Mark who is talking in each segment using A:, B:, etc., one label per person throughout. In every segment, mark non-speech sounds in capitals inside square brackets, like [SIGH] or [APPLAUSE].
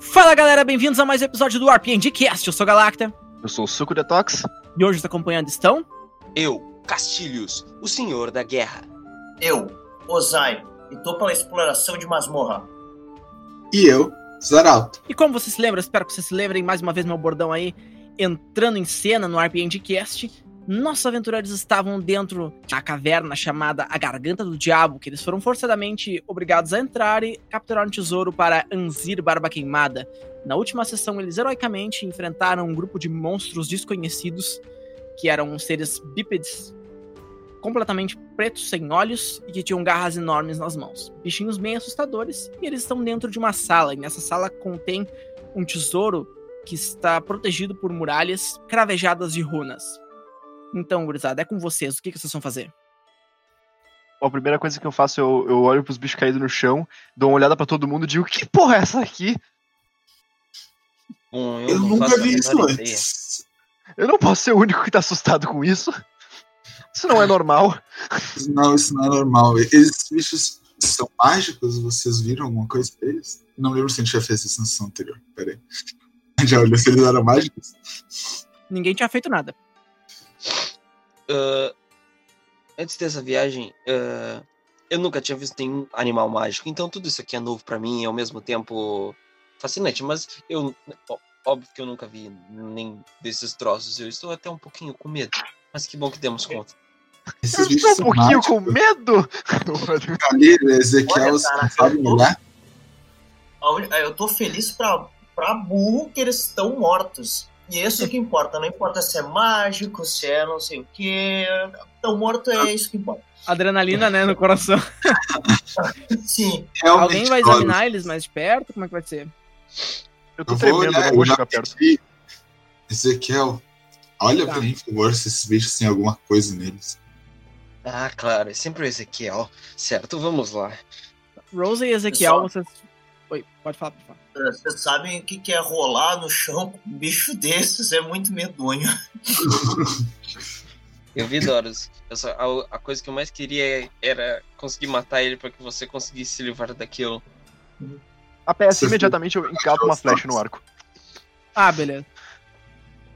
A: Fala galera, bem-vindos a mais um episódio do RPG Cast. Eu sou Galacta
B: Eu sou o Suco Detox.
A: e hoje os acompanhando estão.
C: Eu, Castilhos, o Senhor da Guerra.
D: Eu, Ozai, e tô pela exploração de masmorra.
E: E eu, Zaralto.
A: E como vocês se lembram, espero que vocês se lembrem mais uma vez meu bordão aí entrando em cena no RPG Cast. Nossos aventureiros estavam dentro da caverna chamada a Garganta do Diabo, que eles foram forçadamente obrigados a entrar e capturar um tesouro para Anzir Barba Queimada. Na última sessão, eles heroicamente enfrentaram um grupo de monstros desconhecidos, que eram seres bípedes, completamente pretos, sem olhos e que tinham garras enormes nas mãos. Bichinhos bem assustadores, e eles estão dentro de uma sala, e nessa sala contém um tesouro que está protegido por muralhas cravejadas de runas. Então, gurizada, é com vocês, o que, que vocês vão fazer?
B: Bom, a primeira coisa que eu faço, eu, eu olho pros bichos caídos no chão, dou uma olhada pra todo mundo e digo, que porra é essa aqui?
C: Bom,
E: Eu, nunca
C: faço a
E: vi Uhum. isso
C: menor ideia.
E: antes.
B: Eu não posso ser o único que tá assustado com isso. Isso não é normal.
E: Isso Não, isso não é normal. Esses bichos são mágicos? Vocês viram alguma coisa deles? Não lembro se a gente já fez isso na sessão anterior. Peraí. [LAUGHS] Já olhou se eles eram mágicos?
A: Ninguém tinha feito nada.
C: Ah, antes dessa viagem, ah, eu nunca tinha visto nenhum animal mágico, então tudo isso aqui é novo pra mim e ao mesmo tempo fascinante, mas eu. ó, Óbvio que eu nunca vi nem desses troços, eu estou até um pouquinho com medo. Mas que bom que demos conta.
B: Eu
E: Esses
B: estou
E: bichos
B: um
E: são
B: pouquinho
E: mágicos.
B: com medo. [LAUGHS]
E: Calheiro, Ezequiel,
D: Olha,
E: você não
D: cara,
E: sabe
D: eu tô-
E: olhar?
D: A uni- eh, Eu tô feliz pra, pra burro que eles estão mortos. E é isso que importa, não importa se é mágico, se é não sei o que. Tão morto é isso que importa.
A: Adrenalina, né, no coração.
E: [LAUGHS]
D: Sim,
E: Realmente,
A: Alguém vai
E: olha,
A: examinar eles mais de perto? Como é que vai ser?
B: Eu tô
E: Eu vou
B: tremendo,
E: olhar,
B: não
E: eu
B: vou
E: já
B: chegar perto.
E: pedi. Ezequiel, olha
A: Tá.
E: pra mim, por favor, se esses bichos têm alguma coisa neles.
C: Ah, claro, é sempre o Ezequiel. Certo, vamos lá.
A: Rose e Ezequiel,
D: Pessoal.
A: vocês. Oi, pode falar, pode falar.
D: vocês sabem o que que é rolar no chão com um bicho [LAUGHS] desses, é muito medonho.
C: Eu vi, Doros. Eu só- a, a coisa que eu mais queria é- era conseguir matar ele pra que você conseguisse se livrar daquilo.
B: A peça,
E: Você-
B: imediatamente eu encapo uma flecha no arco.
A: Ah, beleza.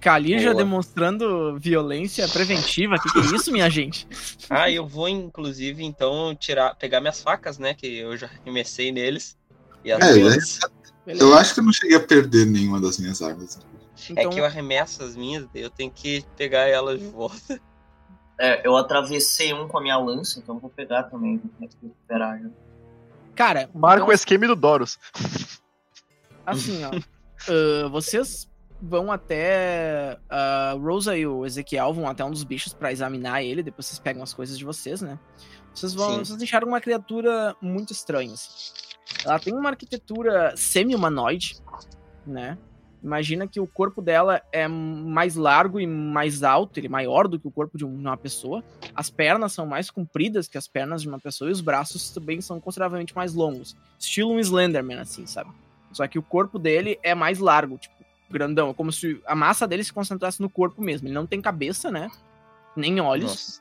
A: Kali já
C: Boa.
A: demonstrando violência preventiva. Que que é isso, minha gente?
C: Ah, eu vou, inclusive, então, tirar, pegar minhas facas, né? Que eu já arremessei neles. E as
E: É,
C: minhas.
A: Beleza.
E: Eu acho que eu não cheguei a perder nenhuma das minhas armas.
C: É
A: Então
C: que eu arremesso as minhas, daí eu tenho que pegar elas de volta.
D: É, eu atravessei um com a minha lança, então eu vou pegar também. Vou recuperar. né?
A: Cara,
B: Marco o
A: então,
B: esquema do Doros.
A: assim, ó. ah, vocês vão até. a Rosa e o Ezequiel vão até um dos bichos pra examinar ele. Depois vocês pegam as coisas de vocês, né? Vocês vão.
C: Sim.
A: Vocês deixaram uma criatura muito estranha. assim. Ela tem uma arquitetura semi-humanoide, né? Imagina que o corpo dela é mais largo e mais alto, ele é maior do que o corpo de uma pessoa. As pernas são mais compridas que as pernas de uma pessoa e os braços também são consideravelmente mais longos. Estilo um Slenderman, assim, sabe? Só que o corpo dele é mais largo, tipo, grandão. É como se a massa dele se concentrasse no corpo mesmo. Ele não tem cabeça, né? Nem olhos.
C: Nossa.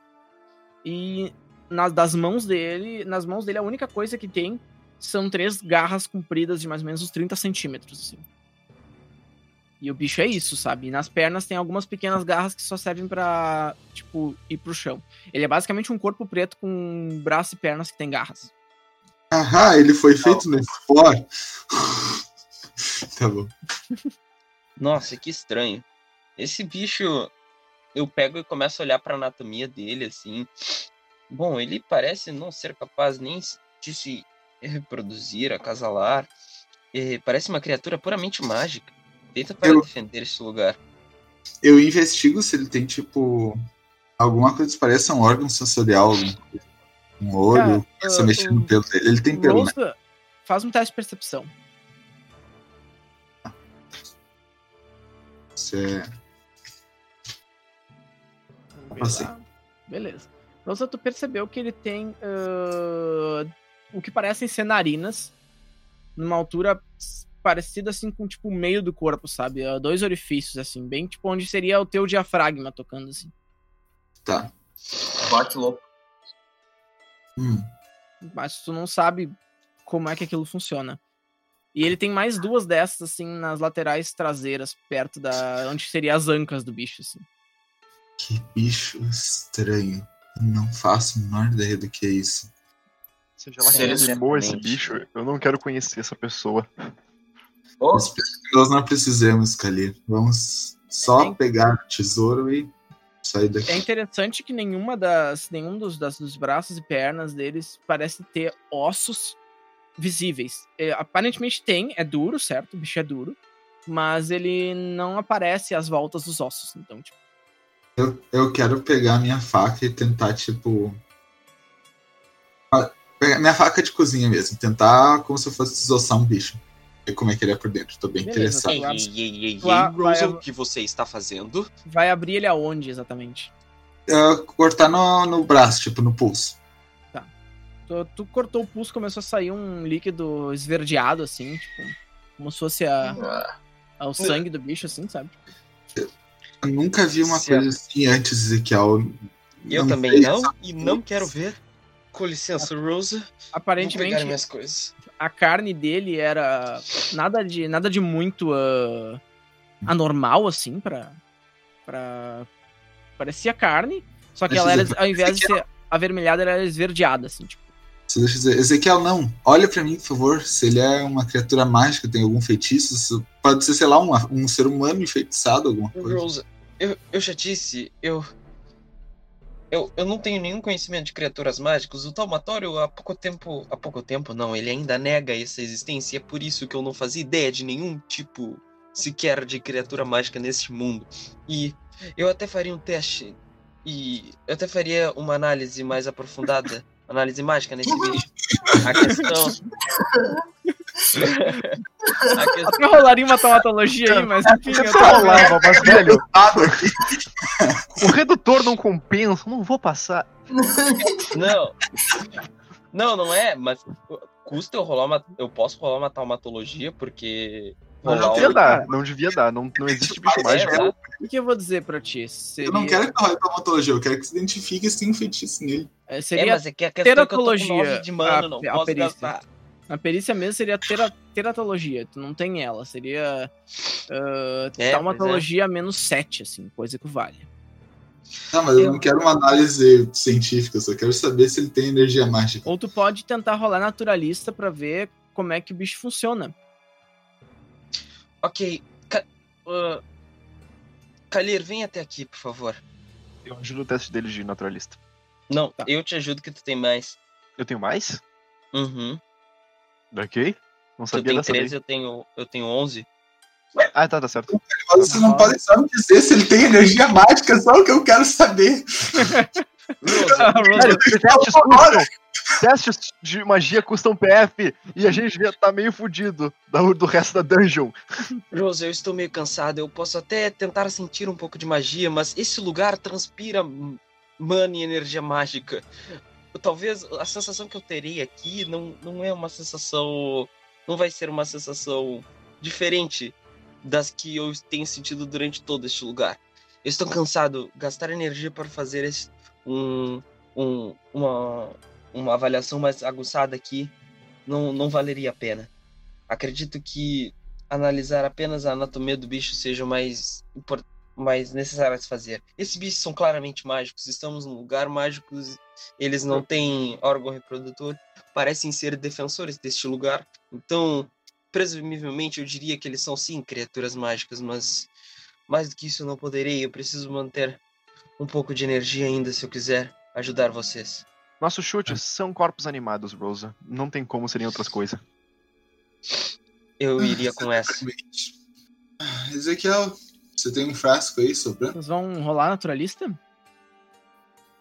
A: E nas das mãos dele, nas mãos dele a única coisa que tem são três garras compridas de mais ou menos uns 30 centímetros, assim. E o bicho é isso, sabe? E nas pernas tem algumas pequenas garras que só servem pra, tipo, ir pro chão. Ele é basicamente um corpo preto com braço e pernas que tem garras.
E: Ahá, Ah, ele foi feito no for. [LAUGHS] tá bom.
C: Nossa, que estranho. Esse bicho, eu pego e começo a olhar pra anatomia dele, assim. Bom, ele parece não ser capaz nem s- de se reproduzir, acasalar. Eh, parece uma criatura puramente mágica. Tenta para
E: Eu-
C: defender esse lugar.
E: Eu investigo se ele tem, tipo, alguma coisa que pareça um órgão sensorial. alguma coisa. Um olho, começa
A: ah,
E: a mexer
A: o-
E: no pelo dele. Ele tem pelo, né?
A: Rosa, faz um teste de percepção.
E: Isso é-
A: Vamos ver
E: Assim.
A: lá. Beleza. Rosa, tu percebeu que ele tem ah, o que parecem ser narinas, numa altura s- parecida assim com tipo o meio do corpo, sabe? Ah, Dois orifícios, assim, bem tipo onde seria o teu diafragma tocando, assim.
E: Tá.
D: Ó, que louco.
E: Hum.
A: mas tu não sabe como é que aquilo funciona. E ele tem mais duas dessas, assim, nas laterais traseiras, perto da. onde seria as ancas do bicho, assim.
E: Que bicho estranho. Não faço a menor ideia do que é isso.
B: Seja lá
D: Sim,
B: quem animou esse
C: exatamente.
B: bicho, eu não quero conhecer essa pessoa.
D: Ô,
E: Nós não precisamos, Kalir. Vamos só
A: Sim.
E: pegar o tesouro e sair daqui.
A: É interessante que nenhuma das, nenhum dos, das- dos braços e pernas deles parece ter ossos visíveis. É, aparentemente tem, é duro, certo? O bicho é duro, mas ele não aparece às voltas dos ossos. Então, tipo,
E: Eu, eu quero pegar minha faca e tentar, tipo. a- pegar minha faca de cozinha mesmo. Tentar como se eu fosse desossar um bicho. Ver como é que ele é por dentro. Tô bem
A: Beleza.
E: interessado.
C: Ei, ei, ei, ei, ei,
A: Lá-
C: Rosa,
A: lá-
C: o que você está fazendo?
A: vai abrir ele aonde exatamente?
E: Eu cortar no, no braço, tipo, no pulso.
A: Tu, tu cortou o pulso, começou a sair um líquido esverdeado, assim, tipo, como se fosse a,
D: ah,
A: a- o sangue do bicho, assim, sabe?
E: Eu nunca vi uma
C: Certo.
E: coisa assim antes, Ezequiel.
C: Eu
E: Não
C: também
E: sei.
C: não, e não quero ver. Com licença, Rosa. Vou
A: Aparentemente,
C: pegar minhas coisas.
A: a carne dele era nada de nada de muito ah, anormal assim pra para parecia carne, só que
E: Mas
A: ela era,
E: vocês-
A: ao invés de ser avermelhada ela era esverdeada assim, tipo.
E: Você deixa eu dizer, Ezequiel, não. Olha pra mim, por favor, se ele é uma criatura mágica, tem algum feitiço. se- Pode ser, sei lá, um, um ser humano enfeitiçado, alguma coisa.
C: Rosa, eu, eu já disse, eu, eu. Eu não tenho nenhum conhecimento de criaturas mágicas. O Talmatório há pouco tempo. Há pouco tempo, não, ele ainda nega essa existência. e É por isso que eu não fazia ideia de nenhum tipo sequer de criatura mágica neste mundo. E eu até faria um teste. E eu até faria uma análise mais
E: [LAUGHS]
C: aprofundada. Análise mágica nesse bicho. A questão. [LAUGHS] A questão.
A: [LAUGHS] Eu rolaria uma traumatologia aí, mas enfim, eu
B: Tá
A: tava-
B: lá, mas velho,
E: Nada aqui.
B: o redutor não compensa, não vou passar.
C: Não. Não, não é, mas custa eu rolar uma. Eu posso rolar uma taumatologia, porque.
B: Não
C: rolar
B: devia
C: um-
B: dar, não devia dar, não, não existe bicho
E: É,
B: mágico.
C: né?
A: o que eu vou dizer pra ti? Seria,
E: Eu não quero que role traumatologia, eu quero que se identifique se tem um feitiço nele.
A: eh,
C: É,
A: seria
C: mas é que a questão é que eu tô com
A: teratologia,
C: nove de mano,
A: a-
C: não
A: a
C: posso
A: perícia.
C: gastar.
A: na perícia mesmo seria tera, teratologia, tu não tem ela, seria ah,
C: É,
A: traumatologia menos 7 assim, coisa que vale.
E: Não, mas eu,
C: Eu-
E: não quero uma análise científica, eu só quero saber se ele tem energia mágica.
A: Ou tu pode tentar rolar naturalista pra ver como é que o bicho funciona.
C: Ok. Ca... ah, Kalir, vem até aqui, por favor.
B: Eu ajudo o teste dele de naturalista.
C: Não,
A: Tá.
C: eu te ajudo que tu tem mais.
B: Eu tenho mais?
C: Uhum.
B: Ok? Não
C: Tu
B: sabia
C: tem
B: dessa
C: 13,
B: vez.
C: eu tenho, eu
A: [LAUGHS]
C: tenho 11.
B: Ah, tá, tá certo.
E: Mas vocês não podem só me dizer se ele tem energia mágica, é só o que eu quero saber.
A: [LAUGHS]
C: Rosa,
A: A Rosa-
B: Velho, testes custam. Testes de magia custam PF e a gente já tá meio fudido da- do resto da dungeon.
C: Rosa, eu estou meio cansado. Eu posso até tentar sentir um pouco de magia, mas esse lugar transpira hum, mana e energia mágica. Eu- Talvez a sensação que eu terei aqui não, não é uma sensação. Não vai ser uma sensação diferente das que eu tenho sentido durante todo este lugar. Eu estou cansado. Gastar energia para fazer esse- um, um- uma, uma avaliação mais aguçada aqui não, não valeria a pena. Acredito que analisar apenas a anatomia do bicho seja o mais, impor- mais necessário a se fazer. Esses bichos são claramente mágicos, estamos num lugar mágico, eles não têm órgão reprodutor, parecem ser defensores deste lugar. Então, presumivelmente, eu diria que eles são sim criaturas mágicas, mas mais do que isso eu não poderei. Eu preciso manter um pouco de energia ainda se eu quiser ajudar vocês.
B: Nossos chutes são corpos animados, Rosa. Não tem como serem outras coisas.
C: Eu iria com essa.
E: Realmente. Ah, Ezequiel, você tem um frasco aí sobrando?
A: Vocês vão rolar naturalista?
E: Eu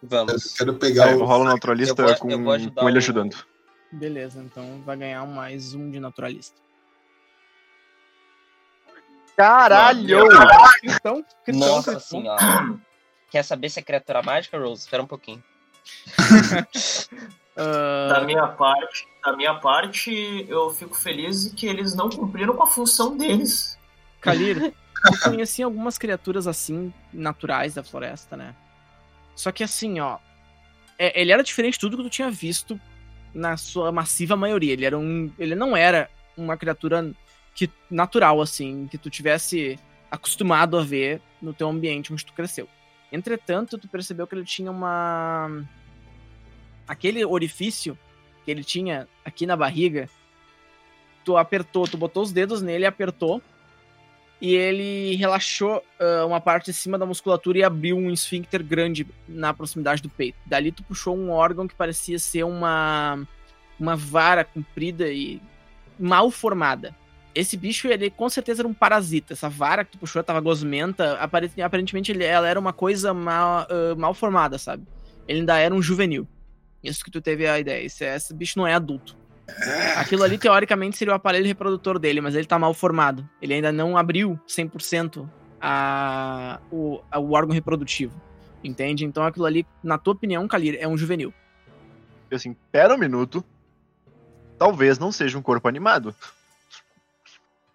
C: Vamos.
E: quero
B: Tá,
E: pegar
B: eu
E: o.
B: rolo
C: Eu
B: naturalista
C: vou-
B: com,
C: eu vou ajudar
B: com ele
C: o-
B: ajudando.
A: Beleza, então vai ganhar um mais um de naturalista.
B: Caralho!
A: Então, critão,
C: Nossa
A: critão.
C: senhora. [CLEARS THROAT] Quer saber se é criatura mágica, Rose? Espera um pouquinho.
A: Ah,
D: da minha parte, da minha parte, eu fico feliz que eles não cumpriram com a função deles.
A: Kalir, eu conheci algumas criaturas assim, naturais da floresta, né? Só que assim, ó. é- ele era diferente de tudo que tu tinha visto na sua massiva maioria. Ele era um, ele não era uma criatura que natural assim, que tu tivesse acostumado a ver no teu ambiente onde tu cresceu. Entretanto, tu percebeu que ele tinha uma aquele orifício que ele tinha aqui na barriga. Tu apertou, tu botou os dedos nele, apertou e ele relaxou ah, uma parte de cima da musculatura e abriu um esfíncter grande na proximidade do peito. Dali tu puxou um órgão que parecia ser uma uma vara comprida e mal formada. Esse bicho, ele com certeza era um parasita. Essa vara que tu puxou tava gosmenta. apare- Aparentemente ele- ela era uma coisa mal, ah, mal formada, sabe? Ele ainda era um juvenil. Isso que tu teve a ideia. Esse, esse bicho não é adulto.
E: Ah,
A: Aquilo ali, teoricamente, seria o aparelho reprodutor dele, mas ele tá mal formado. Ele ainda não abriu 100% a, o, a- o órgão reprodutivo. Entende? Então aquilo ali, na tua opinião, Kalir, é um juvenil.
B: E assim, pera um minuto. Talvez não seja um corpo animado.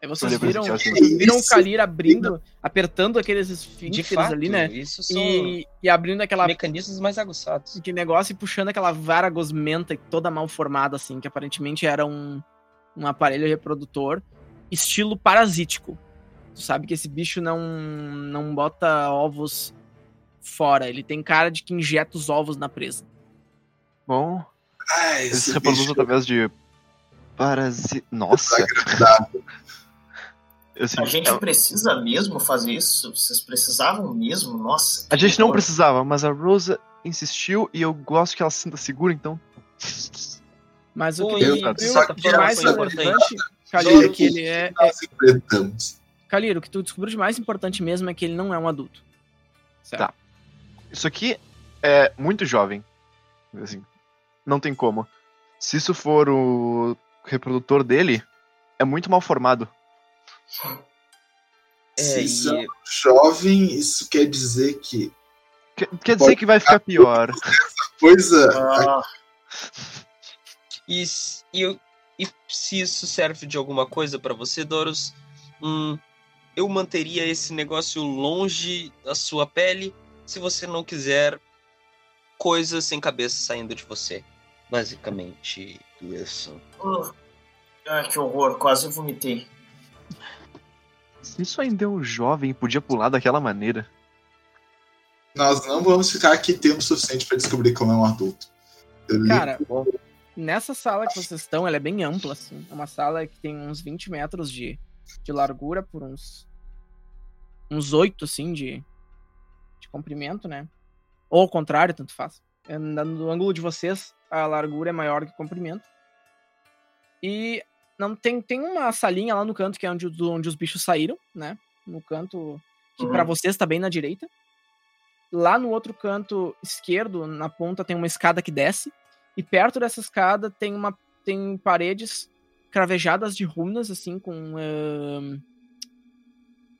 A: Aí vocês
B: Olha pra
A: viram,
B: gente, assim.
A: vocês viram o
E: Isso.
A: Kalir abrindo, apertando aqueles
C: De
A: esfíncteres
C: fato,
A: ali, né?
C: isso são
A: E, e abrindo aquela
C: mecanismos mais aguçados.
A: que negócio e puxando aquela vara gosmenta toda mal formada, assim, que aparentemente era um, um aparelho reprodutor, estilo parasítico. Tu sabe que esse bicho não, não bota ovos fora, ele tem cara de que injeta os ovos na presa.
B: Bom,
E: Ai,
B: eles se
E: esse
B: reproduzem
E: bicho tá
B: através de parasita. Nossa! Eu, assim,
D: A gente
B: ela-
D: precisa mesmo fazer isso? Vocês precisavam mesmo? Nossa.
B: a gente não
D: precisa.
B: precisava, mas a Rosa insistiu e eu gosto que ela se sinta segura, então.
A: Mas o
C: Pô, é
A: que
C: e
E: Eu
A: ele abriu,
E: só
A: o que
E: quero
A: mais
E: saber-
A: relevante, Calil, é que ele é, é,
E: nós enfrentamos.
A: Calil, o que tu descobriu de mais importante mesmo é que ele não é um adulto. Certo?
B: Tá. Isso aqui é muito jovem. Assim, não tem como. Se isso for o reprodutor dele, é muito mal formado.
C: É,
E: Se isso é
C: e
E: um jovem, isso quer dizer que
B: Que- quer dizer que vai ficar pior.
E: coisa.
D: Ah,
C: E, s- e, eu- e se isso serve de alguma coisa pra você, Doros, hum, eu manteria esse negócio longe da sua pele se você não quiser coisas sem cabeça saindo de você. Basicamente, isso.
D: uh, ah, que horror, quase vomitei.
B: Se isso ainda é um jovem e podia pular daquela maneira.
E: Nós não vamos ficar aqui tempo suficiente para descobrir como é um adulto. Eu li-
A: Cara, nessa sala que vocês estão, ela é bem ampla, assim. É uma sala que tem uns 20 metros de, de largura por uns. uns 8, assim, de, de comprimento, né? Ou ao contrário, tanto faz. É, na- No ângulo de vocês, a largura é maior que o comprimento. E não tem, tem uma salinha lá no canto, que é onde, do- onde os bichos saíram, né? No canto que pra
D: Uhum.
A: vocês tá bem na direita. Lá no outro canto esquerdo, na ponta, tem uma escada que desce. E perto dessa escada tem uma tem paredes cravejadas de runas, assim, com ahn,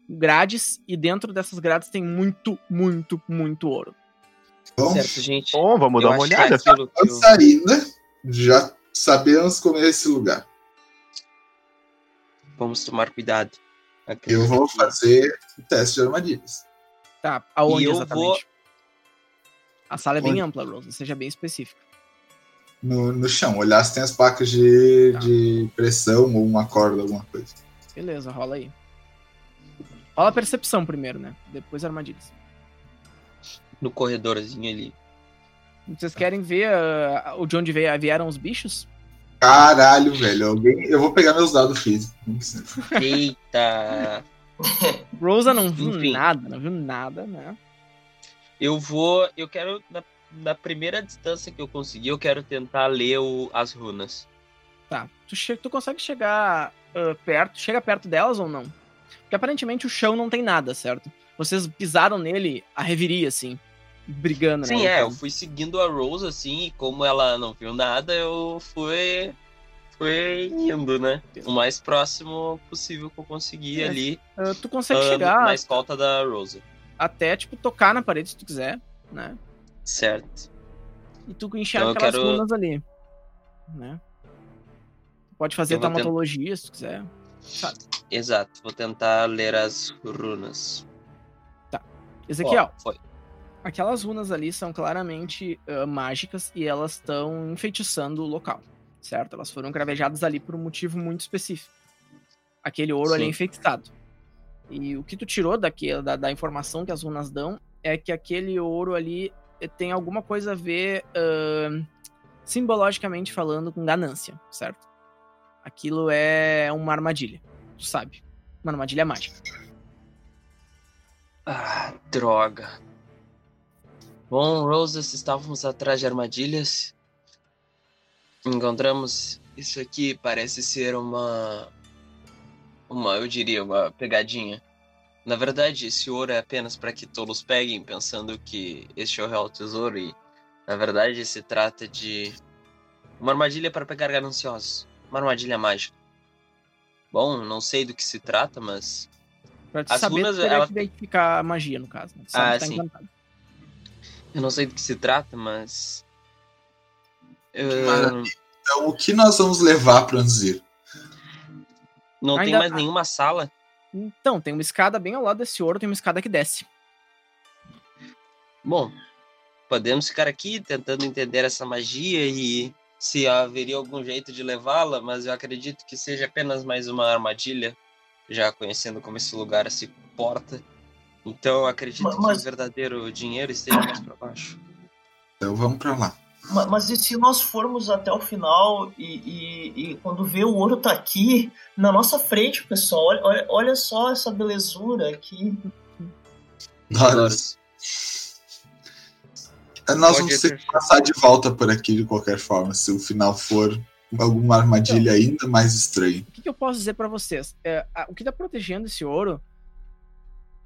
A: grades. E dentro dessas grades tem muito, muito, muito ouro.
E: Bom,
C: Certo, gente.
B: Bom, vamos
C: Eu
B: dar uma
C: acho que
B: olhada.
C: é aquilo que eu-
E: antes ainda, já sabemos como é esse lugar.
C: Vamos tomar cuidado.
E: Eu vou fazer o teste de armadilhas.
A: Tá, aonde
C: eu
A: exatamente?
C: vou-
A: A sala é bem
E: Onde?
A: ampla, Rosa, seja bem específico.
E: No, no chão, olhar se tem as placas de,
A: Tá.
E: de pressão ou uma corda, alguma coisa.
A: Beleza, rola aí. Rola a percepção primeiro, né? Depois armadilhas.
C: no corredorzinho ali.
A: Vocês
C: Tá.
A: querem ver ah, o de onde veio- vieram os bichos?
E: Caralho, velho. Alguém... Eu vou pegar meus dados físicos. não sei. [LAUGHS]
C: Eita!
A: Rosa não viu
C: Enfim.
A: nada, não viu nada, né?
C: Eu vou. Eu quero, na, na primeira distância que eu conseguir, eu quero tentar ler o- as runas.
A: Tá. Tu, che- tu consegue chegar ah, perto? Chega perto delas ou não? Porque aparentemente o chão não tem nada, certo? Vocês pisaram nele a reviria, assim, brigando, né?
C: Sim, é,
A: Então,
C: eu fui seguindo a Rose assim, e como ela não viu nada, eu fui. Fui indo, né? O mais próximo possível que eu consegui
A: É,
C: ali.
A: ah, tu consegue
C: ah,
A: chegar
C: Na escolta da Rose.
A: até, tipo, tocar na parede se tu quiser, né?
C: Certo.
A: E tu enxerga
C: Então eu
A: aquelas
C: quero-
A: runas ali. Né? Pode fazer
C: Eu vou um- tentar-
A: traumatologia se tu quiser.
C: Exato. Vou tentar ler as runas.
A: Ezequiel,
C: Ó, foi.
A: Aquelas runas ali são claramente ah, mágicas e elas estão enfeitiçando o local, certo? Elas foram cravejadas ali por um motivo muito específico. Aquele ouro ali
C: Sim.
A: é enfeitiçado. E o que tu tirou daquele, da, da informação que as runas dão é que aquele ouro ali eh, tem alguma coisa a ver, ah, simbologicamente falando, com ganância, certo? Aquilo é uma armadilha, tu sabe. Uma armadilha mágica.
C: Ah, droga. Bom, Roses, estávamos atrás de armadilhas. Encontramos. Isso aqui parece ser uma. Uma, eu diria, uma pegadinha. Na verdade, esse ouro é apenas para que tolos peguem, pensando que este é o real tesouro e, na verdade, se trata de. Uma armadilha para pegar gananciosos. Uma armadilha mágica. Bom, não sei do que se trata, mas
A: Pra te
C: As
A: saber,
C: runas,
A: tu teria
C: ela-
A: que identificar a magia, no caso. Né? Tu sabe
C: Ah,
A: que tá
C: sim.
A: encantado.
C: Eu não sei do que se trata, mas. ah,
E: maravilha.
C: Eu
E: Então, o que nós vamos levar para Anzir?
C: não tem
A: Ainda-
C: mais nenhuma sala.
A: Então, tem uma escada bem ao lado desse ouro, tem uma escada que desce.
C: Bom, podemos ficar aqui tentando entender essa magia e se haveria algum jeito de levá-la, mas eu acredito que seja apenas mais uma armadilha, já conhecendo como esse lugar se porta. Então eu acredito
D: Ma- mas-
C: que o verdadeiro dinheiro esteja mais para baixo.
E: Então vamos para lá.
D: Ma- Mas e se nós formos até o final e, e- e quando vê o ouro tá aqui, na nossa frente, pessoal, olha, olha, olha só essa belezura aqui.
E: Nós, É, nós
C: Pode
E: vamos ter
C: ter-
E: que passar de volta por aqui de qualquer forma, se o final for alguma
C: Então.
E: armadilha ainda mais estranha.
A: O que, que eu posso dizer pra vocês? É, a- o que tá protegendo esse ouro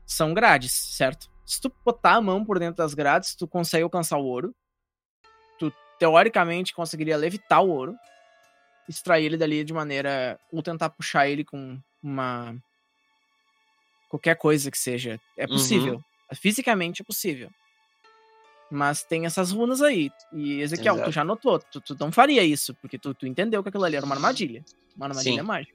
A: são grades, certo? Se tu botar a mão por dentro das grades, tu consegue alcançar o ouro. Tu, teoricamente, conseguiria levitar o ouro, extrair ele dali de maneira... Ou tentar puxar ele com uma... Qualquer coisa que seja. É
C: Uhum.
A: possível. Fisicamente é possível. Mas tem essas runas aí. E Ezequiel, tu
C: Exato.
A: já notou. Tu, tu não faria isso, porque tu, tu entendeu que aquilo ali era uma armadilha. Uma armadilha
C: Sim.
A: mágica.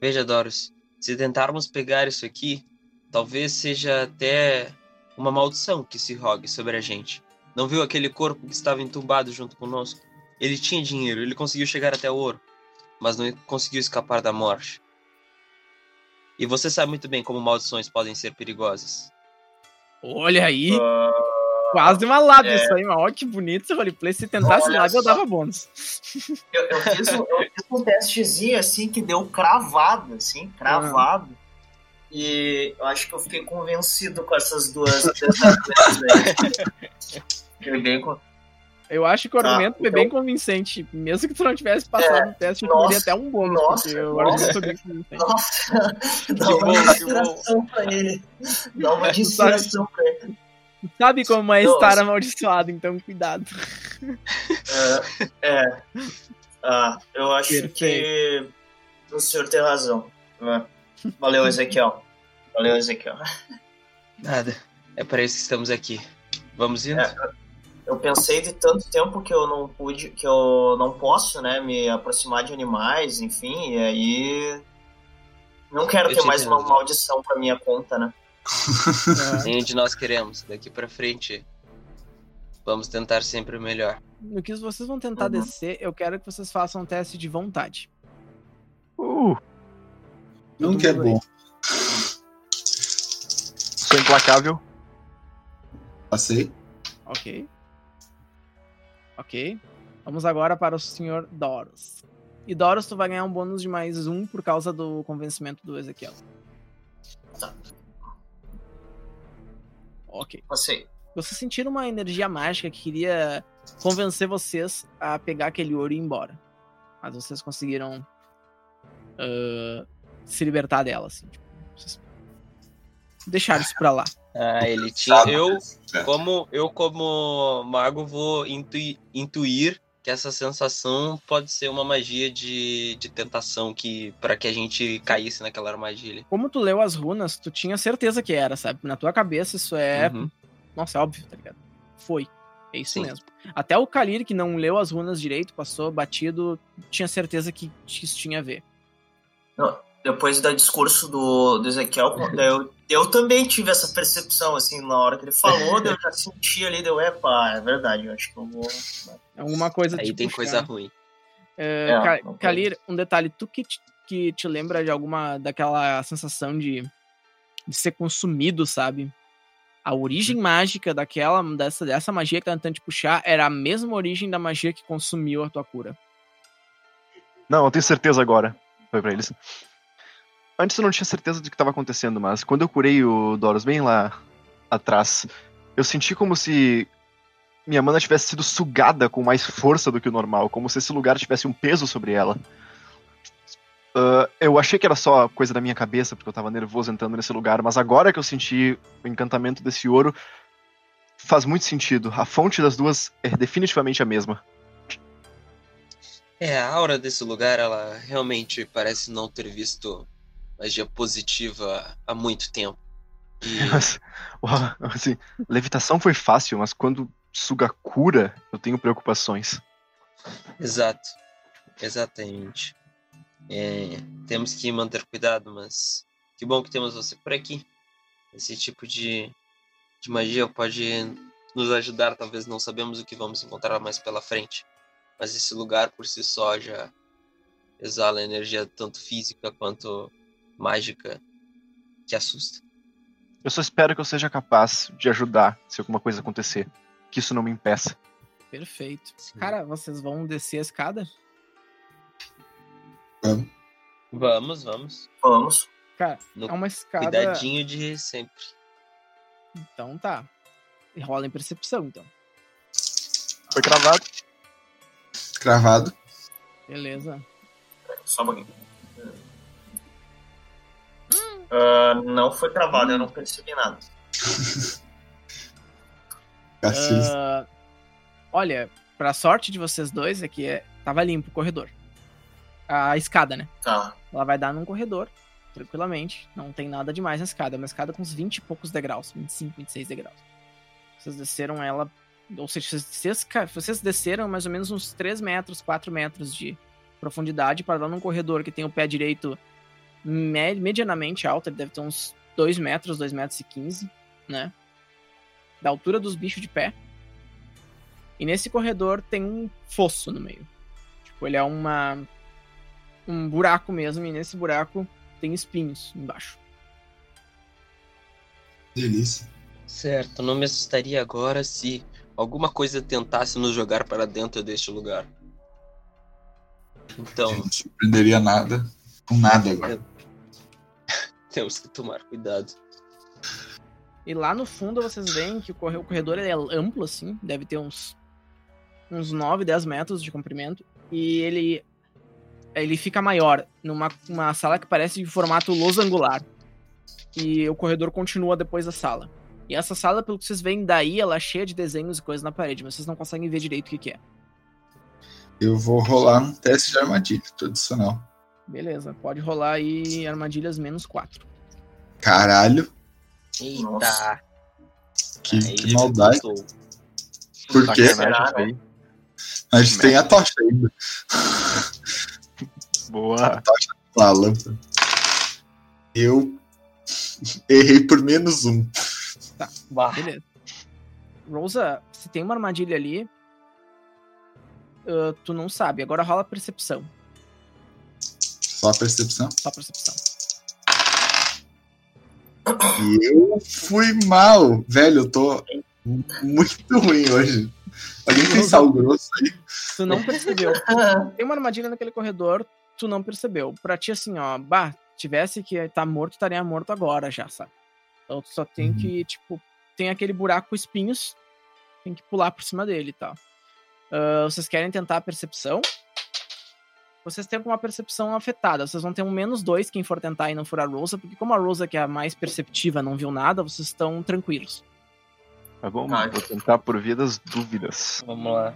C: Veja, Doris, se tentarmos pegar isso aqui, talvez seja até uma maldição que se rogue sobre a gente. Não viu aquele corpo que estava entumbado junto conosco? Ele tinha dinheiro, ele conseguiu chegar até o ouro, mas não conseguiu escapar da morte. E você sabe muito bem como maldições podem ser perigosas.
A: Olha aí. Quase uma lábia
D: Ah, é.
A: isso aí, mas olha que bonito esse roleplay. Se tentasse
D: Olha
A: lábia, eu
D: só.
A: dava bônus.
D: Eu, eu fiz, um- eu fiz um testezinho assim que deu cravado, assim, cravado. E eu acho que eu fiquei convencido com essas duas tentativas aí. Fiquei bem con-
A: Eu acho que o
D: Tá,
A: argumento foi
D: então-
A: bem convincente. Mesmo que tu não tivesse passado no teste, eu te
D: É, nossa,
A: daria até um bônus.
D: nossa,
A: porque o
D: nossa.
A: argumento foi bem convincente.
D: Nossa, dá
C: Que
D: uma
C: bom, que bom.
D: inspiração pra ele. Dá uma
A: Tu sabe-
D: inspiração pra ele.
A: Tu Sabe como é
D: Nossa.
A: estar amaldiçoado, então [LAUGHS] cuidado.
D: É, é. Ah, eu acho
A: Perfeito.
D: que o senhor tem razão. né? Valeu, Ezequiel. Valeu, Ezequiel.
C: Nada. É para isso que estamos aqui. Vamos indo?
D: É. Eu pensei de tanto tempo que eu não pude, que eu não posso, né, me aproximar de animais, enfim, e aí não quero
C: Eu
D: ter
C: te
D: mais uma
C: entendo.
D: maldição pra minha conta, né?
A: Ah,
C: Nenhum de nós queremos. Daqui para frente, vamos tentar sempre o melhor.
A: no que vocês vão tentar
D: Uhum.
A: descer, eu quero que vocês façam um teste de vontade.
B: Uh,
E: Não que é bom.
B: sou implacável.
E: Passei?
A: Ok. Ok. Vamos agora para o senhor Doros. E Doros, tu vai ganhar um bônus de mais um por causa do convencimento do Ezequiel. Ok.
D: Passei.
A: Vocês sentiram uma energia mágica que queria convencer vocês a pegar aquele ouro e ir embora. Mas vocês conseguiram ah, se libertar dela, assim. Tipo, vocês deixaram isso pra lá.
C: Ah, ele tinha.
E: Sabe,
C: Eu,
E: né?
C: como, eu como mago, vou intui- intuir que essa sensação pode ser uma magia de, de tentação que para que a gente caísse naquela armadilha.
A: Como tu leu as runas, tu tinha certeza que era, sabe? Na tua cabeça isso é
C: Uhum.
A: Nossa, é óbvio, tá ligado? Foi. É isso
C: Sim.
A: mesmo. Até o Kalir, que não leu as runas direito, passou batido, tinha certeza que isso tinha a ver.
D: depois do discurso do, do Ezequiel, quando eu, eu também tive essa percepção, assim, na hora que ele falou, daí eu já senti ali, deu, epa, é verdade, eu acho que eu vou.
A: É Alguma coisa
C: Aí
A: te
C: tem
A: puxando.
C: coisa ruim.
A: É,
D: É,
A: Ka-
D: não pode.
A: Kalir, um detalhe, tu que te, que te lembra de alguma daquela sensação de, de ser consumido, sabe? A origem
C: Hum.
A: mágica daquela dessa, dessa magia que tá tentando te puxar era a mesma origem da magia que consumiu a tua cura.
B: Não, eu tenho certeza agora. Foi pra eles. Antes eu não tinha certeza do que tava acontecendo, mas quando eu curei o Doros bem lá atrás, eu senti como se minha mana tivesse sido sugada com mais força do que o normal, como se esse lugar tivesse um peso sobre ela. Ah, eu achei que era só coisa da minha cabeça, porque eu tava nervoso entrando nesse lugar, mas agora que eu senti o encantamento desse ouro, faz muito sentido. A fonte das duas é definitivamente a mesma.
C: É, a aura desse lugar, ela realmente parece não ter visto magia positiva há muito tempo.
A: [LAUGHS]
C: E
B: Mas, uau, assim, levitação foi fácil, mas quando suga cura, eu tenho preocupações.
C: Exato, exatamente. É, temos que manter cuidado, mas que bom que temos você por aqui. Esse tipo de, de magia pode nos ajudar, talvez não sabemos o que vamos encontrar mais pela frente, mas esse lugar por si só já exala energia tanto física quanto mágica que assusta.
B: Eu só espero que eu seja capaz de ajudar se alguma coisa acontecer. Que isso não me impeça.
A: Perfeito. Cara, vocês vão descer a escada?
C: Vamos, vamos.
D: Vamos.
A: Cara,
C: No
A: é uma escada.
C: cuidadinho de sempre.
A: Então tá. E Rola em percepção, então.
B: Foi cravado.
E: Cravado.
A: Beleza.
D: Só um pouquinho. Ah, não foi travado, eu não percebi nada.
E: Castilho.
A: Ah, olha, pra sorte de vocês dois, é que é- tava limpo o corredor. A escada, né?
D: Tá.
A: Ela vai dar num corredor, tranquilamente. Não tem nada demais na escada. É uma escada com uns 20 e poucos degraus. 25, 26 degraus. Vocês desceram ela. Ou seja, vocês, vocês ca- vocês desceram mais ou menos uns 3 metros, 4 metros de profundidade para dar num corredor que tem o pé direito me- medianamente alto. Ele deve ter uns 2 metros, 2 metros e 15, né? Da altura dos bichos de pé. E nesse corredor tem um fosso no meio. Tipo, ele é uma um buraco mesmo, e nesse buraco tem espinhos embaixo.
E: Delícia.
C: Certo, não me assustaria agora se alguma coisa tentasse nos jogar para dentro deste lugar.
E: [LAUGHS]
C: Então,
E: Não surpreenderia nada. Com nada agora.
C: temos que tomar cuidado.
A: E lá no fundo vocês veem que o corre- o corredor ele é amplo, assim, deve ter uns, uns 9, 10 metros de comprimento, e ele, ele fica maior, numa uma sala que parece de formato losangular. E o corredor continua depois da sala. E essa sala, pelo que vocês veem daí, ela é cheia de desenhos e coisas na parede, mas vocês não conseguem ver direito o que, que é.
E: Eu vou rolar um teste de armadilha tradicional.
A: Beleza, pode rolar aí armadilhas menos 4.
E: Caralho,
C: Eita!
D: Nossa.
E: que,
C: aí
E: que
C: ele
E: maldade.
C: voltou.
E: Por quê?
B: Sacanagem
D: Será,
B: Tá,
D: né?
B: isso
E: Mas tem a tocha ainda.
B: aí. Boa.
E: Lá, a lâmpada. Eu errei por menos um.
A: Beleza. Rosa, se tem uma armadilha ali, ah, tu não sabe. Agora rola percepção.
E: Só a percepção.
A: Só percepção.
E: E eu fui mal. Velho, eu tô muito ruim hoje. Alguém tem sal grosso aí?
A: Tu não percebeu. tem uma armadilha naquele corredor, tu não percebeu. Pra ti, assim, ó, bah, tivesse que tá morto, estaria morto agora já, sabe? Então tu só tem
E: Uhum.
A: que, tipo, tem aquele buraco com espinhos, tem que pular por cima dele e tal. Ah, vocês querem tentar a percepção? Vocês têm uma percepção afetada. Vocês vão ter um menos dois quem for tentar e não furar a Rosa, porque como a Rosa, que é a mais perceptiva, não viu nada, vocês estão tranquilos.
B: Tá bom?
D: Tá.
B: Vou tentar por via das dúvidas.
C: Vamos lá.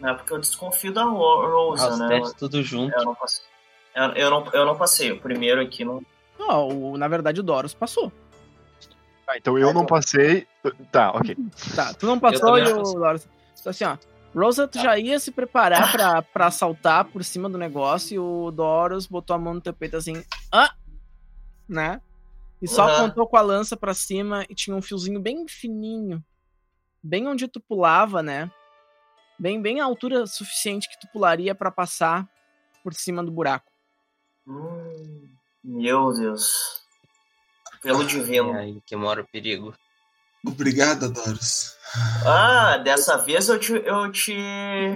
D: Não é porque eu desconfio da Ro- Rosa,
C: Ah, os
D: né?
C: testes tudo junto.
D: Eu não passei. Eu, eu não, eu não passei. O primeiro aqui não.
A: Não, o- na verdade o Doros passou.
B: Tá, então eu não passei. Tá, ok.
A: Tá, tu não passou
C: também
A: e
C: não
A: o
C: passei.
A: Lawrence. Então, assim, ó. Rosa, tu já ia se preparar pra, pra saltar por cima do negócio e o Doros botou a mão no teu peito assim, ah! Né? E só
D: Aham.
A: apontou com a lança pra cima e tinha um fiozinho bem fininho, bem onde tu pulava, né? Bem, bem a altura suficiente que tu pularia pra passar por cima do buraco.
D: Hum, meu Deus. Pelo
E: É.
D: divino.
C: É aí que mora o perigo.
E: Obrigada, Doros.
D: Ah, dessa vez eu te, eu te,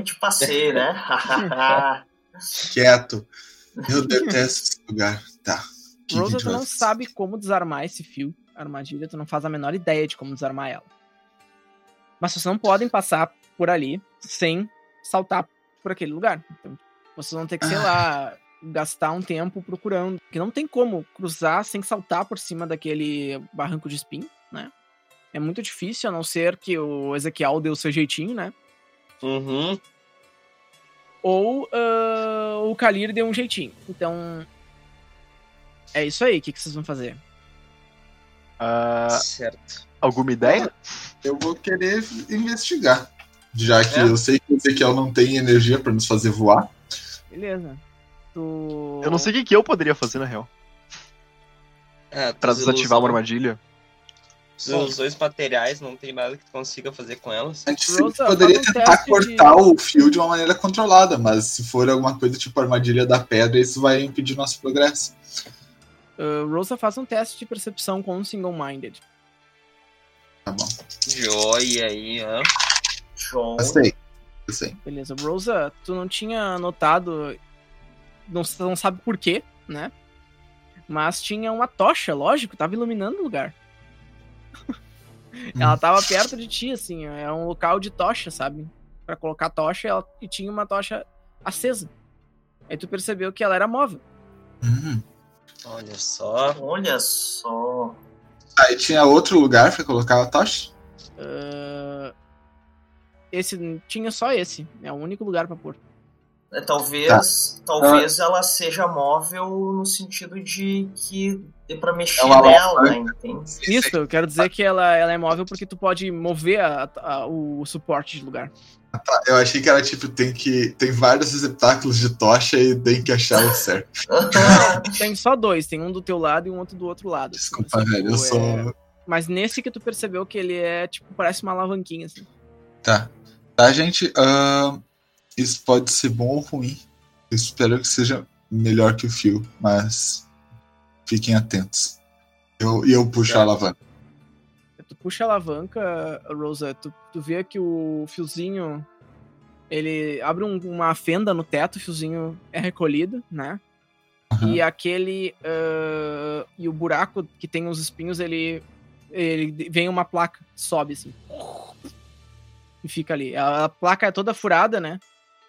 D: te passei, né? [LAUGHS]
E: Quieto. Eu detesto esse lugar. Tá. O que a
A: Rosa,
E: gente
A: tu
E: vai
A: não
E: fazer?
A: sabe como desarmar esse fio, armadilha, tu não faz a menor ideia de como desarmar ela. Mas vocês não podem passar por ali sem saltar por aquele lugar. Então, vocês vão ter que, sei lá, gastar um tempo procurando. Porque não tem como cruzar sem saltar por cima daquele barranco de espinho, né? É muito difícil, a não ser que o Ezequiel deu o seu jeitinho, né?
C: Uhum.
A: Ou ah, o Kalir deu um jeitinho. Então. É isso aí, o que que vocês vão fazer?
B: Ah,
C: Certo.
B: alguma ideia?
E: Eu vou querer investigar. Já que
D: É.
E: eu sei que o Ezequiel não tem energia pra nos fazer voar.
A: Beleza. Tu.
B: Eu não sei o que, que eu poderia fazer, na real.
C: Ah,
B: Pra
C: tuas
B: desativar uma
C: ilusões-
B: armadilha.
C: tuas Ilusões materiais, não tem nada que tu consiga fazer com elas.
E: A gente
A: Rosa,
E: sempre
A: faz
E: poderia
A: um
E: tentar
A: teste de-
E: cortar o fio de uma maneira controlada, mas se for alguma coisa tipo armadilha da pedra, isso vai impedir nosso progresso.
A: Uh, Rosa, faz um teste de percepção com um single-minded.
E: Tá bom.
C: Joia aí, ó.
D: João.
E: Eu sei. Eu sei.
A: Beleza. Rosa, tu não tinha notado. Não, s- não sabe por quê, né? Mas tinha uma tocha, lógico, tava iluminando o lugar. ela tava perto de ti, assim, ó, é um local de tocha, sabe? Pra colocar tocha ela, e tinha uma tocha acesa. Aí tu percebeu que ela era móvel.
E: Uhum.
C: Olha só.
D: Olha só.
E: Aí tinha outro lugar pra colocar a tocha?
A: Uh, esse tinha só esse, é o único lugar pra pôr.
D: É, Talvez, talvez ela seja móvel no sentido de que é pra mexer
E: É uma
D: nela, né?
E: alavanca.
D: entende?
A: Isso, eu quero dizer que ela, ela é móvel porque tu pode mover a- a- o suporte de
E: [LAUGHS]
A: lugar.
E: Tá, Eu achei que era tipo, tem que. Tem vários receptáculos de tocha e tem que achar o
A: [LAUGHS]
E: certo.
A: Tem só dois, tem um do teu lado e um outro do outro lado. assim,
E: Desculpa,
A: assim,
E: velho.
A: tipo,
E: Eu sou.
A: é- Mas nesse que tu percebeu que ele é, tipo, parece uma alavanquinha, assim.
E: Tá. Tá, gente. ahn, isso pode ser bom ou ruim. Eu espero que seja melhor que o fio, mas fiquem atentos. Eu, e eu puxo a alavanca.
A: Tu puxa a alavanca, Rosa, tu, tu vê que o fiozinho, ele abre um- uma fenda no teto, o fiozinho é recolhido, né?
E: Aham.
A: E aquele. ah, e o buraco que tem os espinhos, ele. Ele vem uma placa, sobe assim. E fica ali. A, a placa é toda furada, né?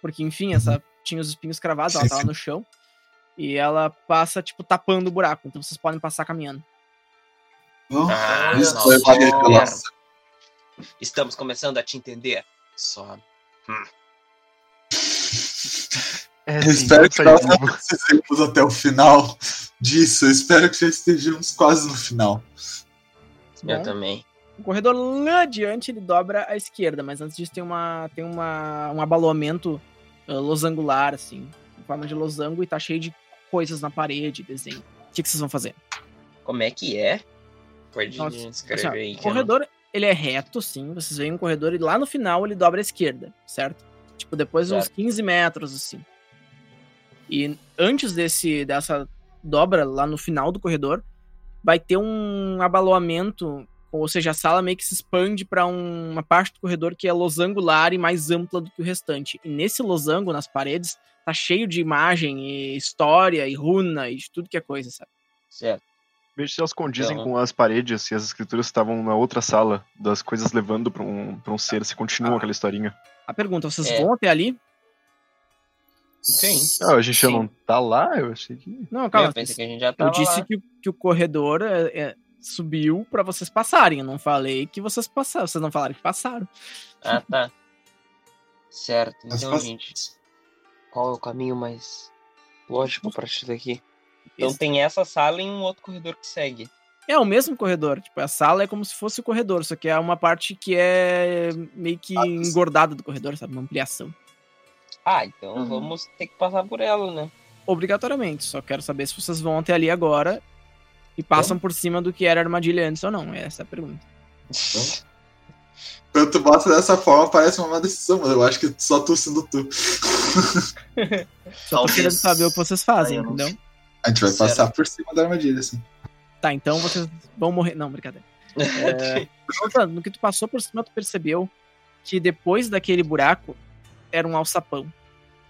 A: Porque, enfim, essa tinha os espinhos cravados, ela
E: Uhum. Sim,
A: tava
E: sim.
A: no chão. E ela passa, tipo, tapando o buraco. Então vocês podem passar caminhando.
E: Bom,
C: Ah,
E: Então, isso
C: nossa,
E: foi uma revelação.
C: Estamos começando a te entender. Só.
B: É,
E: Eu
B: sim,
E: espero
B: isso
E: que
B: aí,
E: nós não
B: vivo.
E: precisemos até o final disso. Eu espero que já estejamos quase no final.
A: Bom.
C: Eu também.
A: O corredor lá adiante, ele dobra à esquerda, mas antes disso tem, uma, tem uma, um abaloamento ah, losangular, assim, em forma de losango, e tá cheio de coisas na parede, desenho. O que, que vocês vão fazer?
C: Como é que é? Pode
A: Nossa,
C: escrever
A: assim, ó,
C: aí.
A: O
C: que eu não-
A: corredor, ele é reto, sim. Vocês veem um corredor e lá no final ele dobra à esquerda, certo? Tipo, depois de uns 15 metros, assim. E antes desse, dessa dobra, lá no final do corredor, vai ter um abaloamento, ou seja, a sala meio que se expande para uma parte do corredor que é losangular e mais ampla do que o restante. E nesse losango, nas paredes, tá cheio de imagem e história e runa e de tudo que é coisa, sabe?
C: Certo.
B: Veja se elas condizem
C: Então.
B: com as paredes e as escrituras que estavam na outra sala, das coisas levando pra um, pra um ser, se continua
A: Ah.
B: aquela historinha.
A: A pergunta, vocês
C: É.
A: vão até ali?
C: Sim.
B: Ah, a gente já
C: Sim.
B: não tá lá, eu achei que.
A: Não, calma.
C: Eu pensei que a gente já
A: Eu
C: tava
A: disse
C: lá.
A: que, o- que o corredor é, é, subiu pra vocês passarem. Eu não falei que vocês passaram. Vocês não falaram que passaram.
C: Ah, tá. Certo.
E: Mas
C: Então,
E: faz-
C: gente, qual é o caminho mais lógico a partir daqui? Então
A: Esse-
C: tem essa sala e um outro corredor que segue.
A: É o mesmo corredor. Tipo, a sala é como se fosse o corredor, só que é uma parte que é meio que
E: Ah, sim.
A: engordada do corredor, sabe? Uma ampliação.
C: Ah, então
D: Uhum.
C: vamos ter que passar por ela, né?
A: Obrigatoriamente. Só quero saber se vocês vão até ali agora e passam por cima do que era a armadilha antes ou não. Essa é a pergunta.
E: Quando tu bota dessa forma, parece uma má decisão, mas eu acho que só tu sendo tu.
A: Só tô querendo saber o que vocês fazem,
D: Ah, eu não
A: entendeu?
E: A gente vai
C: Será?
E: passar por cima da armadilha, assim.
A: Tá, então vocês vão morrer. Não, brincadeira. É, voltando, no que tu passou por cima, tu percebeu que depois daquele buraco era um alçapão.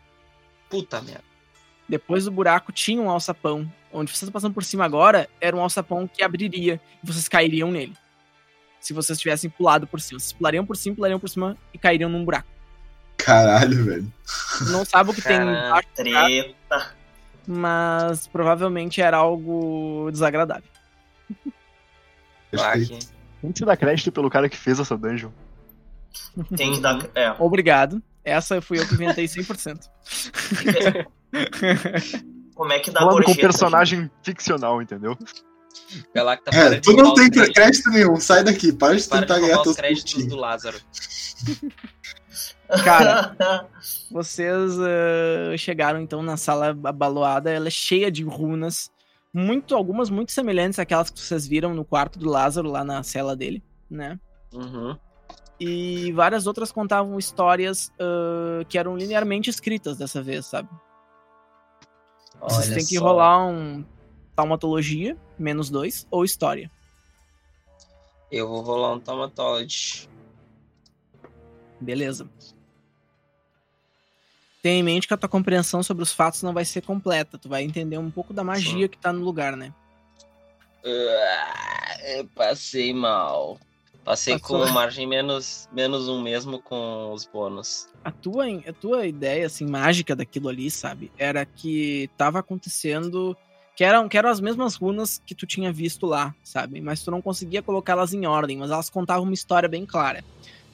C: [LAUGHS] Puta merda.
A: Depois do buraco tinha um alçapão. Onde vocês estão passando por cima agora era um alçapão que abriria e vocês cairiam nele. Se vocês tivessem pulado por cima. Vocês pulariam por cima, pulariam por cima e cairiam num buraco.
E: Caralho, velho.
A: Tu não sabe o que tem
C: Caralho.
A: embaixo,
D: Treta.
A: mas provavelmente era algo desagradável.
C: Ah,
E: Perfeito.
C: que-
B: Tem que se dar crédito pelo cara que fez essa dungeon.
D: Tem que dar. É.
A: Obrigado. Essa fui eu que inventei 100%.
D: Como é que dá
B: Falando com um
D: gorjeta,
B: personagem ficcional, entendeu?
C: Galacta, para
E: É,
C: tá de
E: tu
C: roubar
E: não
C: os
E: tem
C: créditos.
E: crédito nenhum, sai daqui, para de
C: Para
E: tentar
C: de
E: ganhar
C: roubar
E: teus
C: os créditos do
E: pontinhos.
C: Lázaro.
D: gente?
A: Cara, Vocês eh, chegaram então na sala abaloada, ela é cheia de runas, muito algumas muito semelhantes àquelas que vocês viram no quarto do Lázaro lá na cela dele, né?
C: Uhum.
A: E várias outras contavam histórias eh, que eram linearmente escritas dessa vez, sabe? Vocês
C: Olha
A: têm que
C: só.
A: rolar um taumatologia menos dois ou história.
C: Eu vou rolar um Tomatology.
A: Beleza. Tenha em mente que a tua compreensão sobre os fatos não vai ser completa. Tu vai entender um pouco da magia que tá no lugar, né?
C: Ah, eu passei mal. Passei
A: Passou.
C: com margem menos, menos um mesmo com os bônus.
A: a tua, a tua ideia, assim, mágica daquilo ali, sabe? Era que tava acontecendo. Que eram, que eram as mesmas runas que tu tinha visto lá, sabe? Mas tu não conseguia colocá-las em ordem, mas elas contavam uma história bem clara.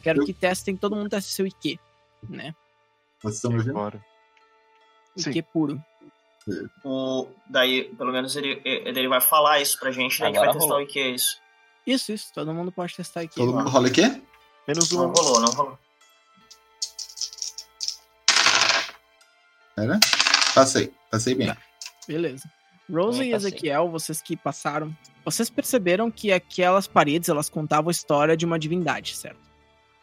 A: Quero
E: Eu-
A: que testem, todo mundo teste seu IQ, né?
E: Vocês estão me vendo?
B: Agora. Sim.
A: IQ puro.
D: [LAUGHS] o, daí, pelo menos, ele, ele vai falar isso pra gente, né? a gente
C: Agora
D: vai testar
C: rolou.
D: o que é isso.
A: Isso, isso, todo mundo pode testar IQ.
E: Todo mundo rola aqui?
B: Menos
D: Não
B: um.
D: rolou, não rolou.
E: Era? Passei, passei bem.
C: Tá.
A: Beleza. Rose
C: Também
A: e
C: passei.
A: Ezequiel, vocês que passaram, vocês perceberam que aquelas paredes, elas contavam a história de uma divindade, certo?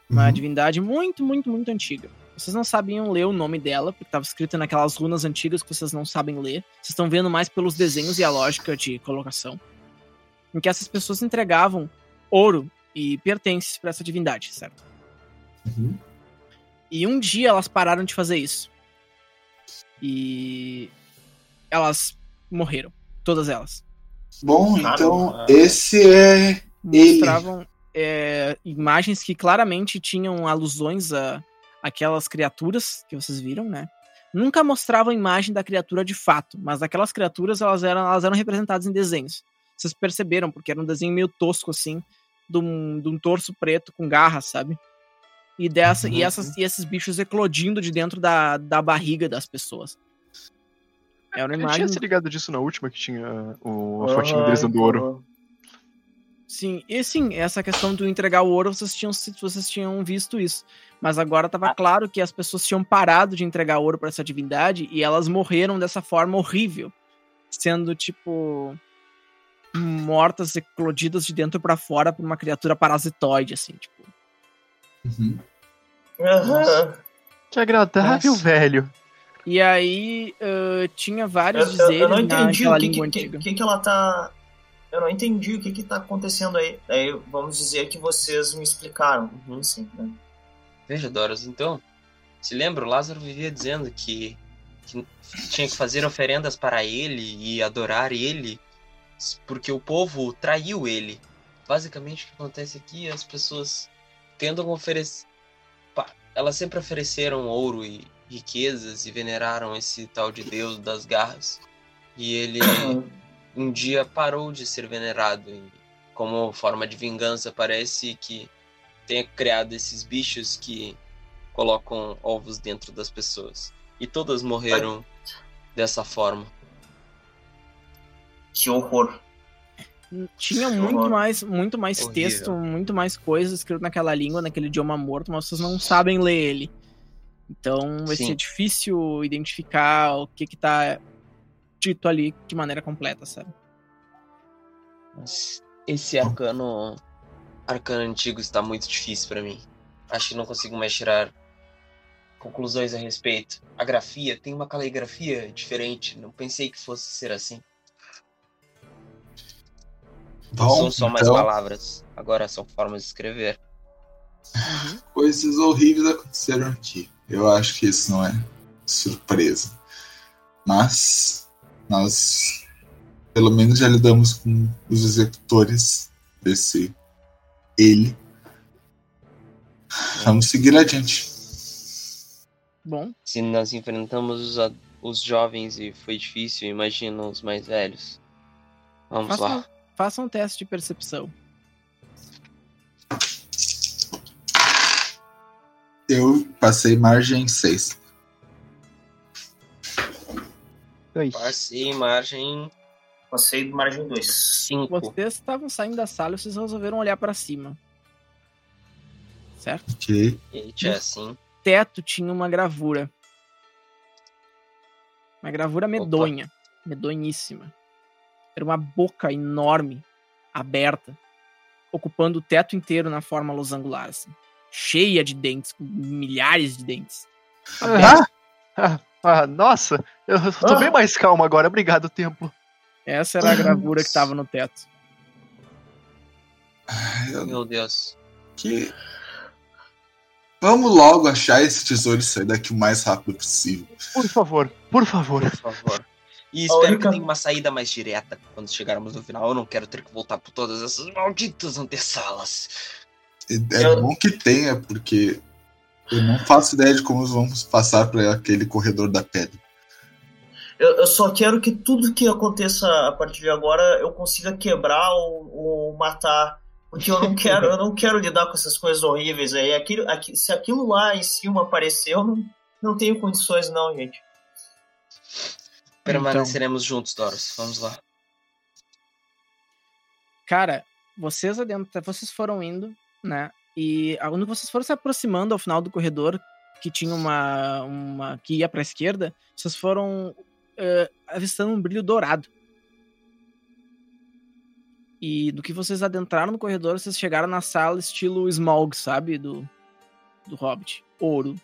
A: uma
E: Uhum.
A: divindade muito, muito, muito antiga. Vocês não sabiam ler o nome dela, porque estava escrita naquelas runas antigas que vocês não sabem ler. Vocês estão vendo mais pelos desenhos e a lógica de colocação. Em que essas pessoas entregavam ouro e pertences para essa divindade, certo?
E: Uhum.
A: E um dia elas pararam de fazer isso. E elas morreram. Todas elas.
E: Bom,
D: Claro.
E: então esse é. Ele.
A: mostravam é, imagens que claramente tinham alusões a aquelas criaturas que vocês viram, né? Nunca mostravam a imagem da criatura de fato, mas aquelas criaturas elas eram, elas eram representadas em desenhos. Vocês perceberam, porque era um desenho meio tosco, assim, de um, de um torso preto com garras, sabe? E, dessa, e,
E: Uhum.
A: essas, e esses bichos eclodindo de dentro da, da barriga das pessoas. Era uma
B: Eu
A: imagem
B: tinha se ligado disso na última que tinha o, a
D: Ah,
B: fotinha deles dando ouro.
D: [LAUGHS]
A: Sim, e sim, essa questão do entregar o ouro, vocês tinham, se- vocês tinham visto isso. Mas agora tava
D: Ah.
A: claro que as pessoas tinham parado de entregar ouro pra essa divindade e elas morreram dessa forma horrível. Sendo, tipo, mortas, eclodidas de dentro pra fora por uma criatura parasitoide, assim, tipo.
E: Uhum.
D: Aham.
B: Que agradável,
C: Nossa.
B: velho.
A: E aí eh, tinha
D: Eu,
A: vários
D: eu-
A: dizeres
D: eu não entendi
A: naquela
D: o que,
A: língua
D: que, que-
A: antiga.
D: que que ela tá. Eu não entendi o que, que tá acontecendo aí. Daí vamos dizer que vocês me explicaram. Assim, né?
C: Veja, Doros, então. Se lembra, o Lázaro vivia dizendo que, que tinha que fazer oferendas para ele e adorar ele, porque o povo traiu ele. Basicamente, o que acontece aqui é as pessoas tentam oferecer. pa- Elas sempre ofereceram ouro e riquezas e veneraram esse tal de Deus das garras. E ele um dia parou de ser venerado e, como forma de vingança, parece que tenha criado esses bichos que colocam ovos dentro das pessoas. E todas morreram dessa forma.
D: Que horror.
A: Tinha
D: Horror.
A: muito mais, muito mais
C: Horrível.
A: texto, muito mais coisa escrito naquela língua, naquele idioma morto, mas vocês não sabem ler ele. Então vai
C: Sim.
A: ser difícil identificar o que que tá dito ali de maneira completa, sabe?
C: Mas Esse arcano. Arcano antigo está muito difícil pra mim. Acho que não consigo mais tirar conclusões a respeito. A grafia tem uma caligrafia diferente. Não pensei que fosse ser assim.
E: Bom,
C: são só mais
E: então,
C: palavras. Agora são formas de escrever.
E: coisas horríveis aconteceram aqui. Eu acho que isso não é surpresa. Mas nós, pelo menos, já lidamos com os executores desse ele. Vamos seguir adiante.
A: Bom,
C: Se nós enfrentamos os, a- os jovens e foi difícil, imagina os mais velhos. Vamos
A: Faça
C: lá.
A: um- faça um teste de percepção.
E: Eu passei margem 6.
B: Ai,
C: Passei margem
D: Passei do margem 2.
C: 5.
A: Vocês estavam saindo da sala e vocês resolveram olhar pra cima. Certo?
E: Ok.
C: E tinha assim.
A: Teto tinha uma gravura. Uma gravura medonha. Medonhíssima. Era uma boca enorme, aberta, ocupando o teto inteiro na forma losangular, assim. Cheia de dentes, com milhares de dentes.
B: Ah, ah, ah, nossa, eu tô
D: Ah.
B: bem mais calmo agora. Obrigado, templo.
A: Essa era a gravura que tava no teto.
E: Eu
C: Meu Deus.
E: Que. Vamos logo achar esse tesouro e sair daqui o mais rápido possível.
B: Por favor, por favor.
C: Por favor. E espero
D: única-
C: que tenha uma saída mais direta quando chegarmos no final. Eu não quero ter que voltar por todas essas malditas antessalas.
E: E É
D: Eu-
E: bom que tenha, porque eu não faço ideia de como vamos passar para aquele corredor da pedra.
D: Eu, eu só quero que tudo que aconteça a partir de agora eu consiga quebrar ou, ou matar. Porque eu não quero, eu não quero lidar com essas coisas horríveis aí. Aquilo, aqui- se aquilo lá em cima aparecer, eu não, não tenho condições, não, gente.
C: Permaneceremos juntos, Doros. Vamos lá.
A: Cara, vocês adentro, vocês foram indo, né? E a- quando vocês foram se aproximando ao final do corredor, que tinha uma. uma que ia pra esquerda, vocês foram eh, avistando um brilho dourado. E do que vocês adentraram no corredor, vocês chegaram na sala estilo Smaug, sabe? Do, do Hobbit. Ouro,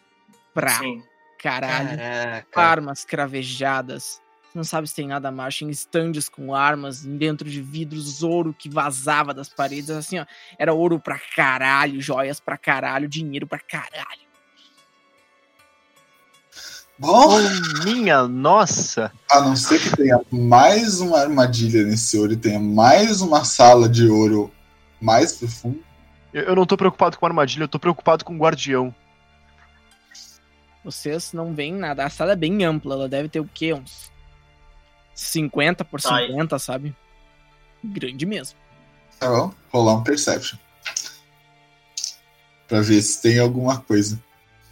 A: prata,
D: Sim.
A: caralho
C: Caraca.
A: armas cravejadas. Você não sabe se tem nada à marcha, em estandes com armas, dentro de vidros, ouro que vazava das paredes, assim, ó. Era ouro pra caralho, joias pra caralho, dinheiro pra caralho.
E: Bom,
B: Oh, minha nossa.
E: a não ser que tenha mais uma armadilha nesse ouro e tenha mais uma sala de ouro mais profundo.
B: Eu, eu não tô preocupado com a armadilha, eu tô preocupado com o guardião.
A: Vocês não veem nada. A sala é bem ampla, ela deve ter o quê? Uns 50 por
D: Tá,
A: 50, sabe? Grande mesmo.
E: Tá bom? Rolar um perception. Pra ver se tem alguma coisa.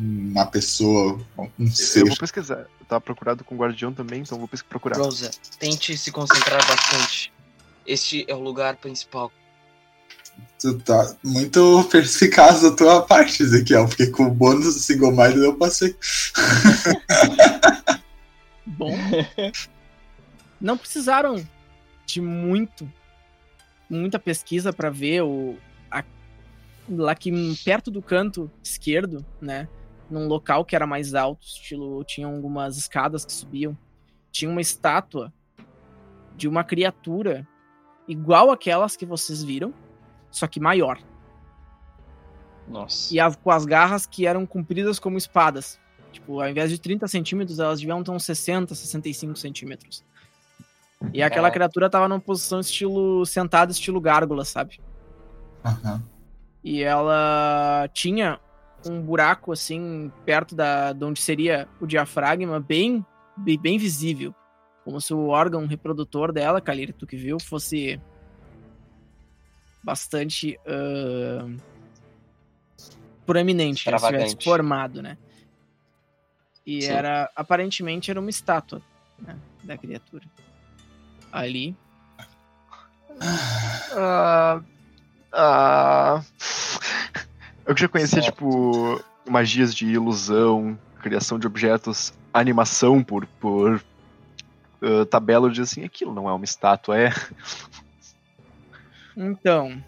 E: Uma pessoa, um
B: Eu
E: ser.
B: vou pesquisar. Eu tava procurado com o guardião também, então eu vou pes- procurar.
C: Rosa, tente se concentrar bastante. Este é o lugar principal.
E: Tu tá muito perspicaz da tua parte, Ezequiel, porque com o bônus do single mind eu passei.
A: Bom. não precisaram de muito, muita pesquisa para ver o a- lá que perto do canto esquerdo, né, num local que era mais alto, estilo tinha algumas escadas que subiam, tinha uma estátua de uma criatura igual àquelas que vocês viram, só que maior
C: Nossa.
A: e as- com as garras que eram compridas como espadas. Tipo, ao invés de 30 centímetros, elas deviam ter uns 60, 65 centímetros. E aquela
C: Caraca.
A: criatura tava numa posição estilo sentada, estilo gárgula, sabe?
E: Aham.
A: E ela tinha um buraco assim perto da de onde seria o diafragma, bem bem, bem visível, como se o órgão reprodutor dela, Kalira, tu que viu, fosse bastante ahn, proeminente, né, se tivesse
C: Extravagante.
A: formado, né? E
C: Sim.
A: era aparentemente era uma estátua né, da criatura ali.
B: Ah, ah, [LAUGHS] eu que já conhecia, tipo, magias de ilusão, criação de objetos, animação por, por ah, tabela, eu dizia assim, aquilo não é uma estátua, é.
A: Então,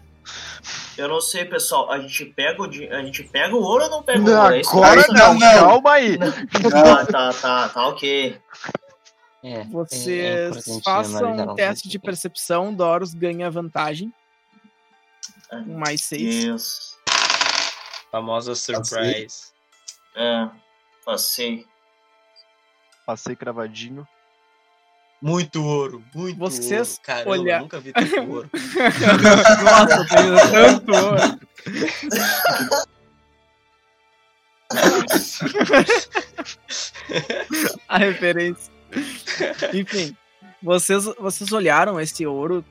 D: Eu não sei, pessoal. A gente pega o, di- a gente pega o ouro ou não pega o
B: Não,
D: ouro? É isso que eu
E: agora
D: quero
E: não,
D: saber.
B: Calma aí!
D: Tá, tá, tá, tá, ok.
C: É, é
A: vocês
C: importante
A: façam
C: analisar
A: um
C: um
A: teste de
C: pouquinho.
A: percepção. Doros ganha vantagem. Um mais seis.
D: Isso.
C: famosa surprise.
D: É, passei.
B: Passei cravadinho.
C: Muito ouro, muito
A: Vocês
C: ouro. Caramba,
A: olha-
C: nunca vi tanto
A: [LAUGHS]
C: ouro.
A: Nossa, tem um tanto ouro. a referência. Enfim, vocês, vocês olharam esse ouro.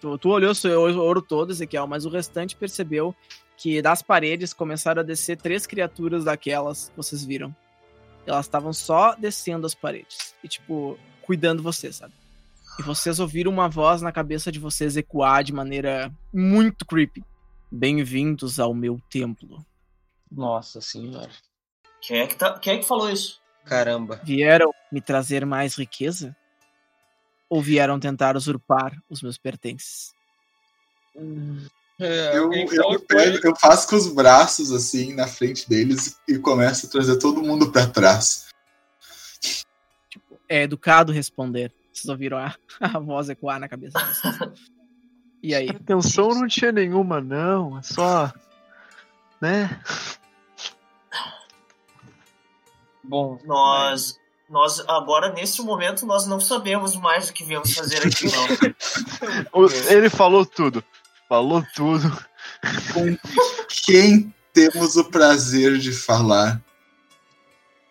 A: Tu, tu olhou esse ouro ouro todo, Ezequiel, mas o restante percebeu que das paredes começaram a descer três criaturas daquelas que vocês viram. Elas estavam só descendo as paredes e, tipo, cuidando vocês, sabe? E vocês ouviram uma voz na cabeça de vocês ecoar de maneira muito creepy. Bem-vindos ao meu templo.
C: Nossa senhora.
D: Quem é que, tá, quem é que falou isso?
C: Caramba.
A: Vieram me trazer mais riqueza? Ou vieram tentar usurpar os meus pertences?
C: É,
E: Eu,
C: alguém
E: eu,
C: falou
E: pego- eu faço com os braços assim na frente deles e começo a trazer todo mundo pra trás.
A: É educado responder. Vocês ouviram a, [LAUGHS] a voz ecoar na cabeça de vocês. E aí?
B: Atenção não tinha nenhuma, não. É só. Né?
C: Bom,
D: Nós,
A: É.
D: nós, agora, neste momento, nós não sabemos mais o que viemos fazer aqui,
A: [LAUGHS]
D: não. É.
B: O- Ele falou tudo. Falou tudo.
E: Quem temos o prazer de falar?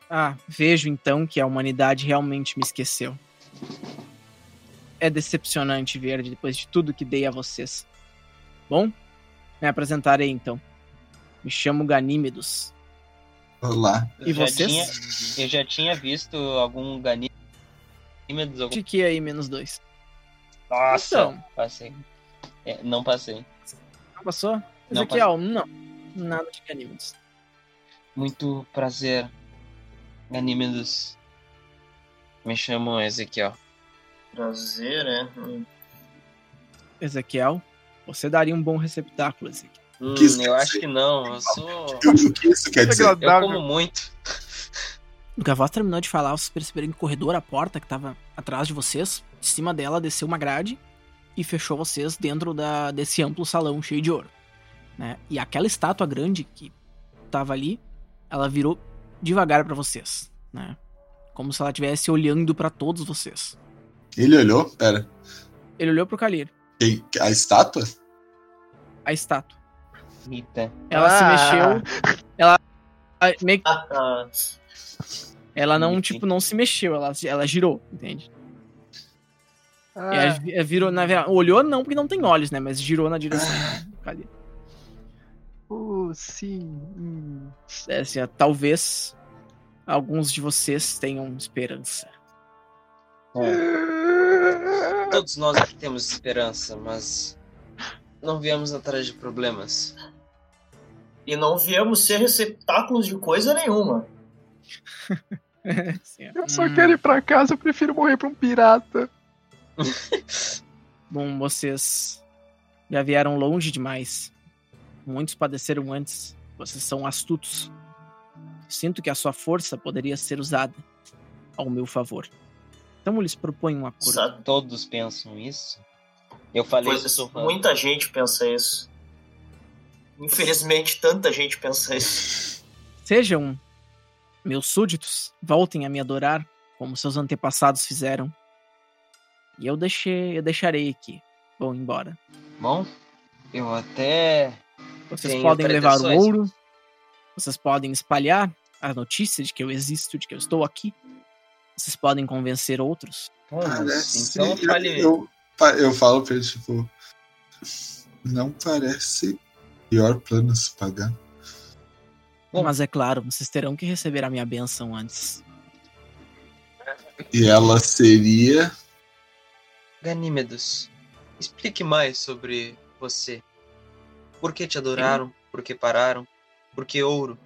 A: Ah, vejo então que a humanidade realmente me esqueceu. É decepcionante ver depois de tudo que dei a vocês. Bom, me apresentarei então. Me chamo Ganímedos.
E: Olá.
C: eu
A: E
C: já
A: vocês?
C: tinha- eu já tinha visto algum ganímedos, algum...
A: De que aí menos dois.
C: Nossa,
A: Então.
C: passei. É, não passei.
A: Não passou?
C: Não
A: Ezequiel, não. Nada de Ganímedos.
C: Muito prazer, ganímedos. Me chamo Ezequiel.
D: Prazer, né? [LAUGHS] Hum.
A: Ezequiel, você daria um bom receptáculo, Ezequiel.
C: Hum,
E: Que isso
C: eu
E: quer
C: acho que não, eu sou...
E: O que isso
B: É
E: quer dizer?
C: Eu
B: Agradável.
C: como muito.
A: No que a voz terminou de falar, vocês perceberam que o corredor, a porta que tava atrás de vocês, de cima dela desceu uma grade e fechou vocês dentro da, desse amplo salão cheio de ouro. né? E aquela estátua grande que tava ali, ela virou devagar pra vocês, né? Como se ela estivesse olhando pra todos vocês.
E: Ele olhou? Pera.
A: Ele olhou pro Kalir,
E: Quem- a estátua?
A: a estátua.
C: Eita.
A: Ela
B: Ah.
A: se mexeu, ela ela meio que
D: Ah, ah,
A: Ela não,
C: Sim.
A: tipo, não se mexeu, ela, ela girou, entende?
B: Ah.
A: É, é, virou, na, verdade, olhou não, porque não tem olhos, né? Mas girou na direção. Cadê?
B: Oh, sim. hum.
A: É, assim, ó, talvez alguns de vocês tenham esperança. [LAUGHS]
B: É.
C: Bom, todos nós aqui temos esperança, mas não viemos atrás de problemas.
D: e não viemos ser receptáculos de coisa nenhuma.
A: Assim, ó.
B: Eu
C: Hum.
B: só quero ir pra casa, eu prefiro morrer pra um pirata.
A: Bom, vocês já vieram longe demais. Muitos padeceram antes. Vocês são astutos. Sinto que a sua força poderia ser usada ao meu favor. Então eu lhes proponho um acordo.
D: Sabe?
C: Todos pensam isso. Eu falei
D: Coisas-
C: isso sorrando.
D: muita gente pensa isso. Infelizmente, tanta gente pensa isso.
A: Sejam meus súditos, voltem a me adorar como seus antepassados fizeram. E eu deixei, eu deixarei aqui. Vão embora.
C: Bom, eu até.
A: Vocês
C: Tenho
A: podem levar o
C: pretensões.
A: ouro. Vocês podem espalhar a notícia de que eu existo, de que eu estou aqui. Vocês podem convencer outros.
C: Bom,
E: Parece.
C: então
E: eu,
C: fale.
E: eu, pa- eu falo pra ele, tipo. Não parece pior plano a se pagar.
C: Bom.
A: Mas é claro, vocês terão que receber a minha benção antes.
E: E ela seria.
C: Ganímedos, Explique mais sobre você. Por que te adoraram? Por que pararam? Por que ouro?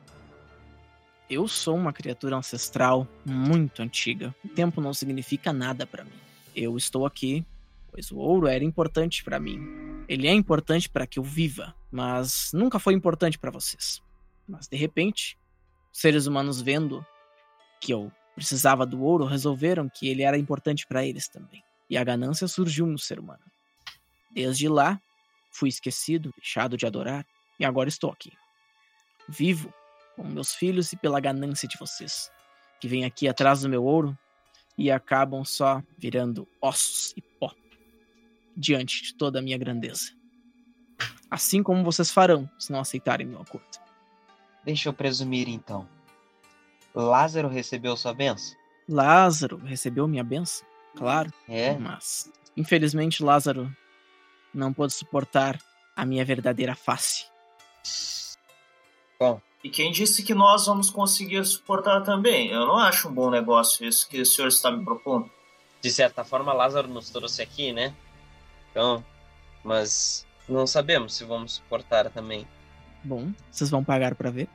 A: Eu sou uma criatura ancestral muito antiga. O tempo não significa nada pra mim. Eu estou aqui, pois o ouro era importante pra mim. Ele é importante pra que eu viva, mas nunca foi importante pra vocês. Mas de repente, seres humanos vendo que eu precisava do ouro resolveram que ele era importante pra eles também. E a ganância surgiu no ser humano. Desde lá, fui esquecido, deixado de adorar, e agora estou aqui. Vivo com meus filhos e pela ganância de vocês, que vêm aqui atrás do meu ouro e acabam só virando ossos e pó diante de toda a minha grandeza. Assim como vocês farão se não aceitarem meu acordo.
C: Deixa eu presumir então. Lázaro recebeu sua benção?
A: Lázaro recebeu minha benção, claro,
C: É.
A: mas infelizmente Lázaro não pôde suportar a minha verdadeira face.
D: E quem disse que nós vamos conseguir suportar também? Eu não acho um bom negócio isso que o senhor está me propondo.
C: De certa forma, Lázaro nos trouxe aqui, né? Então, mas não sabemos se vamos suportar também.
A: Bom, vocês vão pagar pra ver?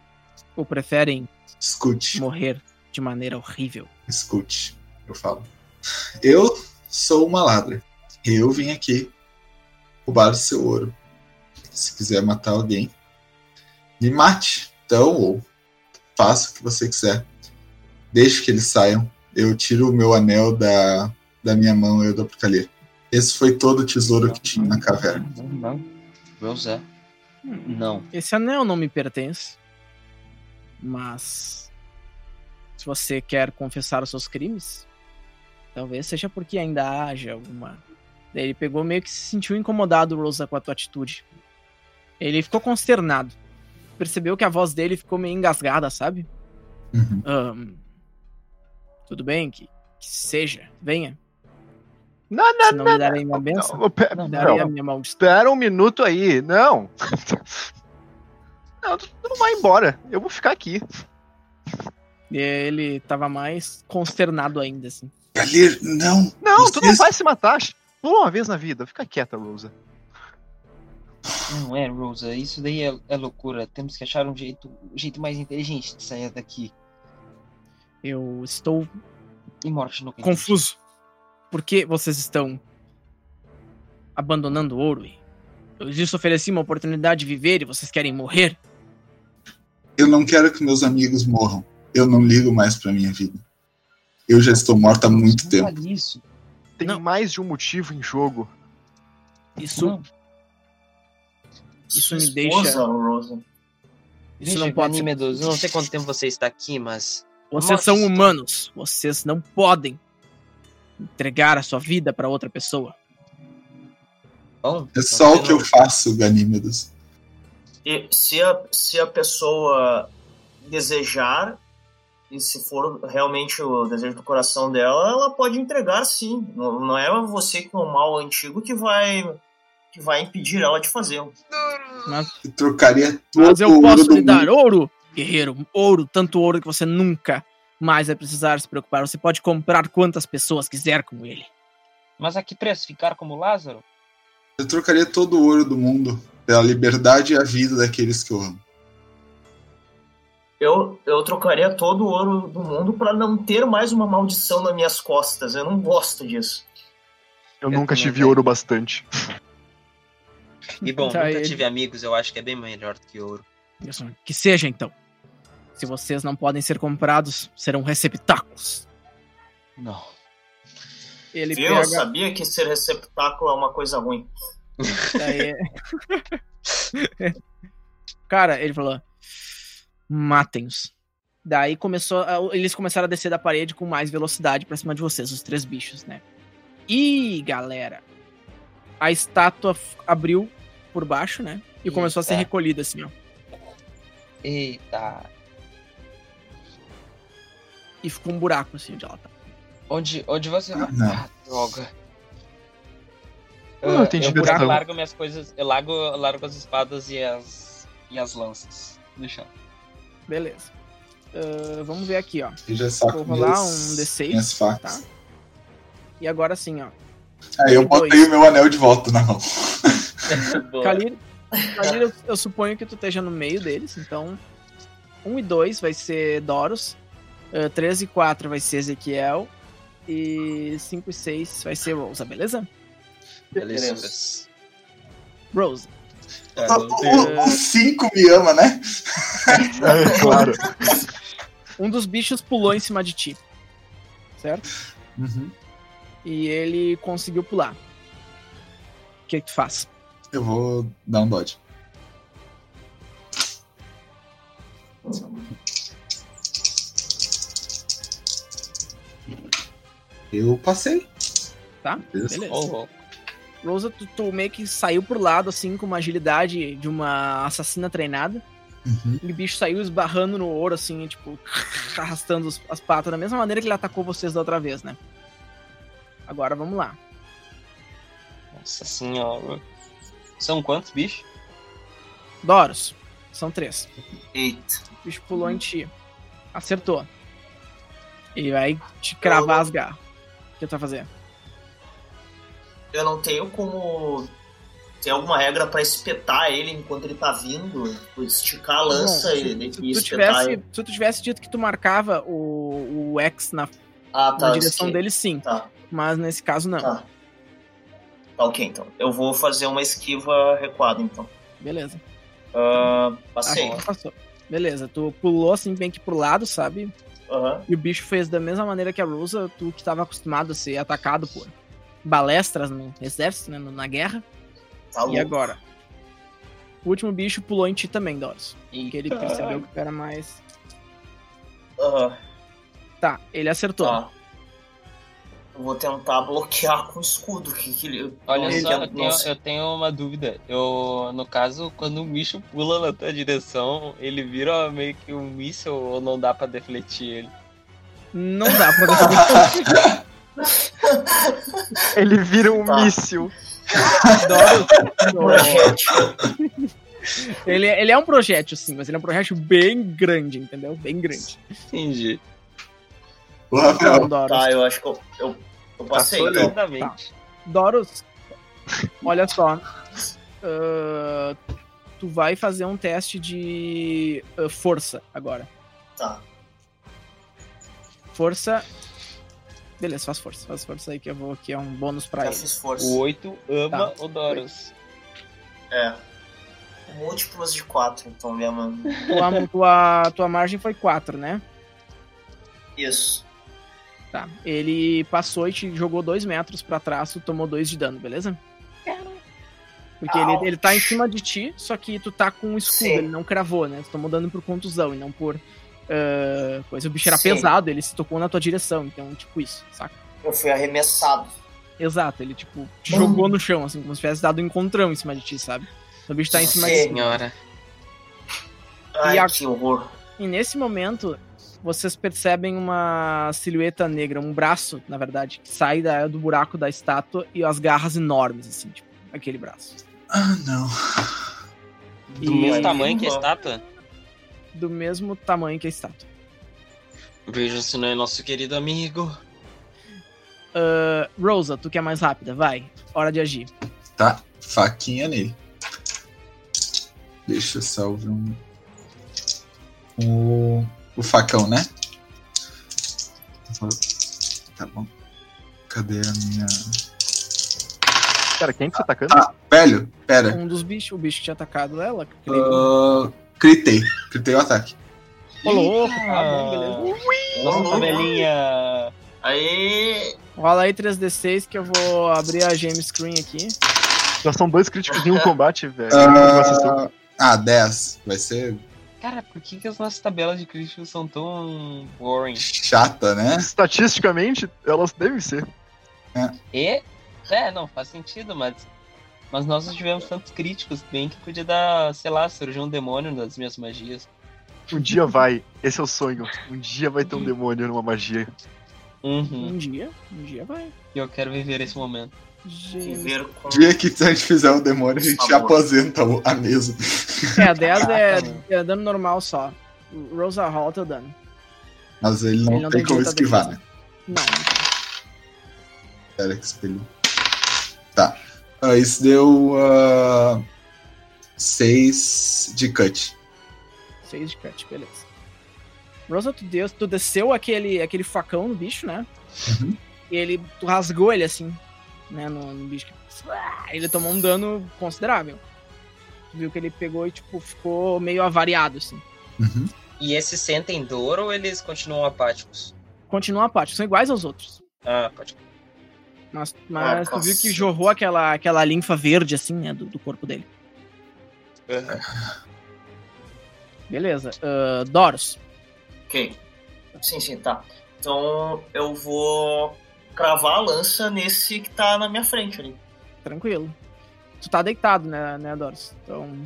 A: Ou preferem
E: Escute,
A: morrer de maneira horrível?
E: escute, eu falo. Eu sou uma ladra. Eu vim aqui roubar o seu ouro. Se quiser matar alguém, me mate. Então, ou faça o que você quiser. Deixe que eles saiam. Eu tiro o meu anel da, da minha mão e eu dou pro Calê. Esse foi todo o tesouro que tinha na caverna.
C: Não, não. Vou usar. Não.
A: Esse anel não me pertence. Mas. Se você quer confessar os seus crimes, talvez seja porque ainda haja alguma. Daí ele pegou meio que se sentiu incomodado, Rosa, com a tua atitude. Ele ficou consternado. Percebeu que a voz dele ficou meio engasgada, sabe?
E: Uhum.
A: Ahn, tudo bem, que, que seja, venha.
B: Não,
A: Se não me darem minha benção,
B: Não, pe-
A: não, darei
B: não,
A: a minha maldição.
B: espera um minuto aí. Não. Não, tu tu não vai embora. Eu vou ficar aqui.
A: E ele tava mais consternado ainda, assim.
E: Galir, não!
B: Não, tu não
E: Vocês-
B: vai se matar. Pula uma vez na vida. Fica quieta, Rosa.
C: Não é, Rosa. Isso daí é, é loucura. Temos que achar um jeito, um jeito mais inteligente de sair daqui.
A: Eu estou
C: E morte no canto.
A: confuso. Por que vocês estão abandonando o ouro? E Eu lhes ofereci uma oportunidade de viver e vocês querem morrer?
E: Eu não quero que meus amigos morram. Eu não ligo mais pra minha vida. Eu já estou morta há muito
C: Não
E: tempo.
C: fale Isso.
B: Tem
A: Não.
B: mais de um motivo em jogo.
A: Isso,
C: Não.
A: Isso
D: Sua
A: me
D: esposa,
A: deixa-
D: Rosa.
A: isso
C: Veja,
A: não pode ser.
C: Ganímedes, eu não sei quanto tempo você está aqui, mas
A: Vocês
C: Nossa.
A: são humanos. Vocês não podem entregar a sua vida para outra pessoa.
C: bom.
E: É só o que eu faço, Ganímedes.
D: E se a, se a pessoa desejar, e se for realmente o desejo do coração dela, ela pode entregar sim. Não, não é você com o mal antigo que vai, que vai impedir ela de fazê-lo.
A: Mas
E: Eu trocaria todo
A: Mas eu
E: o ouro
A: posso
E: do
A: lhe dar um?
E: mundo.
A: ouro, guerreiro. Ouro, tanto ouro que você nunca mais vai precisar se preocupar. Você pode comprar quantas pessoas quiser com ele.
C: Mas a que preço? Ficar como Lázaro?
E: Eu trocaria todo o ouro do mundo pela liberdade e a vida daqueles que eu amo.
D: Eu, eu trocaria todo o ouro do mundo para não ter mais uma maldição nas minhas costas. Eu não gosto disso.
B: Eu,
C: Eu
B: nunca
C: também
B: tive
C: não.
B: ouro bastante.
C: E bom,
A: Tá,
C: nunca
A: ele-
C: tive amigos, eu acho que é bem melhor do que ouro.
A: Que seja, então. Se vocês não podem ser comprados, serão receptáculos.
C: Não.
A: Ele
D: Eu sabia que ser receptáculo é uma coisa ruim.
A: Daí- [LAUGHS] Cara, ele falou: matem-os. Daí começou. a- Eles começaram a descer da parede com mais velocidade pra cima de vocês, os três bichos, né? E galera, a estátua f- abriu por baixo, né? E começou a ser
C: Eita.
A: recolhida assim, ó.
C: Eita.
A: E ficou um buraco assim onde ela tá.
C: Onde, onde você vai?
E: não.
C: Ah, droga.
B: Eu não
C: Ah,
B: entendi
C: eu
B: dessa
C: buraco,
B: não.
C: largo minhas coisas, eu largo, eu largo as espadas e as, e as lanças no chão.
A: Beleza. Ah, vamos ver aqui, ó.
E: Eu já saco
A: Vou rolar
E: minhas-
A: um D6,
E: minhas facas.
A: tá? E agora sim, ó.
E: Aí eu botei o meu anel de volta na mão.
C: Boa.
A: Kalir, Kalir, eu, eu suponho que tu esteja no meio deles, então 1 e 2 vai ser Doros, 3 e 4 vai ser Ezequiel, e 5 e 6 vai ser Rosa, beleza?
C: Beleza.
A: Rose,
C: Tá,
E: Só
C: eu tenho-
E: O 5 me ama, né?
B: É, claro.
A: um dos bichos pulou em cima de ti, certo? E ele conseguiu pular. O que, que tu faz?
E: Eu vou dar um dodge. Eu passei.
A: Tá?
E: Beleza.
A: Beleza.
C: Oh, oh.
A: Rosa, tu, tu meio que saiu por lado, assim, com uma agilidade de uma assassina treinada.
E: Uhum.
A: E o bicho saiu esbarrando no ouro, assim, tipo, [LAUGHS] arrastando os- as patas, da mesma maneira que ele atacou vocês da outra vez, né? Agora vamos lá.
C: Nossa senhora. São quantos bichos?
A: Doros, são três.
D: Eita.
A: O bicho pulou em ti. Acertou. Ele vai te cravar as garras. O que tu vai fazer?
D: Eu não tenho como. Tem alguma regra pra espetar ele enquanto ele tá vindo? Tipo, Esticar a lança
A: Bom,
D: e,
A: se, se
D: e
A: tu
D: espetar
A: tivesse,
D: ele.
A: se tu tivesse dito que tu marcava o, o X na,
D: Ah,
A: na
D: tá.
A: direção
D: esque-
A: dele, sim.
D: Tá,
A: Mas nesse caso, não.
D: tá. Tá, ok, então. Eu vou fazer uma esquiva recuada, então.
A: Beleza.
D: Ah,
A: Ah,
D: passei.
A: agora passou. Beleza, tu pulou assim bem que pro lado, sabe?
D: Aham.
A: E o bicho fez da mesma maneira que a Rosa, tu que tava acostumado a ser atacado por balestras no exército, né? no- Na guerra.
D: Tá louco.
A: E agora? O último bicho pulou em ti também, Doris. Porque ele percebeu que tu era mais.
D: Aham,
A: Tá, ele acertou.
D: tá. Eu vou tentar bloquear com o escudo. Que, que ele...
C: Olha
D: Ele
C: só,
D: é-
C: eu tenho,
D: nossa.
C: eu tenho uma dúvida. Eu, no caso, quando um bicho pula na tua direção, ele vira meio que um míssil ou não dá pra defletir ele?
A: Não dá pra você.
B: [LAUGHS] Ele vira um
D: Tá.
B: míssil.
D: [LAUGHS]
A: Doris. Doris.
D: Projétil.
A: Ele, ele é um projétil, sim, mas ele é um projétil bem grande, entendeu? Bem grande.
C: Entendi.
E: O Rafael
A: Então, Doris.
D: Tá, eu acho que eu, eu, eu passei.
C: Passou né?
D: então.
C: lindamente.
A: Tá. Doros, olha só. Ah, tu vai fazer um teste de ah, força agora.
D: Tá.
A: Força. Beleza, faz força. Faz força aí que eu vou aqui, é um bônus pra
D: Já
A: ele.
D: fiz força.
C: O 8 ama
A: Tá.
C: o Doros.
D: É. Múltiplos de 4, então, minha mano.
C: [LAUGHS]
A: Tua, tua, tua margem foi 4, né?
D: Isso.
A: Tá. Ele passou e te jogou 2 metros pra trás, tu tomou 2 de dano, beleza? Porque ele, ele tá em cima de ti, só que tu tá com um escudo,
D: Sim.
A: ele não cravou, né? Tu tomou dano por contusão e não por ah, coisa. O bicho era
D: Sim.
A: pesado, ele se tocou na tua direção, então, tipo isso, saca?
D: Eu fui arremessado.
A: Exato, ele, tipo, te
D: Bum.
A: jogou no chão, assim, como se tivesse dado um encontrão em cima de ti, sabe? O bicho tá em cima de
D: Sim.
A: ti.
C: Senhora.
D: Ai,
A: E a-
D: que horror.
A: E nesse momento, vocês percebem uma silhueta negra, um braço, na verdade, que sai da- do buraco da estátua e as garras enormes, assim, tipo, aquele braço.
E: Ah, não.
A: E
C: Do mesmo
D: Ai,
C: tamanho que é a
D: não.
C: estátua?
A: do mesmo tamanho que a estátua.
C: Vejam-se não é nosso querido amigo.
A: Ah, Rosa, tu que é mais rápida, vai. Hora de agir.
E: Tá, faquinha nele. Deixa eu salvar um. O, o facão, né? Tá bom. Cadê a minha.
B: Cara, quem que tá atacando?
E: Ah, velho, pera.
A: Um dos bichos, o bicho que tinha atacado ela. aquele-
E: Ah, critei. Critei o ataque.
A: Ô, louco, tá bom,
C: Ah,
A: beleza.
D: Ô,
C: nossa
D: louco.
C: tabelinha.
D: Aí.
A: Rola aí 3D6 que eu vou abrir a gem screen aqui.
B: Já são dois críticos em um combate, velho.
E: Ah, ah, 10. Vai ser
C: Cara, por que, que as nossas tabelas de crítico são tão boring?
E: chata, né?
B: Estatisticamente, elas devem ser.
C: E. É, não, faz sentido, mas. Mas nós não tivemos tantos críticos, bem que podia dar, sei lá, surgir um demônio nas minhas magias.
B: Um dia vai. Esse é o sonho. Um dia vai ter
A: Uhum.
B: um demônio numa magia.
E: Hum.
C: Uhum.
A: Um dia, um dia vai.
C: E eu quero viver esse momento.
A: Gente.
D: Viver com.
E: O dia que a gente fizer o demônio, a gente
D: Tá bom.
E: aposenta o- a mesa.
A: É, 10 é,
C: Caraca, mano.
A: é dano normal só. Rosa, rola teu dano.
E: Mas ele não,
A: Ele não
E: tem né?
A: tem
E: como
A: muita
E: esquivar,
A: defesa.
E: né?
A: Não,
E: Pera que espelho. Ah, isso deu 6 de cut.
A: 6 de cut, beleza. Rosa, tu, deu, tu desceu aquele, aquele facão no bicho, né?
E: Uhum.
A: E ele, tu rasgou ele assim, né? No, no bicho. Ah, Ele tomou um dano considerável. Tu viu que ele pegou e, tipo, ficou meio avariado, assim.
E: Uhum.
C: E esses sentem dor ou eles continuam apáticos?
A: Continua a parte, são iguais aos outros.
C: Ah, pode.
A: Mas, mas
D: Ah,
A: tu viu que
D: cacete.
A: jorrou aquela, aquela linfa verde, assim, né? Do, do corpo dele. Beleza. ah, Doros.
D: Ok. Sim, sim, tá. Então eu vou cravar a lança nesse que tá na minha frente ali.
A: Tranquilo. Tu tá deitado, né, né Doris? Então.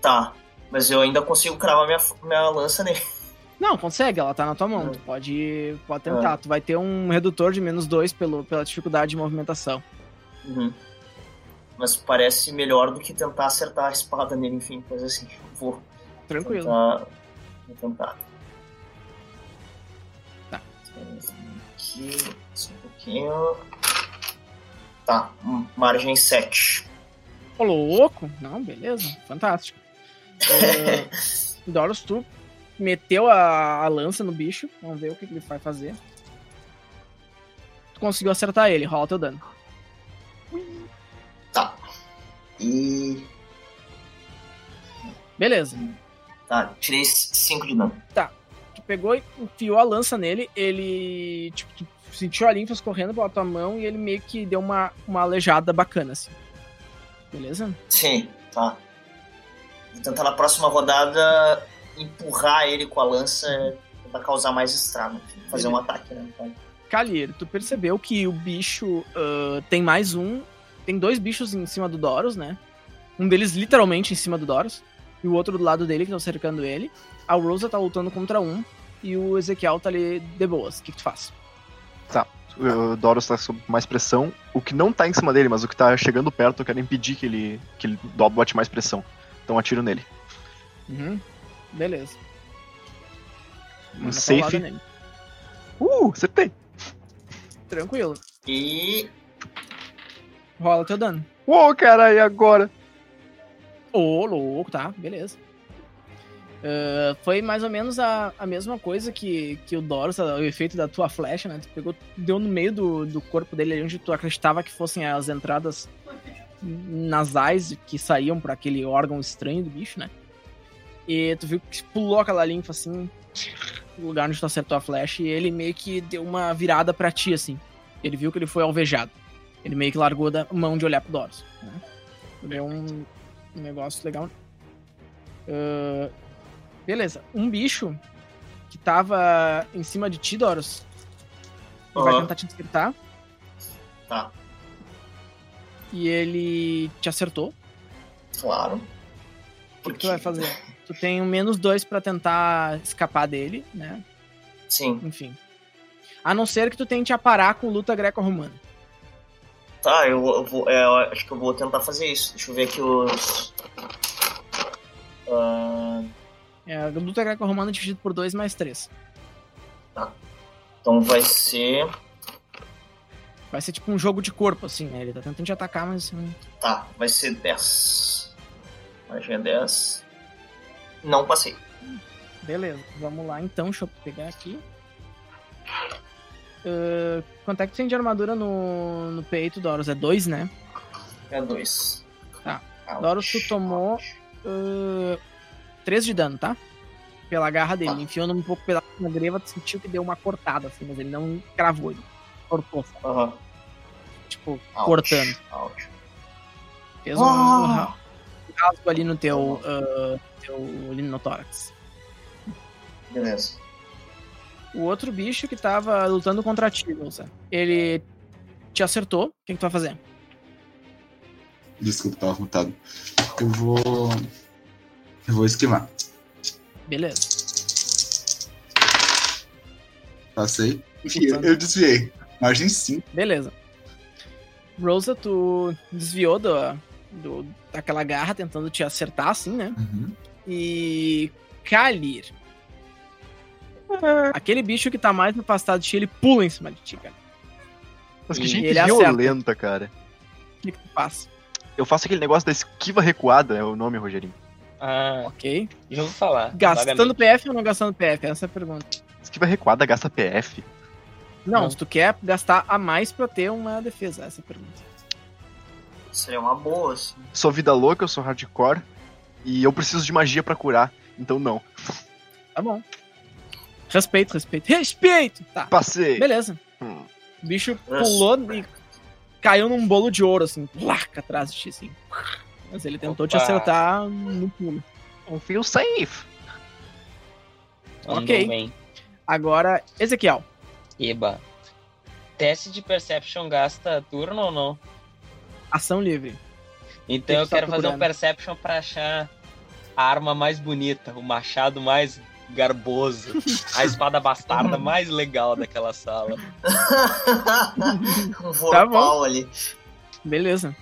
D: Tá. Mas eu ainda consigo cravar minha, minha lança nele. [LAUGHS]
A: Não, consegue, ela tá na tua mão.
D: Ah.
A: Tu pode, pode tentar. Tu vai ter um redutor de menos dois pelo, pela dificuldade de movimentação.
D: Uhum. Mas parece melhor do que tentar acertar a espada nele, enfim, coisa assim. Vou
A: Tranquilo.
D: tentar. Vou tentar.
A: Tá.
D: Aqui, só um pouquinho. Tá, hum, margem 7.
A: Ô, louco! Não, beleza. Fantástico. Eh, Doros, tu meteu a, a lança no bicho. Vamos ver o que, que ele vai fazer. Tu conseguiu acertar ele, rola teu dano.
D: Tá. E.
A: Beleza.
D: Tá, tirei 5 de dano.
A: Tu pegou e enfiou a lança nele, ele. Tipo, tu sentiu a linfa escorrendo pela tua mão e ele meio que deu uma, uma aleijada bacana, assim. Beleza?
D: Sim, tá. Vou tentar na próxima rodada empurrar ele com a lança pra causar mais estrago. enfim, Fazer um ataque, né? Então,
A: Calier, tu percebeu que o bicho ah, tem mais um. Tem dois bichos em cima do Doros, né? Um deles literalmente em cima do Doros. E o outro do lado dele, que tá cercando ele. A Rosa tá lutando contra um. E o Ezequiel tá ali de boas. O que, que tu faz?
B: O Doros tá sob mais pressão. O que não tá em cima dele, mas o que tá chegando perto, eu quero impedir que ele, que ele do- bote mais pressão. Então atiro nele.
A: Uhum. Beleza.
B: Um
A: Manda paulada
B: safe.
A: nele.
B: Uh, acertei.
A: Tranquilo.
D: E.
A: Rola teu dano.
B: Uou, cara, e agora?
A: Ô, louco, tá, beleza. Ah, foi mais ou menos a, a mesma coisa que, que o Doros, a- o efeito da tua flecha, né? Tu pegou, deu no meio do, do corpo dele, ali onde tu acreditava que fossem as entradas nasais que saíam por aquele órgão estranho do bicho, né? E tu viu que pulou aquela linfa assim, no lugar onde tu acertou a flecha, e ele meio que deu uma virada pra ti, assim. Ele viu que ele foi alvejado. Ele meio que largou da mão de olhar pro Doros, né? Deu um, um negócio legal. Ah, beleza. Um bicho que tava em cima de ti, Doros. e Vai
D: Aham.
A: tentar te descritar.
D: Tá.
A: E ele te acertou.
D: Claro.
A: O que que tu
D: [LAUGHS]
A: vai fazer? Tu tem um menos dois pra tentar escapar dele, né?
D: Sim.
A: Enfim. A não ser que tu tente aparar com luta greco-romana.
D: Tá, eu, eu vou. é, eu acho que eu vou tentar fazer isso. Deixa eu ver aqui os. Ah,
A: É, luta greco-romana dividido por dois mais três.
D: então vai ser.
A: Vai ser tipo um jogo de corpo, assim, né? Ele tá tentando te atacar, mas. hum,
D: Tá, vai ser 10. Magia 10. Não passei.
A: Beleza, vamos lá então, deixa eu pegar aqui. Ah, quanto é que tu tem de armadura no, no peito, Doros? É dois, né?
D: É 2.
A: Tá. Doros, tu tomou- Ah, Três de dano, tá? Pela garra dele.
D: Tá.
A: Ele enfiou um pouco pela na greva, tu sentiu que deu uma cortada, assim, mas ele não cravou, ele cortou, sabe?
D: Aham.
A: tipo,
D: Ouch,
A: cortando.
D: ouch.
A: Fez um,
D: Ah!
A: um rasgo ali no teu, ah, teu linotórax.
D: Beleza.
A: O outro bicho que tava lutando contra ti, Wilson, ele te acertou. O que, que tu vai fazer?
E: Desculpa, tava mutado. Eu vou. Eu vou esquivar.
A: Beleza.
E: Passei. E eu, eu desviei. Margem 5.
A: Beleza. Rosa, tu desviou do, do- daquela garra tentando te acertar, assim, né?
E: Uhum.
A: E. Kalir. Aquele bicho que tá mais afastado de ti, ele pula em cima de ti, cara.
B: Mas
A: E
B: que gente
A: ele acerta.
B: violenta, cara.
A: O que, que tu faz?
B: Eu faço aquele negócio da esquiva recuada, é o nome, Rogerinho.
C: Ah,
A: Ok.
C: já ouvi falar.
A: Gastando
C: vagamente.
A: PF ou não gastando PF? Essa é a pergunta.
B: Esquiva recuada gasta PF.
A: Não,
C: Não.
A: se tu quer gastar a mais pra ter uma defesa, essa é a pergunta.
D: Seria uma
A: [LAUGHS]
D: boa, assim.
B: Sou vida louca, eu sou hardcore. E eu preciso de magia pra curar. Então não.
A: Tá bom. Respeito, respeito. Respeito! Tá.
B: Passei.
A: Beleza.
B: Hum.
A: O bicho pulou e caiu num bolo de ouro, assim, placa atrás de ti, assim. Mas ele tentou te
C: Opa.
A: acertar no pulo.
B: Não feel safe.
C: Andou
A: Ok.
C: bem.
A: Agora, Ezequiel.
C: Eba. Teste de Perception gasta turno ou não?
A: Ação livre.
C: Então
A: Ele
C: eu
A: tá
C: quero fazer um
A: procurando.
C: Perception pra achar a arma mais bonita, o machado mais garboso, a espada bastarda mais legal daquela sala.
D: um
A: Tá
D: vorpal ali.
A: Beleza,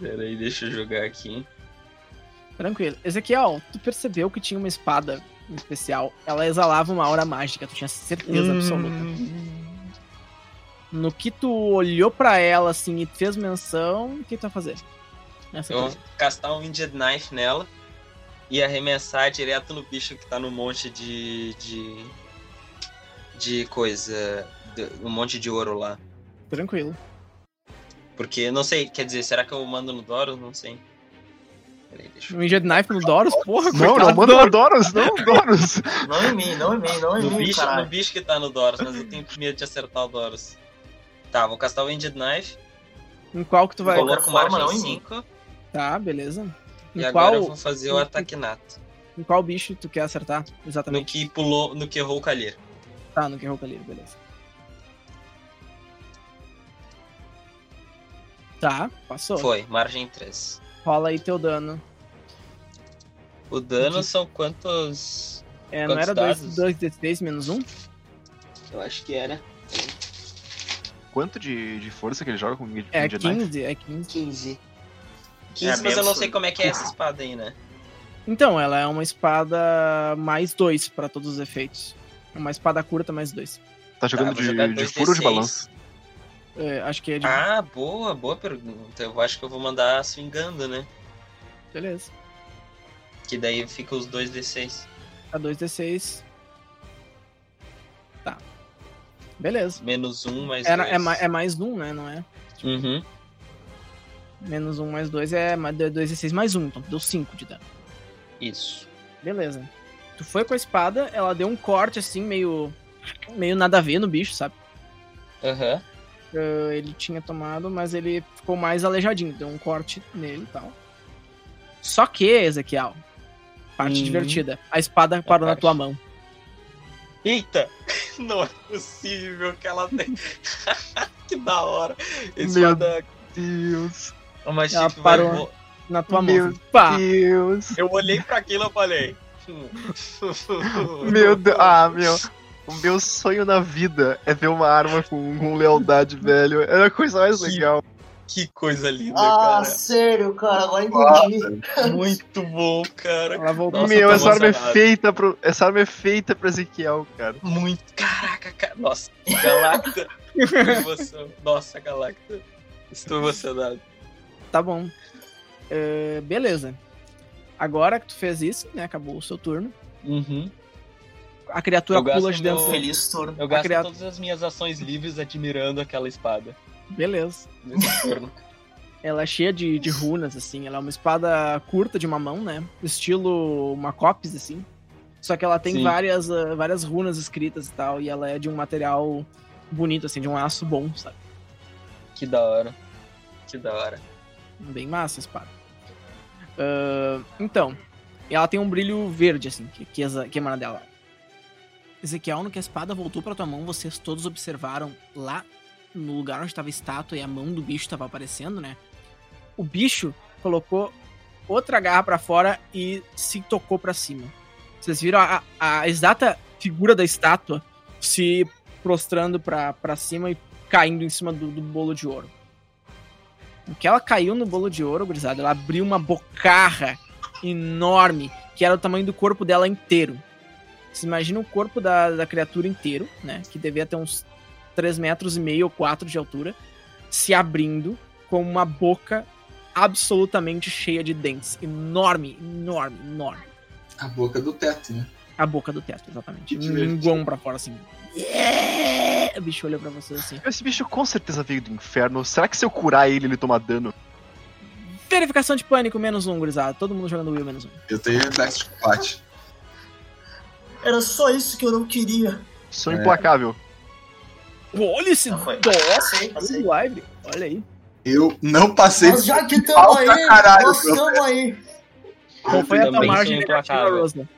C: Pera aí, deixa eu jogar aqui.
A: tranquilo. Ezequiel, tu percebeu que tinha uma espada especial. Ela exalava uma aura mágica, tu tinha certeza
C: Hum,
A: absoluta. No que tu olhou pra ela, assim, e fez menção, o que tu vai fazer? Essa
C: Eu
A: coisa.
C: vou castar um Winged Knife nela e arremessar direto no bicho que tá no monte de. de. de coisa. de- um monte de ouro lá.
A: Tranquilo.
C: Porque, não sei, quer dizer, será que eu mando no Doros? Não sei. Peraí, deixa eu.
A: Um Injured Knife no Doros? Porra,
B: Não, não
A: coitado
B: manda
A: do-
B: pra Doros,
C: [LAUGHS]
B: não, Doros.
D: Não em mim, não em mim, não em
C: No
D: mim,
C: bicho, no
D: caralho.
C: bicho que tá no Doros, mas eu tenho medo de acertar o Doros. Tá, vou castar o Winged Knife.
A: Em qual que tu vai.
D: Qual-
C: Coloco
D: Agora
C: margem
D: não em mim.
C: 5.
A: Tá, beleza. Em
C: E
A: qual,
C: agora eu vou fazer o ataque nato.
A: em qual bicho tu quer acertar?
C: No
A: Exatamente.
C: que pulou, no que errou o calheiro.
A: Tá, no que roca livre, beleza. Tá, passou.
C: Foi, margem 3.
A: Rola aí teu dano.
C: O dano são quantos.
A: É, não
C: Quantos
A: era
C: dados?
A: 2d6 menos 1?
C: Eu acho que era.
B: Quanto de, de força que ele joga com o Mid
A: É
B: Midnight?
A: 15? É 15.
C: 15.
D: É
C: 15, mas eu
D: mesmo?
C: não sei como é que é essa espada aí, né?
A: Então, ela é uma espada mais 2 pra todos os efeitos. É Uma espada curta mais 2.
B: Tá
C: Tá,
B: jogando
C: vou
B: de,
C: jogar
B: de
C: 2D6.
B: furo ou de balanço?
A: É, acho que é de.
C: Ah, boa, boa pergunta. Eu acho que eu vou mandar swingando, né?
A: Beleza.
C: Que daí fica os 2d6.
A: Tá 2d6. Tá. Beleza.
C: Menos um, mais
A: Era,
C: dois.
A: é, ma- é mais 1, né? Não é?
C: Uhum.
A: Menos 1 mais 2 é 2d6 mais 1. Então deu 5 de dano.
C: Isso.
A: Beleza. Tu foi com a espada, ela deu um corte assim, meio. meio nada a ver no bicho, sabe?
C: Aham.
A: Ah, Ele tinha tomado, mas ele ficou mais aleijadinho, deu um corte nele e tal. Só que, Ezequiel, parte
C: Hum.
A: divertida. A espada parou na
C: parte.
A: tua mão.
C: Eita! [LAUGHS] Não é possível que ela tem. [LAUGHS] que da hora. Esse
B: Meu
C: espada-
B: Deus,
C: Uma chip
A: Ela
C: vai
A: parou.
C: vo-
A: Na tua
B: Meu
A: mão. assim. Pá!
B: Deus.
C: tipo, Eu olhei pra aquilo e falei.
A: [LAUGHS]
C: hum. [LAUGHS]
B: Meu Deus. Ah, meu. O meu sonho na vida é ver uma arma com, com lealdade, velho. É a coisa mais
C: Que-
B: legal.
C: Que coisa linda,
D: Ah, sério, cara, agora entendi.
C: cara. Muito bom, cara.
A: Ela voltou.
C: Nossa,
B: meu,
C: eu tô
B: essa arma é
C: emocionado.
B: feita pro. Essa arma é feita pra Ezequiel, cara.
C: Muito. Caraca, cara. Nossa, Galacta. Que emoção. Nossa, Galacta. Estou emocionado.
A: Tá bom. Ah, beleza. Agora que tu fez isso, né? Acabou o seu turno.
C: Uhum.
A: A criatura
C: Eu gasto
A: pula de
C: meu-
A: dentro. dele.
D: Feliz turno.
C: Eu gasto
A: criado.
C: todas as minhas ações livres admirando aquela espada.
A: Beleza.
C: Nesse turno.
A: Ela é cheia de, de runas, assim. Ela é uma espada curta de uma mão, né? Estilo uma copis, assim. Só que ela tem
C: Sim.
A: várias, ah, várias runas escritas e tal. E ela é de um material bonito, assim, de um aço bom, sabe?
C: [LAUGHS] Que da hora. Que da hora.
A: Bem massa a espada. Ah, então, ela tem um brilho verde, assim, que, que, exa- que emana dela. Ezequiel, no que a espada voltou pra tua mão, vocês todos observaram lá no lugar onde estava a estátua e a mão do bicho estava aparecendo, né? O bicho colocou outra garra pra fora e se tocou pra cima. Vocês viram a, a exata figura da estátua se prostrando pra pra cima e caindo em cima do, do bolo de ouro. No que ela caiu no bolo de ouro, gurizada, ela abriu uma bocarra enorme que era o tamanho do corpo dela inteiro. Você imagina o corpo da, da criatura inteiro, né? Que devia ter uns 3 metros e meio ou 4 de altura, se abrindo com uma boca absolutamente cheia de dentes. Enorme, enorme, enorme.
E: A boca do teto, né?
A: A boca do teto, exatamente.
E: Que divertido.
A: Linguão pra fora, assim. Yeah! O bicho olha pra você assim.
B: Esse bicho com certeza veio do inferno. Será que se eu curar ele, ele toma dano?
A: Verificação de pânico, menos um, gurizada. Todo mundo jogando Will, menos um.
E: Eu tenho reflexo de combate.
D: Era só isso que eu não queria.
B: Sou
E: É.
B: implacável.
A: Olha esse
D: Não foi.
A: dó
D: Passei, passei.
A: live. Olha aí.
E: Eu não passei.
D: Mas já que
E: mal
D: estamos aí,
E: pra caralho,
D: nós
E: meu.
D: estamos aí.
A: Qual foi a tua
C: também
A: margem
C: sou
A: negativa,
C: implacável.
A: Rosna?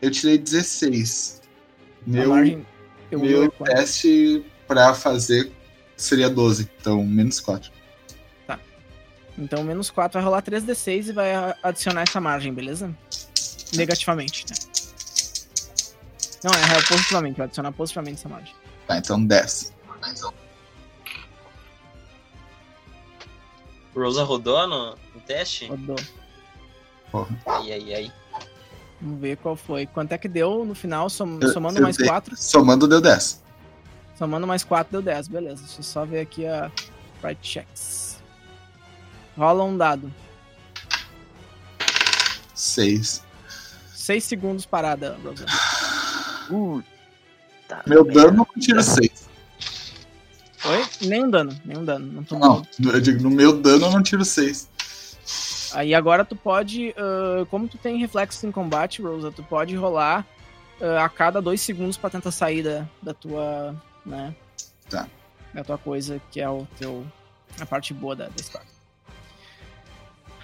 E: Eu tirei 16.
A: A
E: Meu,
A: margem. Eu
E: meu
A: eu-
E: teste pra fazer seria 12, então menos 4.
A: Então, menos 4 vai rolar 3d6 e vai a- adicionar essa margem, beleza? Negativamente, né? Não, é real, positivamente. Vai adicionar positivamente essa margem.
E: Tá, então 10.
C: Rosa rodou no, no teste?
A: Rodou.
C: Ai, ai, ai.
A: Vamos ver qual foi. Quanto é que deu no final, som-
E: Eu-
A: somando
E: eu
A: mais
E: dei.
A: 4?
E: Somando deu 10.
A: Somando mais 4 deu 10, beleza. Deixa eu só ver aqui a Right Checks. Rola um dado.
E: 6.
A: 6 segundos parada, Rosa.
D: Tá.
E: Meu
D: É,
E: dano eu tiro 6.
A: Oi? Nenhum dano, nenhum dano. Não tomou.
E: Não, eu digo, no meu dano eu não tiro 6.
A: Aí agora tu pode, ah, como tu tem reflexo em combate, Rosa, tu pode rolar ah, a cada dois segundos pra tentar sair da, da tua, né?
E: Tá.
A: Da tua coisa que é o teu a parte boa da, da história.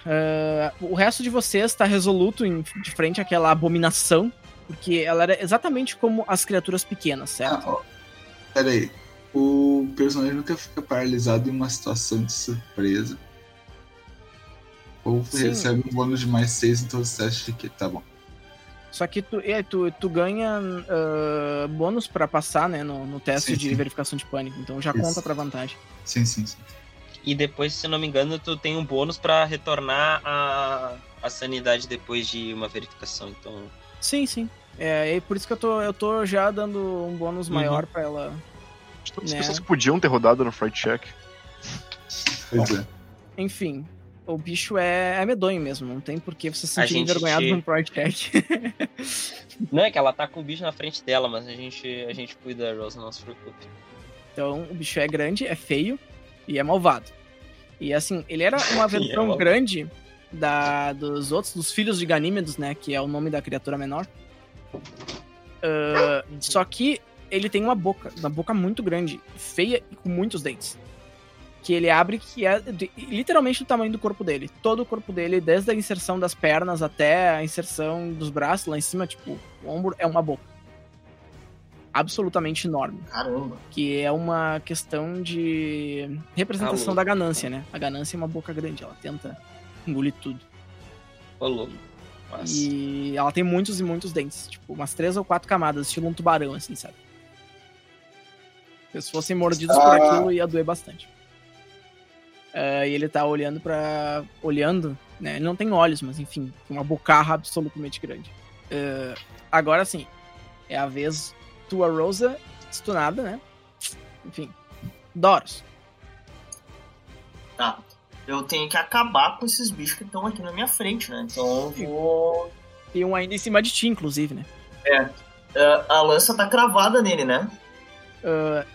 A: Ah, o resto de vocês tá resoluto em, de frente àquela abominação, porque ela era exatamente como as criaturas pequenas, certo?
E: Ah, ó. Pera aí. O personagem nunca fica paralisado em uma situação de surpresa. Ou
A: Sim.
E: recebe um bônus de mais 6 em todos os testes de que. Tá bom.
A: Só que tu, é, tu, tu ganha ah, bônus pra passar, né, no, no teste
E: Sim,
A: de
E: sim.
A: verificação de pânico, então já
E: Isso.
A: conta pra vantagem.
E: Sim, sim, sim.
C: E depois, se não me engano, tu tem um bônus pra retornar a, a sanidade depois de uma verificação. Então,
A: Sim, sim. É, e por isso que eu tô, eu tô já dando um bônus
C: Uhum.
A: maior pra ela.
B: De todas
A: Né.
B: as pessoas que podiam ter rodado no Fright Check.
E: Pois é.
A: Enfim, o bicho é, é medonho mesmo, não tem por que você se
C: A
A: sentir
C: gente
A: envergonhado
C: te-
A: num Pride Check.
C: não é que ela tá com o bicho na frente dela, mas a gente, a gente cuida, Rosa, não se preocupe.
A: então, o bicho é grande, é feio e é malvado. E assim, ele era uma versão
C: malvado.
A: grande da, dos outros, dos filhos de Ganímedes, né? Que é o nome da criatura menor. Ah, só que ele tem uma boca, uma boca muito grande, feia e com muitos dentes. Que ele abre que é de- literalmente do tamanho do corpo dele. Todo o corpo dele, desde a inserção das pernas até a inserção dos braços lá em cima, tipo, o ombro é uma boca. Absolutamente enorme
D: Caramba.
A: que é uma questão de representação
C: Alô.
A: da ganância, né? A ganância é uma boca grande, ela tenta engolir tudo.
C: Ô, louco. Nossa.
A: E ela tem muitos e muitos dentes, tipo, umas três ou quatro camadas, estilo um tubarão, assim, sabe? Se fossem mordidos por
E: Ah.
A: aquilo, ia doer bastante. Ah, e ele tá olhando pra. olhando, né? Ele não tem olhos, mas enfim, tem uma bocarra absolutamente grande. Ah, agora sim, é a vez tua Rosa, estunada, né? Enfim. Doros.
D: Tá. Eu tenho que acabar com esses bichos que estão aqui na minha frente, né? Então eu vou.
A: Tem um ainda em cima de ti, inclusive, né?
D: Ah, a lança tá cravada nele, né?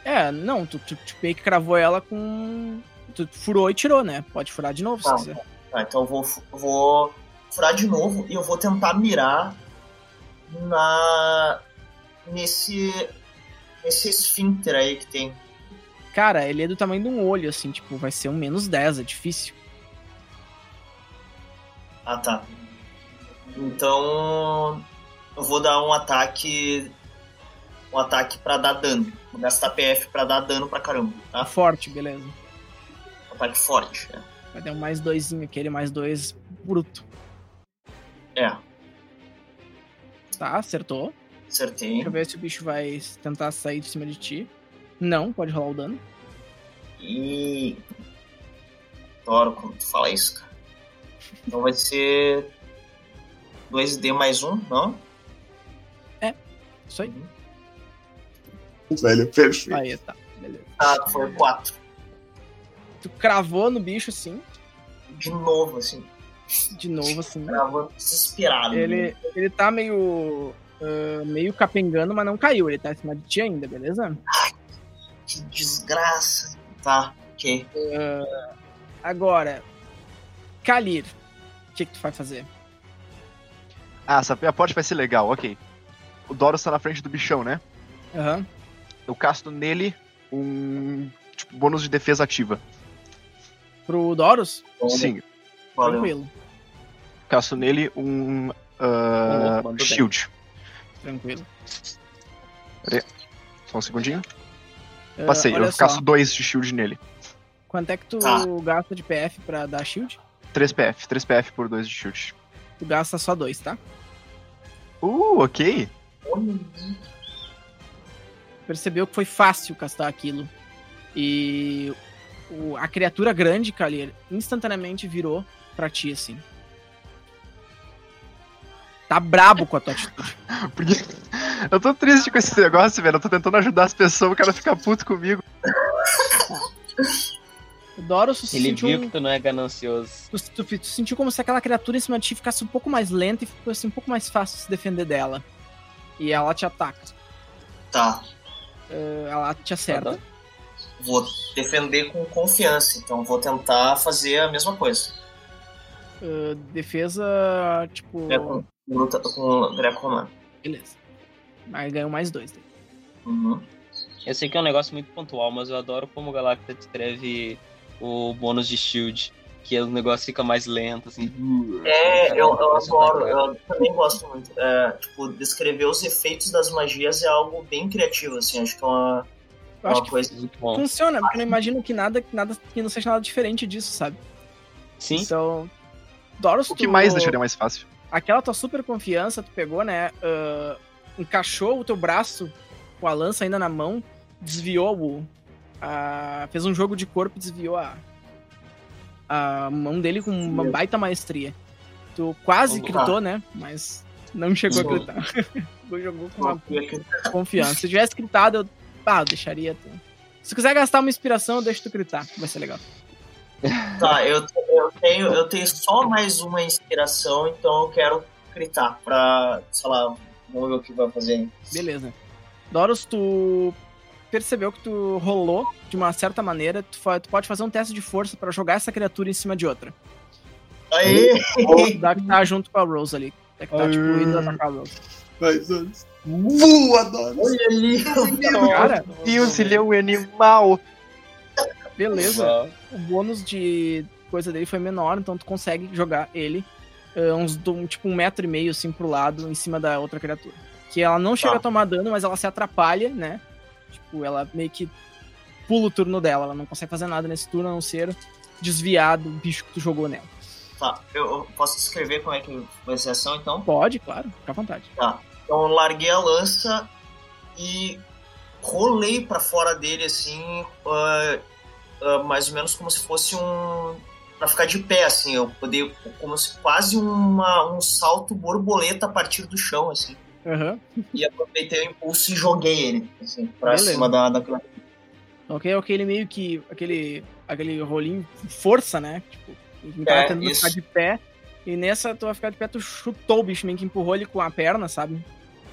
A: É, não, tu, tu, tu meio que cravou ela com. Tu furou e tirou, né? Pode furar de novo se
D: Tá.
A: quiser.
D: Tá, então eu vou, fu- vou furar de novo e eu vou tentar mirar na. nesse. nesse esfíncter aí que tem.
A: Cara, ele é do tamanho de um olho, assim, tipo, vai ser um menos 10, é difícil.
D: Ah, tá. Então. Eu vou dar um ataque. Um ataque pra dar dano. Vou gastar PF pra dar dano pra caramba,
A: Tá
D: tá?
A: forte, beleza.
D: Um ataque forte. né?
A: Vai dar um mais doisinho, aquele mais dois bruto.
D: É,
A: Tá, acertou.
D: acertei.
A: Deixa eu ver se o bicho vai tentar sair de cima de ti. Não, pode rolar o dano.
D: E. Adoro quando tu fala isso, cara. Então vai ser. 2D mais um, não?
A: É, Isso aí.
E: é. Velho, perfeito.
A: Aí, tá, beleza.
D: Ah, foi 4.
A: Tu cravou no bicho, assim,
D: De novo, assim.
A: de novo, assim.
D: Gravando desesperado.
A: Ele, ele tá meio. ah, meio capengando, mas não caiu. Ele tá em cima de ti ainda, beleza?
D: Que desgraça. Tá, ok.
A: Agora, Kalir, o que, que tu vai fazer?
B: Ah, essa porte vai ser legal, ok. O Doros tá na frente do bichão, né?
A: Aham.
B: Eu casto nele um tipo, bônus de defesa ativa.
A: Pro Doros?
B: Sim,
D: Valeu.
A: Tranquilo,
B: casto nele um ah,
C: mandou bem.
B: shield.
A: tranquilo.
B: Só um segundinho.
A: Ah,
B: Passei,
A: olha
B: eu
A: só,
B: casto dois de shield nele.
A: Quanto é que tu
D: Tá.
A: gasta de PF pra dar shield?
B: 3 PF, 3 PF por 2 de shield.
A: Tu gasta só dois, tá?
B: Uh, ok. [LAUGHS]
A: Percebeu que foi fácil castar aquilo. E o- a criatura grande, Kalir, instantaneamente virou pra ti, assim. Tá brabo com a tua atitude.
B: Porque eu tô triste com esse negócio, velho. Eu tô tentando ajudar as pessoas, o cara fica puto comigo.
A: O Doros se
C: Ele
A: sentiu
C: viu
A: um-
C: que tu não é ganancioso.
A: Tu, tu- tu sentiu como se aquela criatura em cima de ti ficasse um pouco mais lenta e fosse um pouco mais fácil se defender dela. E ela te ataca.
D: Tá.
A: Eh, Ela te acerta.
C: Tá
D: Vou defender com confiança. Então vou tentar fazer a mesma coisa.
A: Eh, defesa, tipo.
D: É com luta com greco romano.
A: Beleza. Aí ganhou mais dois. né? daí.
D: Uhum.
C: Eu sei que é um negócio muito pontual, mas eu adoro como o Galacta descreve o bônus de shield. Que o negócio fica mais lento, assim.
A: Tá
D: É, eu, eu
C: Caralho,
D: adoro, eu também gosto muito. É, tipo, descrever os efeitos das magias é algo bem criativo, assim, acho que é uma,
A: Eu
D: uma
A: acho que
D: coisa.
C: Muito bom.
A: funciona, porque eu não imagino que nada, que nada que não seja nada diferente disso, sabe?
C: Sim,
A: Então. Doros,
B: O que
A: tu-
B: mais deixaria mais fácil?
A: Aquela tua super confiança, tu pegou, né? ah, encaixou o teu braço com a lança ainda na mão, desviou o. a- fez um jogo de corpo e desviou a. A mão dele com uma baita maestria. Tu quase
C: Vamos
D: lá.
A: gritou, né? Mas não chegou a
D: Vamos.
A: gritar. [LAUGHS] Tu jogou com uma confiança. Se tivesse gritado, eu, ah, eu deixaria tu. Se quiser gastar uma inspiração, eu deixo tu gritar. Vai ser legal.
D: Tá, eu, eu, tenho, eu tenho só mais uma inspiração, então eu quero gritar pra, sei lá, vamos ver o que vai fazer. aí.
A: Beleza. Doros, tu percebeu que tu rolou de uma certa maneira. Tu, fa- tu pode fazer um teste de força pra jogar essa criatura em cima de outra.
D: Aê!
A: Da que tá junto com a Rose ali. Da que tá, tipo,
E: Aê.
A: indo atacar a Rose.
E: Mas, voa, Doris!
D: Olha ali!
A: Cara,
B: Deus, ele é um animal.
A: beleza. O bônus de coisa dele foi menor, então tu consegue jogar ele eh, uns do- um, tipo um metro e meio assim pro lado em cima da outra criatura. Que ela não chega
D: Tá.
A: a tomar dano, mas ela se atrapalha, né? Tipo, ela meio que pula o turno dela. Ela não consegue fazer nada nesse turno a não ser desviar do bicho que tu jogou nela.
D: Tá, eu eu posso escrever como é que vai ser a ação então?
A: Pode, claro, fica à vontade.
D: Então eu larguei a lança e rolei pra fora dele assim, ah, ah, mais ou menos como se fosse um Pra ficar de pé assim, eu poder como se quase uma, um salto borboleta a partir do chão assim.
A: Aham.
D: E aproveitei o impulso e joguei ele assim, pra
A: Beleza.
D: cima da, da criatura.
A: Ok, aquele meio que. aquele. aquele rolinho de força, né? Tipo, não tava
D: É,
A: tentando
D: isso.
A: ficar de pé. E nessa tu vai ficar de pé, tu chutou o bicho, meio que empurrou ele com a perna, sabe?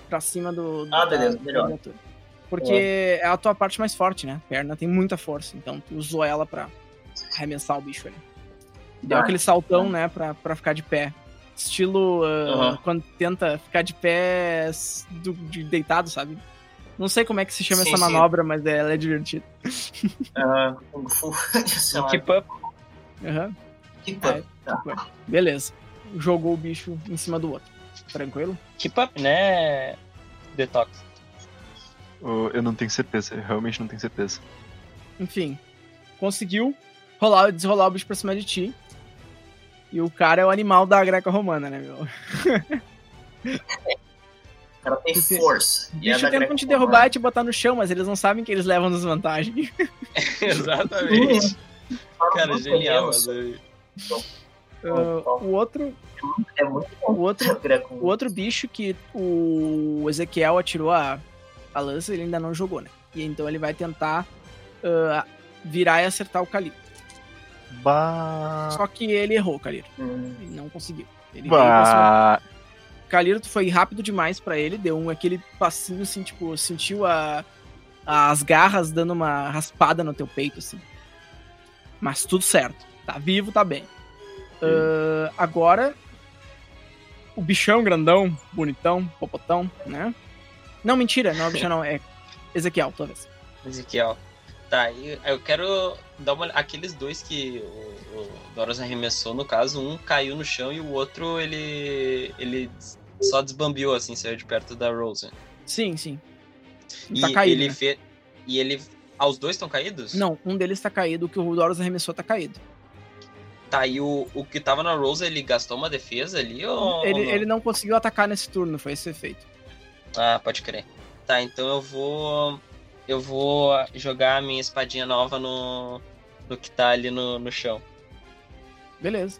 A: Pra cima do. do-
D: Ah, beleza, melhor.
A: criatura. Porque é. a tua parte mais forte, né? Perna tem muita força, então tu usou ela pra arremessar o bicho ali. Deu
D: Ah,
A: aquele saltão, né, pra, pra ficar de pé. Estilo ah,
D: Aham.
A: quando tenta ficar de pé s- do- de deitado, sabe? Não sei como é que se chama
D: Sim,
A: essa
D: sim.
A: manobra, mas ela é divertida.
D: ah, Kung Fu, [LAUGHS] sei lá,
C: Keep up.
A: Aham.
D: que coisa.
A: é. Beleza. Jogou o bicho em cima do outro. Tranquilo?
C: Keep up, né? Detox.
B: Oh, Eu não tenho certeza, eu realmente não tenho certeza.
A: Enfim. Conseguiu rolar, desrolar o bicho pra cima de ti. E o cara é o animal da greca romana, né, meu?
D: O cara tem
A: Esse-
D: força.
A: Os
D: E é
A: bichos
D: da
A: tentam te derrubar e te botar no chão, mas eles não sabem que eles levam
D: [LAUGHS]
A: desvantagem.
C: [LAUGHS] Exatamente. Cara,
D: Muito
C: genial.
D: menos.
C: mano.
A: Ah, o outro.
D: É muito
A: O
D: bom.
A: outro
D: Greco.
A: O outro bicho que o Ezequiel atirou a, a lança, ele ainda não jogou, né? E então ele vai tentar ah, virar e acertar o Cali.
B: Bah.
A: Só que ele errou, Caliro.
D: Hum.
A: Ele não conseguiu. Ele veio
B: Bah.
A: com- Caliro foi rápido demais pra ele, deu um, aquele passinho assim, tipo, sentiu a- as garras dando uma raspada no teu peito, assim. Mas tudo certo. Tá vivo, tá bem. Ah, agora, o bichão grandão, bonitão, popotão, né? Não, mentira, não é o bichão, não. É Ezequiel, talvez.
C: Ezequiel. Tá, e eu quero dar uma olhada. Aqueles dois que o, o Doros arremessou, no caso, um caiu no chão e o outro ele. ele des- só desbambiou, assim, saiu de perto da Rose.
A: Sim, sim.
C: E
A: Tá caído,
C: ele
A: né?
C: fe... E ele. Ah, os dois estão caídos?
A: Não, um deles tá caído, o que o Doros arremessou tá caído.
C: Tá, e o, o que tava na Rose, ele gastou uma defesa ali ou.
A: ele,
C: ou Oh, não?
A: ele não conseguiu atacar nesse turno, foi esse efeito.
C: Ah, pode crer. Tá, então eu vou. Eu vou jogar a minha espadinha nova no. no que tá ali no, no chão.
A: Beleza.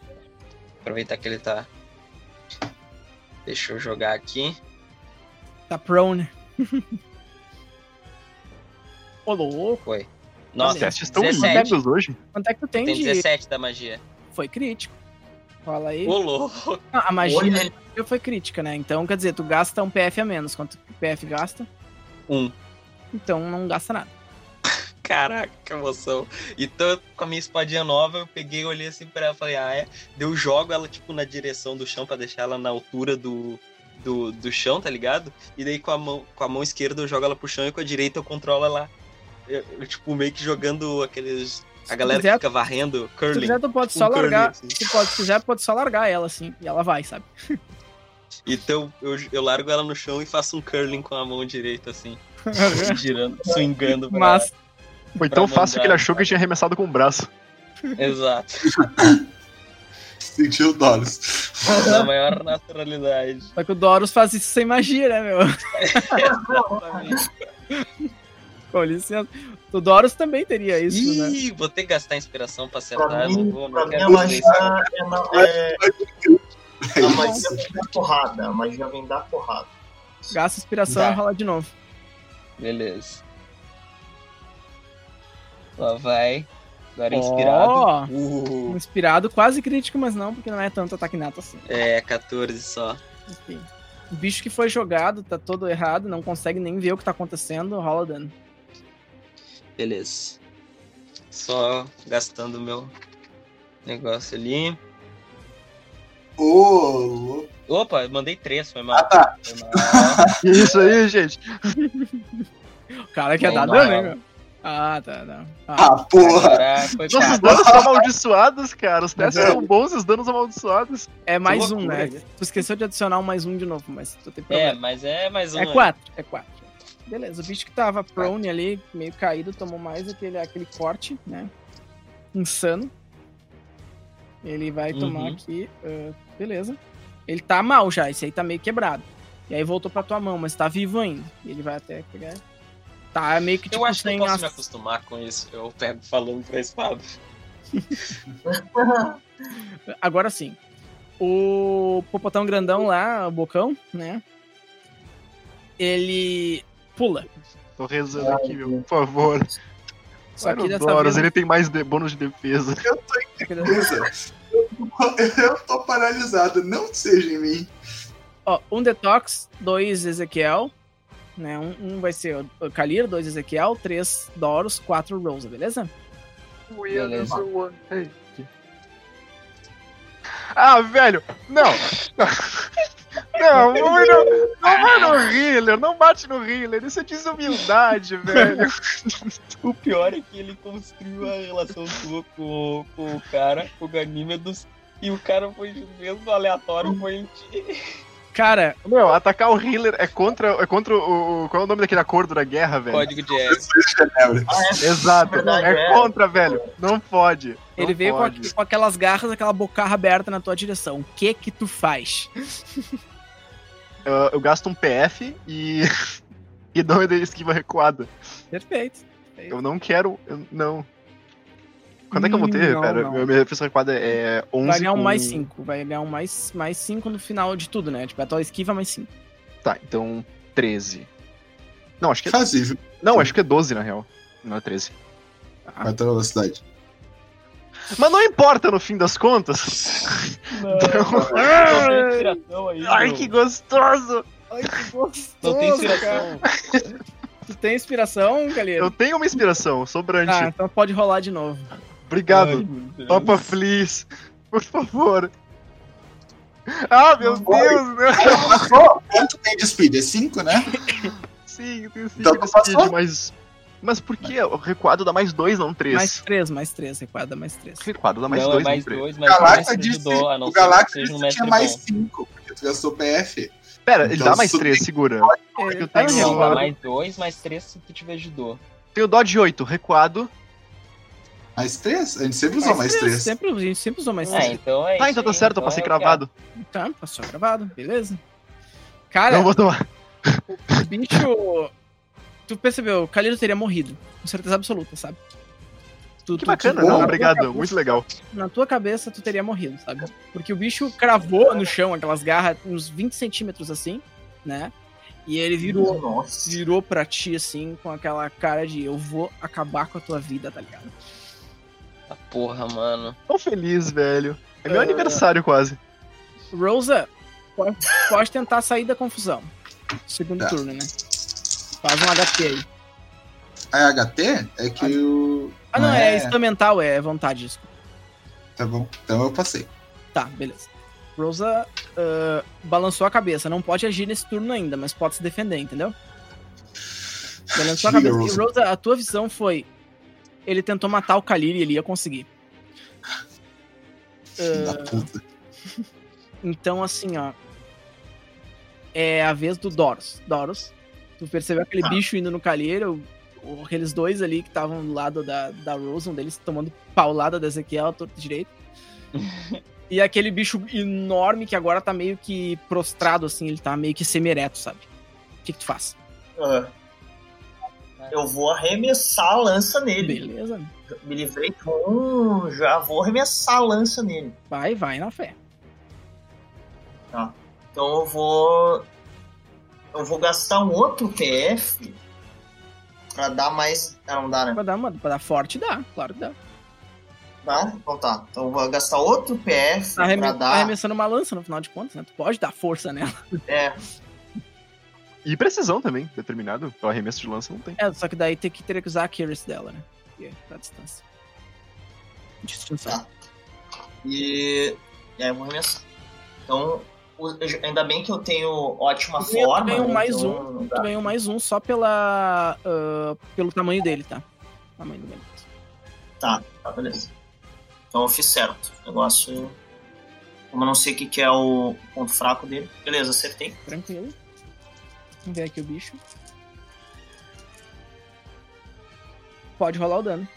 C: Aproveitar que ele tá. Deixa eu jogar aqui.
A: Tá prone. Ô, louco.
C: Foi.
B: Os
C: Nossa,
B: testes estão
C: 17.
B: lindos hoje.
A: Quanto é que tu tem
C: tem
A: de...
C: 17 da magia.
A: Foi crítico. Fala aí.
C: Ô, louco!
A: Ah, a magia
D: Olha,
A: da magia foi crítica, né? Então, quer dizer, tu gasta um PF a menos. Quanto que o PF gasta?
C: Um.
A: Então, não gasta nada.
C: Caraca, que emoção. Então, com a minha espadinha nova, eu peguei, olhei assim pra ela e falei, ah, é. Deu jogo ela, tipo, na direção do chão pra deixar ela na altura do, do, do chão, tá ligado? E daí com a, mão, com a mão esquerda eu jogo ela pro chão e com a direita eu controlo ela. Eu, eu, tipo, meio que jogando aqueles.
A: Se
C: A
A: tu
C: galera
A: quiser,
C: que fica varrendo,
A: Se tu
C: curling.
A: quiser, tu pode
C: Um
A: só largar...
C: curling, assim.
A: Se pode, se quiser, pode só largar ela, assim. E ela vai, sabe?
C: Então eu, eu largo ela no chão e faço um curling com a mão
A: [LAUGHS]
C: direita, assim. girando, swingando. pra-
A: Mas
B: Ou então
C: Pra
B: faça o que ele
C: mandar,
B: achou que tinha arremessado com o braço.
C: Exato.
E: Sentiu dólares.
C: Na maior naturalidade.
A: [LAUGHS] Só que o Doros faz isso sem magia, né, meu? [LAUGHS]
C: Exatamente.
A: Com licença. O Doros também teria isso, né?
C: Ih, vou ter que gastar inspiração pra acertar.
D: Pra
C: eu Tá, não
D: mim-
C: vou,
D: Pra
C: não
D: mim, a
C: quero fazer
D: magia
C: isso.
D: é, na- é- a magia
A: Nossa.
D: vem da porrada. A magia vem da porrada.
A: Gasta inspiração
E: Dá.
A: e rola de novo.
C: Beleza. Lá vai. Agora inspirado.
A: Ó,
C: Uh,
A: inspirado, quase crítico, mas não, porque não é tanto ataque nato assim.
C: é, 14 só.
A: Enfim. O bicho que foi jogado tá todo errado, não consegue nem ver o que tá acontecendo, rola dano.
C: Beleza. Só gastando meu negócio ali.
E: Ô, louco.
C: Opa, eu mandei 3, foi
D: Ah,
C: mal.
D: tá.
C: Foi mal.
B: E é isso aí, gente.
A: O cara quer
C: Não,
A: dar
C: não
A: dano,
C: é.
A: hein, meu? Ah, tá, não. Ah,
E: Ah, porra.
C: Agora foi
D: [LAUGHS]
B: Nossos
C: quatro.
B: danos são amaldiçoados, cara. Os testes
E: É.
B: são bons e os danos amaldiçoados.
A: é mais
C: que
A: um,
C: loucura,
A: né? Tu esqueceu de adicionar um mais um de novo, mas tu tem
C: É,
A: problema.
C: mas é mais um.
A: É,
C: né?
A: quatro, é quatro. Beleza, o bicho que tava prone ali, meio caído, tomou mais aquele, aquele corte, né? Insano. Ele vai
C: Uhum.
A: tomar aqui. ah, beleza. Ele tá mal já, esse aí tá meio quebrado. E aí voltou pra tua mão, mas tá vivo ainda. E Ele vai até pegar. Tá meio que tipo
C: Eu acho que eu
A: sem
C: posso
A: as-
C: me acostumar com isso. Eu pego falando pra espada.
A: Agora sim. O Popotão grandão lá, o bocão, né? Ele pula.
B: Tô rezando aqui, meu. Por favor.
A: Só que
B: Olha o
A: dessa
B: Doros,
C: um-
A: vez-
B: ele tem mais de- bônus de defesa.
A: só que dessa-
E: Beleza. é. Eu tô paralisado, não seja em mim.
A: Ó, um detox, dois Ezequiel, né? Um, um vai ser o o Kalir, dois Ezequiel, três Doros, quatro Rosa, beleza?
C: Beleza.
B: Ah, velho,
C: [LAUGHS]
B: não! Não, não, não, não vai no healer, não bate no healer, isso é desumildade,
C: [LAUGHS]
B: velho.
C: O pior é que ele construiu a relação sua com, com o cara, com o Ganímedos, e o cara foi mesmo aleatório, foi em ti.
A: Cara,
B: Não, atacar o healer é contra, é contra o, o- Qual é o nome daquele acordo da guerra, velho?
C: Código de ética.
E: Pessoas de Genebra.
D: Ah, é
B: Exato,
D: Verdade,
B: é
D: é.
B: contra, velho, não pode. não
A: ele veio com,
B: pode.
A: aqu- com aquelas garras, aquela bocarra aberta na tua direção. O que que tu faz?
B: Eu, eu gasto um PF e. [LAUGHS] e dou uma esquiva recuada.
A: Perfeito.
B: Eu não quero. eu não. Quando é que eu vou ter?
A: Hum, Não,
B: Pera,
A: não.
B: minha minha defesa recuada é 11.
A: Vai ganhar um
B: com-
A: mais cinco vai ganhar um mais, mais cinco no final de tudo, né? Tipo, a tua esquiva mais cinco
B: Tá, então 13. Não, acho que é.
E: Fazível. Ah.
B: Não, acho que é 12 na real. Não é 13.
E: Vai ter velocidade.
B: Mas não importa no fim das
A: [LAUGHS]
B: contas.
F: Não, não tem
B: Ai,
F: inspiração aí.
B: ai,
F: meu.
B: que gostoso!
A: Ai, que gostoso,
C: Não tem inspiração.
A: Tu tem inspiração,
B: Eu
A: Galheiro?
B: tenho uma inspiração, sobrante.
A: Ah, então pode rolar de novo.
B: Obrigado.
F: Ai, meu Deus.
B: Papa Feliz, por favor. Ah, meu
E: Vai.
B: Deus, né?
E: Passou? Quanto tem de speed? É 5, né?
B: Sim, tem sim,
E: Então
B: que
E: não
B: decide,
E: passou?
B: mas. Mas por que o recuado dá mais dois, não três?
A: Mais três, mais três, recuada, mais três.
B: Recuado dá mais
C: Não, é
B: dois,
C: mais
B: não três.
C: dois,
E: O
C: mas
E: Galacta
C: mestre
E: disse,
C: ajudou, a não
E: o
C: ser que
E: Galacta
C: seja
E: disse
C: um
E: que
C: mestre
E: tinha
C: bom.
E: mais 5, porque tu gastou PF.
B: Pera, ele
E: Então,
B: dá mais
E: isso
B: três,
E: tem-
B: segura.
A: É,
B: eu
A: tá
B: tenho
A: no recuado.
B: um
C: Não, dá
B: recuado.
C: mais dois, mais três se tu tiver ajudou.
B: Tenho dó de oito, recuado.
E: Mais 3? A gente sempre usou mais 3.
A: Sempre, a gente sempre usou mais
C: Ah,
A: três.
C: então é
B: Tá,
C: isso
B: então tá
C: aí,
B: certo, eu
C: então
B: passei
C: é o que é.
B: cravado.
A: Tá, passou gravado, beleza. Cara,
B: Não vou tomar.
A: o bicho. Tu percebeu, o Calheiro teria morrido. Com certeza absoluta, sabe? Tu- tu-
B: Que bacana,
A: tu-
E: bom.
B: não,
A: na tua
B: obrigado,
A: cabeça-
B: muito legal.
A: Na tua cabeça, tu teria morrido, sabe? Porque o bicho cravou no chão aquelas garras, uns 20 centímetros assim, né? E ele virou
D: Nossa.
A: virou pra ti, assim, com aquela cara de eu vou acabar com a tua vida, tá ligado?
C: Ah, Porra, mano.
B: Tão feliz, velho. É meu
A: Ah.
B: aniversário quase.
A: Rosa, pode, pode tentar sair da confusão. Segundo
E: Tá.
A: turno, né? Faz um HP aí.
E: A HT é que o.
A: Ah, não, é,
E: É.
A: instrumental, é vontade. Isso.
E: Tá bom, então eu passei.
A: Tá, beleza. Rosa ah, balançou a cabeça. Não pode agir nesse turno ainda, mas pode se defender, entendeu? Balançou a cabeça.
E: Diga,
A: E
E: Rosa.
A: Rosa, a tua visão foi. Ele tentou matar o Kalir e ele ia conseguir.
E: Filho da puta.
A: Então, assim, ó. É a vez do Doros. Doros. Tu percebeu aquele
D: Tá.
A: bicho indo no calheiro, o- aqueles dois ali que estavam do lado da, da Rose, um deles tomando paulada da Ezequiel, torto e
D: [LAUGHS]
A: direito. e aquele bicho enorme que agora tá meio que prostrado, assim, ele tá meio que semi-ereto, sabe? O que, que tu faz?
D: Ah. Eu vou arremessar a lança nele.
A: Beleza.
D: Me livrei de um, já vou arremessar a lança nele.
A: Vai, vai na fé.
D: Então eu vou. Eu vou gastar um outro PF pra dar mais. Ah, não dá, né?
A: Pra dar, uma, pra dar forte, dá. Claro que dá. Tá
D: Dá? Então tá. Então eu vou gastar outro PF
A: Tá arreme-
D: pra
A: tá
D: dar.
A: arremessando uma lança, no final de contas, né? Tu pode dar força nela.
D: É,
B: E precisão também, determinado. O arremesso de lança não
E: [LAUGHS]
B: tem.
A: É, só que daí tem que ter que usar a Curious dela, né? Porque tá a distância. Distinção.
D: Tá. e. E aí eu vou arremessar. Então, o- eu- ainda bem que eu tenho ótima
A: Eu
D: forma.
A: ganho
D: né?
A: mais
D: Então, não dá.
A: Tu ganhou mais um só pela. ah, pelo tamanho dele, tá? Tamanho do negócio.
D: Tá, beleza. Então eu fiz certo. O negócio. Como eu não sei o que, que é o ponto fraco dele. Beleza, acertei.
A: Tranquilo. Vamos ver aqui o bicho. Pode rolar o dano.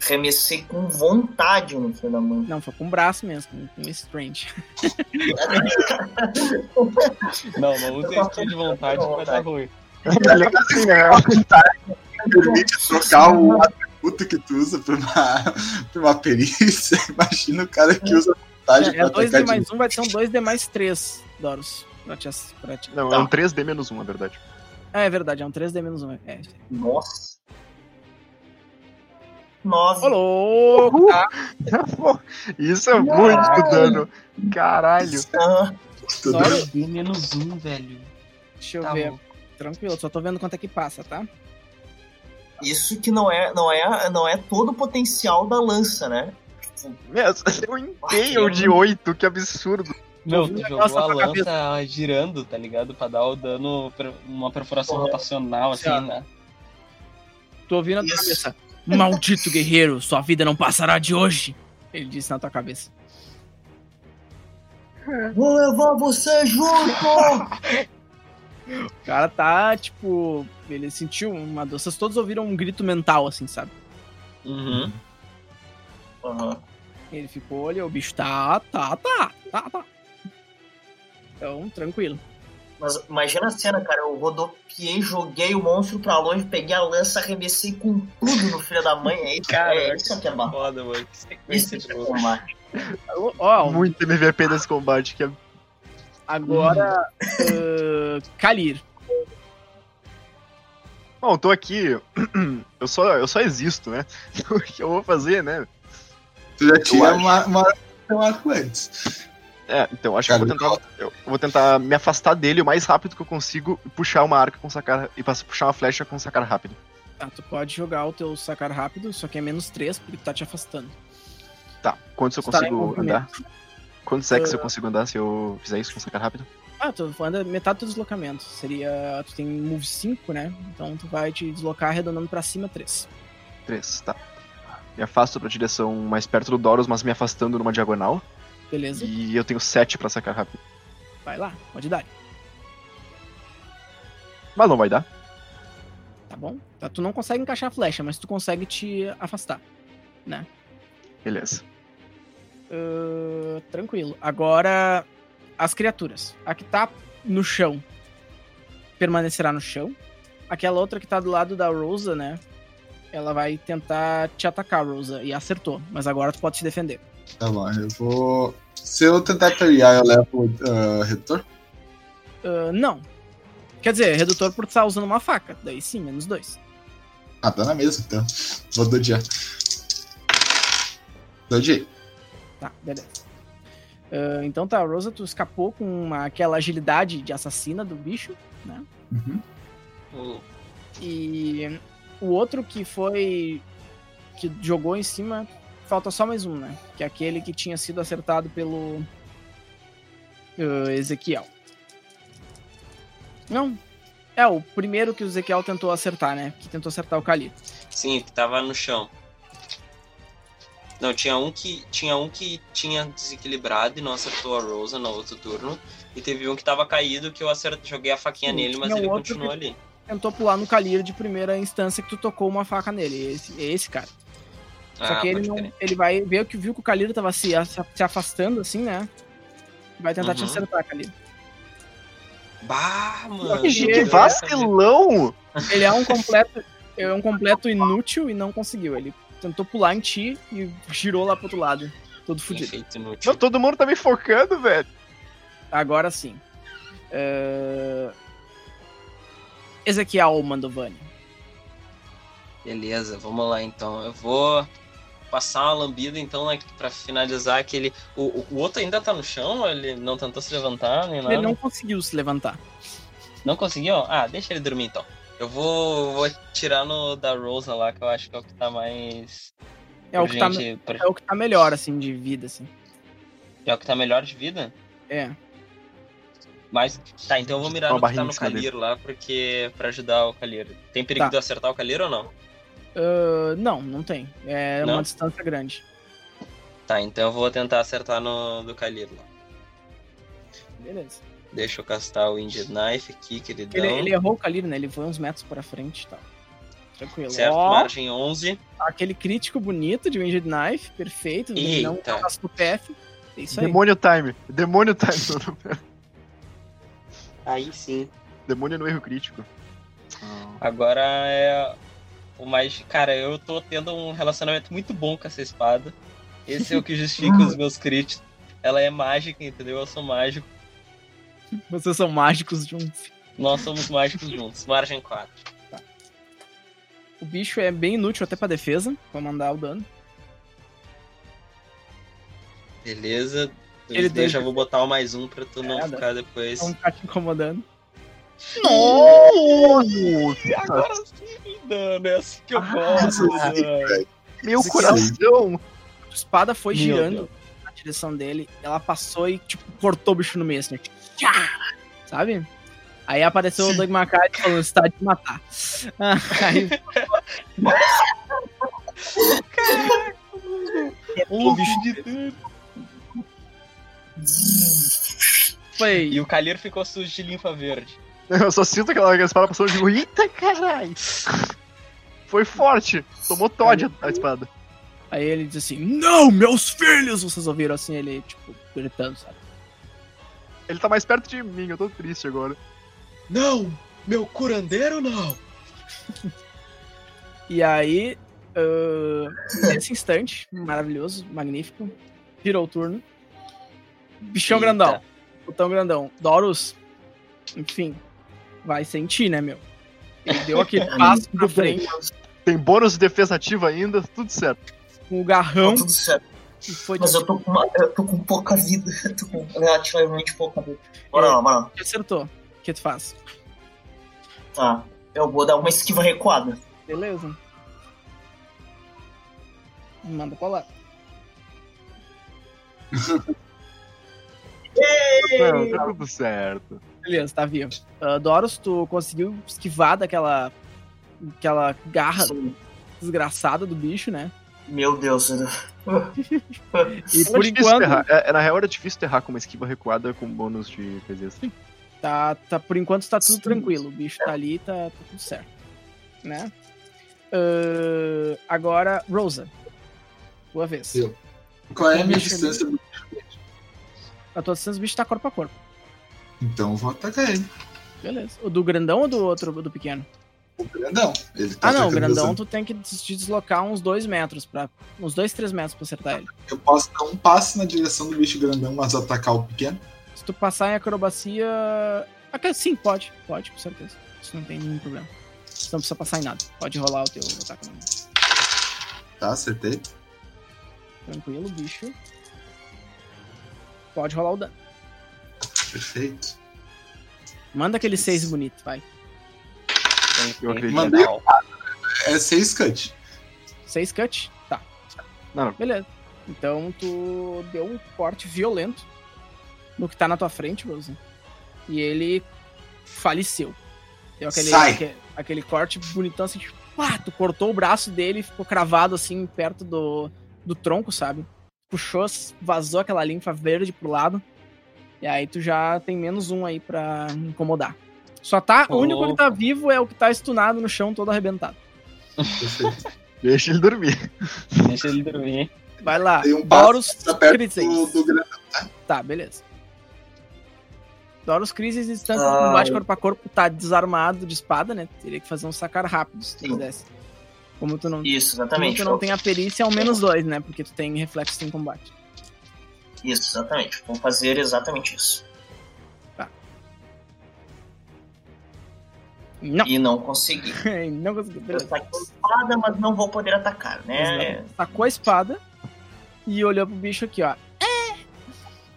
D: Remessei com vontade no filho da mãe.
A: Não, foi com o braço mesmo, com um strange.
C: Não, não usa skill de vontade que vai dar ruim.
B: Sim, né?
E: Permite trocar o atributo que tu usa pra uma, [LAUGHS] pra uma perícia. [LAUGHS] Imagina o cara que usa vontade
A: É
E: pra
A: 2D
E: atacar Tá de
A: mais 1, vai ser um 2D mais 3, Doros. Pra te, ass- pra te...
B: Não, é um 3D menos um, na verdade.
A: Ah, é verdade, é um 3D menos 1. É.
D: Nossa. Nove.
A: Ô, louco!
B: [LAUGHS] Isso é muito dano. Caralho.
D: Ah,
E: tudo.
A: Olha.
C: D menos um, velho.
A: Deixa eu
C: Tá
A: ver.
C: bom.
A: Tranquilo, só tô vendo quanto é que passa, tá?
D: isso que não é, não é, não é todo o potencial da lança, né?
B: Meu, [LAUGHS] eu inteiro de 8, que absurdo.
C: Não,
A: vi um
C: tu jogou
A: negócio na
C: a
A: tua
C: lança girando, tá ligado? Pra dar o dano, per- uma perfuração
D: Porra.
C: rotacional, assim,
A: Cara.
C: né?
A: Tô ouvindo a tua
D: Isso.
A: cabeça. Maldito guerreiro, sua vida não passará de hoje. Ele disse na tua cabeça.
D: Vou levar você
A: [LAUGHS]
D: junto!
A: O cara tá, tipo. Ele sentiu uma dor. Vocês todos ouviram um grito mental, assim, sabe?
C: Uhum.
D: Aham.
A: Ele ficou olha, o bicho tá, tá, tá, tá, tá. Então, tranquilo.
D: Mas imagina a cena, cara. Eu rodopiei, joguei o monstro pra longe, peguei a lança, arremessei com tudo no filho da mãe. É isso,
C: Cara,
D: é isso que é barra.
C: Foda, mano. Que
D: Isso
C: sequência
D: que
C: de
D: é
C: gol.
D: combate.
A: Ó, Ó,
B: Muito MVP desse combate. Que é...
A: agora. ah, Kalir.
B: Bom, eu tô aqui. [CLEARS THROAT] Eu só, eu só existo, né? [LAUGHS] O que eu vou fazer, né?
E: Tu já tinha
B: acho.
E: uma, uma, um arco antes.
B: É, então acho que eu vou,
E: Cara,
B: tentar, eu vou tentar me afastar dele o mais rápido que eu consigo e puxar uma arca com sacar. E pas- puxar uma flecha com sacar rápido.
A: Tá, tu pode jogar o teu sacar rápido, só que é menos 3, porque tu tá te afastando.
B: Tá, quantos eu
A: Tu tá em
B: consigo
A: movimento.
B: andar? Quantos sexos eu consigo andar se eu fizer isso com sacar rápido?
A: Ah, tu anda metade do teu deslocamento. Seria. Tu tem move 5, né? Então tu vai te deslocar arredondando pra cima 3.
B: Três, tá. Me afasto pra direção mais perto do Doros, mas me afastando numa diagonal.
A: Beleza?
B: E eu tenho sete pra sacar rápido.
A: Vai lá, pode dar.
B: Mas não vai dar.
A: Tá bom? Tá, tu não consegue encaixar a flecha, mas tu consegue te afastar.
B: Beleza.
A: Ah, tranquilo. Agora, as criaturas. A que tá no chão permanecerá no chão. Aquela outra que tá do lado da Rosa, né? Ela vai tentar te atacar, Rosa, e acertou. Mas agora tu pode se defender.
E: Tá bom, eu vou. Se eu tentar pelear, eu levo uh, retorno?
A: Ah, não. Quer dizer, redutor por estar usando uma faca. Daí sim, menos dois.
E: Ah, tá na mesma, então. Vou dodiar. Dodiei.
A: Tá, beleza. Ah, então tá, Rosa, tu escapou com uma- aquela agilidade de assassina do bicho.
E: Uhum.
C: O-
A: E o outro que foi. que jogou em cima. Falta só mais um, né? Que é aquele que tinha sido acertado pelo. ah, Ezequiel. Não. É, o primeiro que o Ezequiel tentou acertar, né? Que tentou acertar o Kali.
C: Sim, que tava no chão. Não, tinha um que tinha um que tinha desequilibrado e não acertou a Rosa no outro turno. E teve um que tava caído que eu acertei, joguei a faquinha
A: Sim,
C: nele, mas
A: tinha
C: ele
A: um outro
C: continuou
A: que-
C: ali.
A: Tentou pular no Kalir de primeira instância que tu tocou uma faca nele. Esse, é esse cara. Só
C: Ah,
A: que ele,
C: pode
A: não,
C: crer.
A: ele vai ver que viu que o Kaliro tava se, se afastando, assim, né? Vai tentar te
C: Uhum.
A: acertar, Kaliro.
C: Bah, mano. né?
A: Que
B: Que
A: jeito,
B: vacilão!
A: Ele é um completo, é um completo inútil e não conseguiu. Ele tentou pular em ti e girou lá pro outro lado, todo fudido.
C: Efeito inútil.
B: Não, todo mundo tá me focando, velho.
A: Agora sim. Eh, Ezequiel Mandovani.
C: Beleza, vamos lá então. Eu vou passar uma lambida então né, pra finalizar aquele. O, o- o outro ainda tá no chão? Ele não tentou se levantar nem nada?
A: Ele não conseguiu se levantar.
C: Não conseguiu? Ah, deixa ele dormir então. Eu vou, vou tirar no da Rosa lá, que eu acho que é o que tá mais.
A: É o, que tá,
C: urgente pra-
A: é o que tá melhor, assim, de vida, assim.
C: é o que tá melhor de vida.
A: É.
C: Mas. Tá, então eu vou mirar
B: Uma
C: no que tá
B: barrinha em
C: no
B: cima dele.
C: Calheiro lá, porque. pra ajudar o Calheiro. Tem perigo
A: Tá.
C: de eu acertar o Calheiro ou não?
A: Eh, não, não tem. É
C: Não?
A: uma distância grande.
C: Tá, então eu vou tentar acertar no do Calheiro lá.
A: Beleza.
C: Deixa eu castar o Indy Knife aqui, queridão.
A: Ele, ele errou o Kalir, né? Ele foi uns metros pra frente e tal. Tranquilo.
C: Certo,
A: Ó,
C: margem 11.
A: aquele crítico bonito de Winged Knife, perfeito.
C: Eita.
A: Não casca o PF. É isso aí.
B: Demônio time. Demônio time. [LAUGHS]
C: Aí sim.
B: Demônio no erro crítico.
C: Agora é o mais. Cara, eu tô tendo um relacionamento muito bom com essa espada. Esse é o que justifica [LAUGHS] os meus críticos. Ela é mágica, entendeu? Eu sou mágico.
A: Vocês são mágicos um juntos.
C: Nós somos mágicos juntos. Margem 4.
A: O bicho é bem inútil até pra defesa, pra mandar o dano.
C: Beleza.
A: Ele
C: Ele
A: tem-
C: já vou botar o mais um pra tu não
A: Nada.
C: ficar depois.
A: Não tá te incomodando.
B: Nossa!
C: sim, dano. É assim que eu
A: Ah,
E: gosto, mano.
B: Meu
E: Isso aqui
B: coração! [LAUGHS]
A: A espada foi
C: Meu
A: girando na direção dele, ela passou e, tipo, cortou o bicho no meio, assim. tipo, tchá! Sabe? Aí apareceu o Doug Macari falando, está tá de matar. [LAUGHS] Aí É
C: Um de
A: foi.
C: E o Calheiro ficou sujo de limpa verde.
B: Eu só sinto aquela espada passando e digo, eita caralho! Foi forte! Tomou Todd a espada.
A: Aí ele diz assim, não, meus filhos! Vocês ouviram assim, ele, tipo, gritando, sabe?
B: Ele tá mais perto de mim, eu tô triste agora.
C: Não! Meu curandeiro não!
A: E aí, ahn, nesse instante, maravilhoso, magnífico, virou o turno. Bichão
C: Eita.
A: grandão, botão grandão. Dorus, enfim, vai sentir, né, meu? Ele deu
D: [LAUGHS]
A: aquele passo pra frente
D: tá
B: Tem bônus de defesa ativa ainda, tudo certo.
A: com o garrão
D: Tá tudo certo.
A: e foi
D: Mas eu tô com, uma- eu tô com pouca vida. [LAUGHS] Eu tô com relativamente pouca vida. Bora lá, bora lá.
A: Te acertou. O que tu faz?
D: Tá. Eu vou dar uma esquiva recuada.
A: Beleza. Manda pra lá.
B: Não, tá tudo certo.
A: Beleza, tá vivo. Ah, Doros, tu conseguiu esquivar daquela aquela garra
D: Sim.
A: desgraçada do bicho, né?
D: Meu Deus. eu-
A: E
B: Era
A: por
B: difícil
A: enquanto,
B: terrar. É, é, na real era difícil terrar com uma esquiva recuada com bônus de assim. defesa. Sim.
A: Tá, tá, por enquanto tá tudo
D: Sim.
A: tranquilo. O bicho tá ali, tá, tá tudo certo. Né? Ah, agora, Rosa. Tua vez.
E: Eu. Qual é a minha
A: Deixa eu ver.
E: distância do bicho verde?
A: A tua distância do bicho tá corpo a corpo.
E: Então eu vou atacar ele.
A: Beleza. O do grandão ou do outro, do pequeno?
E: O grandão. Ele tá
A: ah, não. O
E: atacando
A: grandão
E: meus-
A: tu tem que des- te deslocar uns dois metros, pra, uns dois três metros pra acertar ele.
E: Eu posso dar um passe na direção do bicho grandão, mas atacar o pequeno.
A: Se tu passar em acrobacia. Ah, cara, sim, pode. Pode, com certeza. Isso não tem nenhum problema. Você não precisa passar em nada. Pode rolar o teu ataque normal.
E: Tá, acertei.
A: Tranquilo, bicho. Pode rolar o dano.
E: Perfeito.
A: Manda aquele seis bonito, vai.
B: Eu acredito.
E: Mandei. É seis cut.
A: Seis cut? Tá.
B: Não, não.
A: Beleza. Então tu deu um corte violento no que tá na tua frente, Rosa. E ele faleceu. Deu aquele,
E: Sai.
A: aque- aquele corte bonitão assim, tipo, pá, tu cortou o braço dele e ficou cravado assim perto do, do tronco, sabe? Puxou, vazou aquela linfa verde pro lado. E aí tu já tem menos um aí pra incomodar. Só tá. O único que tá
C: Opa.
A: vivo é o que tá estunado no chão, todo arrebentado. [LAUGHS]
E: Perfeito.
B: [LAUGHS] Deixa ele dormir.
C: Deixa ele dormir.
A: Vai lá.
E: Dei um passo
A: Boros
E: Tá perto
A: Crises.
E: do, do grandão.
A: Tá, beleza. Doros Crises distância
D: Ah.
A: do combate corpo a corpo tá desarmado de espada, né? Teria que fazer um sacar rápido se tu
D: Sim.
A: quisesse. Como tu não,
D: Isso,
A: como
D: exatamente.
A: tu não tem a perícia, é ao menos dois, né? Porque tu tem reflexo em combate.
D: Isso, exatamente. Vou fazer exatamente isso.
A: Não, [LAUGHS]
D: E não consegui.
A: não consegui.
D: Eu
A: Beleza.
D: saquei a espada, mas não vou poder atacar, né?
A: Exato. Sacou a espada e olhou pro bicho aqui, ó. É!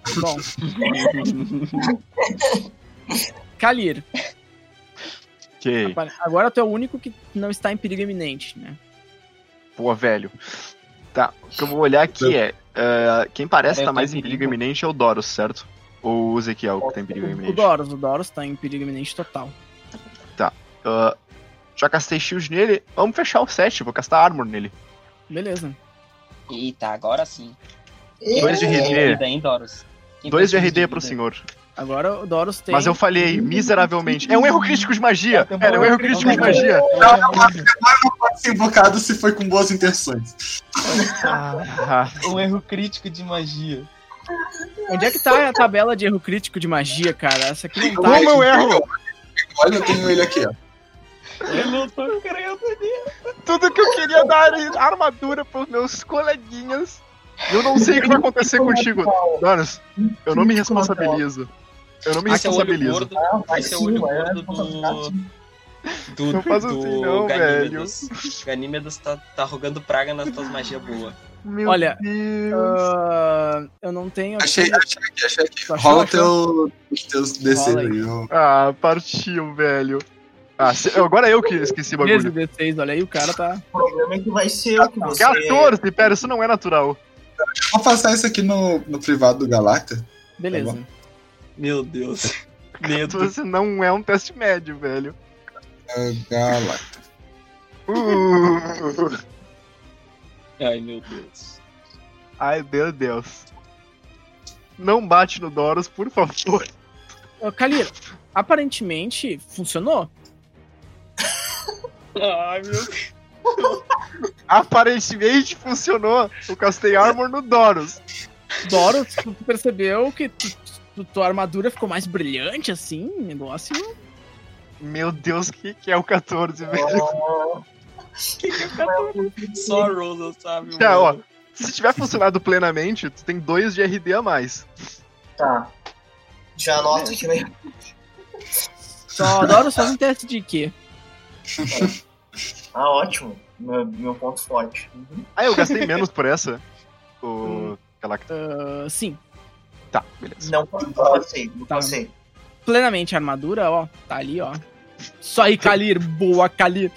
D: [LAUGHS]
A: Bom, Kalir,
B: Ok.
A: agora tu é o único que não está em perigo iminente, né?
B: Pô, velho. Tá, o que eu vou olhar aqui é. ah, quem parece
C: Eu
B: tá
C: tô
B: mais
C: em
B: em perigo
C: perigo.
B: iminente é o Doros, certo? Ou o Ezequiel que tá em perigo
A: O, o
B: iminente.
A: Doros, o Doros tá em perigo iminente total.
B: Ah, já castei shield nele, vamos fechar o set, vou castar armor nele.
A: Beleza.
C: Eita, agora sim.
B: Dois de
C: Quem
B: RD.
C: precisa vida, hein, Doros? Quem
B: 2 de
C: precisa
B: RD pro
C: vida?
B: senhor.
A: Agora o Doros tem.
B: Mas eu falhei miseravelmente. É um erro crítico de magia!
C: Tem um
B: Era um erro
C: erro
B: crítico de
C: crítico de
B: magia! [LAUGHS]
E: Eu posso invocado tá se foi com boas intenções.
B: Ah,
C: Um erro crítico de magia.
A: Onde é que tá a tabela de erro crítico de magia, cara? Essa aqui não tá.
B: Como eu erro?
E: Então, Olha, eu tenho ele aqui, ó.
C: Eu não tô crendo nisso.
B: Tudo que eu queria dar era armadura pros meus coleguinhas. Eu não sei o que vai acontecer contigo. Donos, eu não me responsabilizo. Eu não me
C: Esse é o olho
B: responsabilizo.
C: gordo.
D: Ah,
C: Esse é o olho gordo do.
A: assim.
C: Do,
B: Não faz assim não,
C: Ganímedos. Ganímedos tá, tá rogando praga nas tuas magias boas.
B: Meu
A: Olha,
B: Deus.
A: Ah, eu não tenho. aqui.
E: Achei, achei aqui, achei aqui.
A: Tu achou,
E: Rola
A: achou?
E: teu, os teus DC
A: Rola aí.
E: aí. ó.
B: Ah, partiu, velho. Ah, se- agora eu que esqueci o
A: 13
B: bagulho.
A: D6, olha aí, o cara tá.
D: O problema é que vai ser eu que você.
B: 14, pera, isso não é natural.
E: Vou passar isso aqui no, no privado do Galacta.
A: Beleza.
B: Tá
C: Meu Deus. Medo.
B: [LAUGHS] Isso não é um teste médio, velho.
E: É, Galacta.
B: Uh.
C: Ai, meu Deus.
B: Ai, meu Deus. Não bate no Doros, por favor.
A: Ô, Kalira, aparentemente funcionou.
C: Ai, meu Deus.
B: Aparentemente funcionou. Eu castei armor no Doros.
A: Doros, tu percebeu que tu- tu- tua armadura ficou mais brilhante, assim, o negócio.
B: Meu Deus, o que, que é o 14, [LAUGHS] velho?
C: Só a Rosa sabe.
B: Tá,
C: mano.
B: Se tiver funcionado plenamente, tu tem 2 de RD a mais.
D: Tá.
A: É.
D: Já anota aqui, né?
A: Só Doros faz um teste de quê?
D: Ah, ótimo. Meu, meu ponto forte. Uhum.
B: Ah, eu gastei menos por essa. O Galacta.
A: Ah, sim,
B: Tá, beleza.
D: Não, não passei, não
A: Tá.
D: passei.
A: plenamente a armadura, ó. Tá ali, ó. Só aí, Kalir. Boa, Kalir.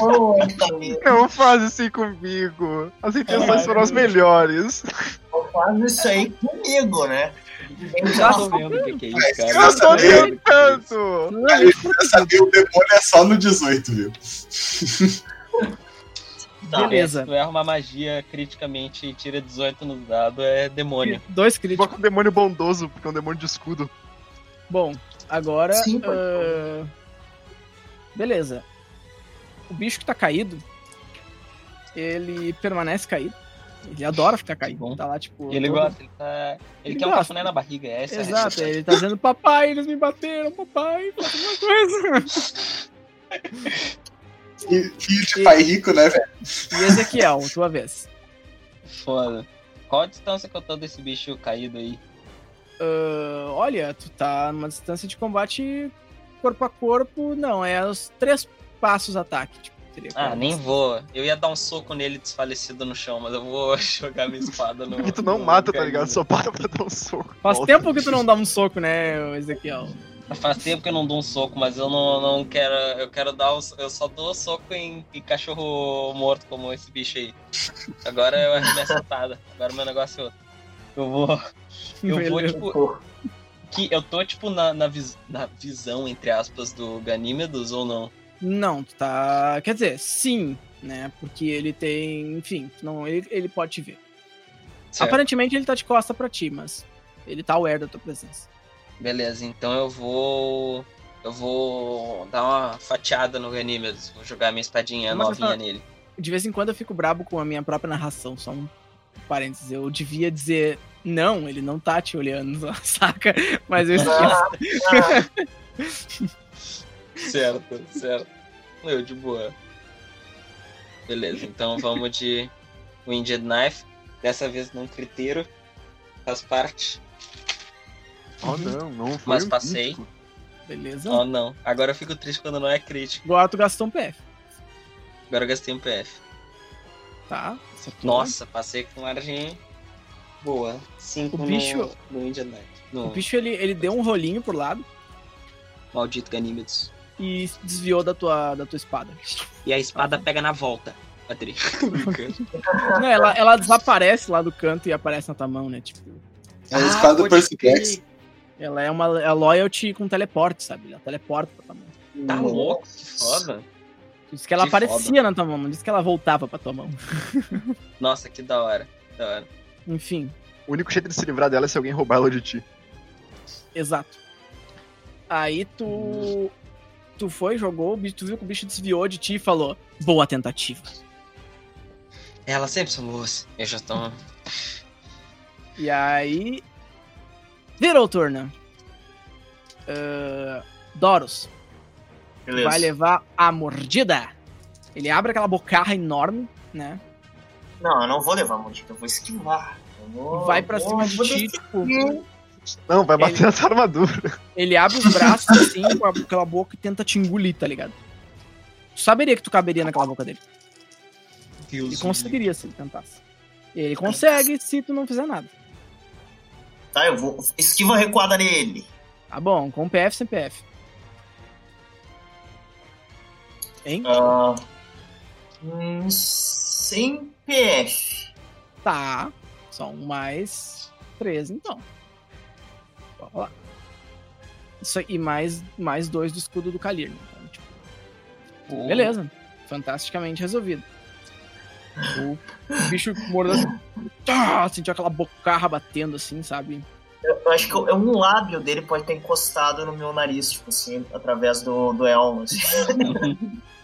D: Ô, Itali,
B: Não faz assim comigo. As intenções
F: Caralho.
B: foram as melhores.
D: não faz isso aí comigo, né?
C: Eu já tô vendo o que, que é isso, cara.
B: Eu
C: tô
B: só
C: vendo
B: tenho
C: o que é isso.
B: tanto.
E: [LAUGHS] Essa aqui, o demônio é só no 18, viu?
D: Tá.
A: Beleza.
C: Se tu erra uma magia criticamente e tira 18 no dado, é demônio.
A: Dois críticos.
B: Invoca um demônio bondoso, porque é um demônio de escudo.
A: Bom, agora.
D: Sim, pode.
A: ah, Beleza. O bicho que tá caído, ele permanece caído. Ele adora ficar caído.
C: bom.
A: Tá lá, tipo.
C: Ele
A: todo-
C: gosta, ele tá. Ele,
A: Ele
C: quer um
A: gosta.
C: cafuné na barriga, é essa é a
A: Exato,
C: regra.
A: ele tá dizendo, papai, eles me bateram, papai, faz alguma
C: [LAUGHS]
A: coisa.
E: E Filho de pai rico, né, velho?
A: E Ezequiel, tua vez.
B: é.
C: Foda. Qual a distância que eu tô desse bicho caído aí?
A: Ah, olha, tu tá numa distância de combate corpo a corpo, não, é os três passos ataque. Tipo, teria
C: Ah,
A: que-
C: nem vou. Eu ia dar um soco nele desfalecido no chão, mas eu vou [LAUGHS] jogar minha espada
B: [LAUGHS]
C: no.
B: Porque tu não
C: no
B: mata, tá
C: caído.
B: ligado? Só para pra dar um soco.
A: Faz
B: Volta.
A: tempo que tu não dá um soco, né, Ezequiel?
C: Faz tempo que eu não dou um soco, mas eu não, não quero. Eu quero dar um, Eu só dou soco em, em cachorro morto como esse bicho aí. Agora eu arremesso a espada. Agora o meu negócio é outro. Eu vou. Eu vou,
A: [LAUGHS] Beleza.
C: tipo, que eu tô, tipo, na, na, vis- na visão, entre aspas, do Ganímedos ou não?
A: Não, tu tá. Quer dizer, sim, né? Porque ele tem. Enfim, tu não, ele, ele pode te ver.
C: Certo.
A: Aparentemente ele tá de costa pra ti, mas ele tá aware da tua presença.
C: Beleza, então eu vou. Eu vou dar uma fatiada no Ganímedos. Vou jogar minha espadinha
A: Mas
C: novinha
A: essa-
C: nele.
A: De vez em quando eu fico brabo com a minha própria narração, só um parênteses. Eu devia dizer. Não, ele não tá te olhando, [LAUGHS] saca? Mas eu esqueço.
D: Ah, ah,
C: [LAUGHS] Certo, certo. Eu de boa. Beleza, então vamos de Winged Knife. Dessa vez num criteiro. Faz parte.
B: Oh, não, não foi
C: Mas
B: um
C: passei.
B: crítico.
A: Beleza?
C: Oh não. Agora eu fico triste quando não é crítico.
A: Agora tu gastou um PF,
C: Agora eu gastei um PF.
A: tá?
C: Nossa, passei com margem boa. 5
A: O bicho-
C: no, no Indian Knight. No
A: O bicho ele, ele deu um rolinho pro lado
C: maldito Ganímedes.
A: e desviou da tua, da tua espada.
C: E a espada pega na volta.
E: [LAUGHS]
C: Adri.
A: Não, ela, ela desaparece lá do canto e aparece na tua mão, né? Tipo.
E: É
C: Ah,
E: a espada do
A: pode
E: Percy
A: crer.
E: Jackson.
A: Ela é uma é a loyalty com teleporte, sabe? Ela teleporta pra tua mão.
C: tá louco? Que foda.
A: Diz que ela
C: Que
A: aparecia na tua mão, diz que ela voltava pra tua mão. [LAUGHS]
C: Nossa, que da hora. que Da hora.
A: Enfim,
B: O único jeito de se livrar dela é se alguém roubar ela de ti.
A: exato. Aí tu. Tu foi, jogou, o bicho- tu viu que o bicho desviou de ti e falou: Boa tentativa.
C: Elas sempre são boas. Eu já tô.
A: E aí. Virou o turno. Ah, Doros
D: beleza.
A: vai levar a mordida. Ele abre aquela bocarra enorme, né?
D: Não, eu não vou levar mordida, eu vou esquivar. Eu vou-
A: vai pra
D: vou-
A: cima de
D: vou
A: ti,
D: descer.
A: tipo,
B: Não, vai bater na tua armadura.
A: ele abre os braços assim com a- aquela boca e tenta te engolir, tá ligado? Tu saberia que tu caberia naquela boca dele. Ele
C: Deus
A: conseguiria se ele tentasse. Ele consegue se tu não fizer nada.
D: Tá, eu vou. Esquiva recuada nele.
A: Tá bom, com PF sem PF. Hein?
D: Ah, hum, sem PF.
A: Tá. São mais 13, então. Vamos lá. Isso aí, e mais, mais dois do escudo do Kalir. né? Então, tipo,
C: Pô,
A: Beleza. Fantasticamente resolvido. O bicho mordeu assim. Tá, sentiu aquela bocarra batendo assim, sabe?
D: Eu, eu acho que eu- um lábio dele pode ter encostado no meu nariz, tipo assim, através do, do elmo. Assim.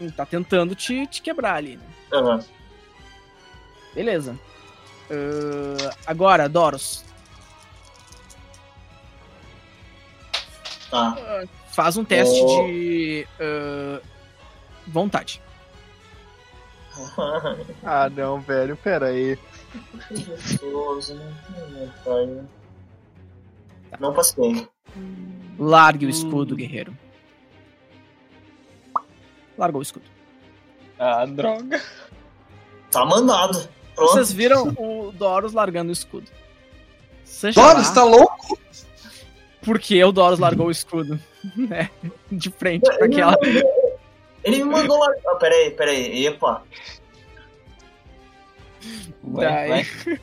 A: Ele tá tentando te, te quebrar ali, né?
D: Aham.
A: Beleza. Ahn, agora, Doros,
D: Tá.
A: faz um teste
D: Oh.
A: de. ahn, vontade.
B: Ah, não, velho, pera aí.
D: Gostoso, não tem vontade. Não passei.
A: Largue o escudo, guerreiro. largou o escudo.
C: Ah, droga.
D: Tá mandado. Pronto.
A: Vocês viram o Doros largando o escudo. Seja
E: Doris,
A: lá
E: tá louco?
A: Porque o Doros largou o escudo. [LAUGHS] né? De frente pra aquela.
D: Ele me mandou lá. Ah, peraí, peraí. Epa.
C: Vai,
A: Daí-
C: vai.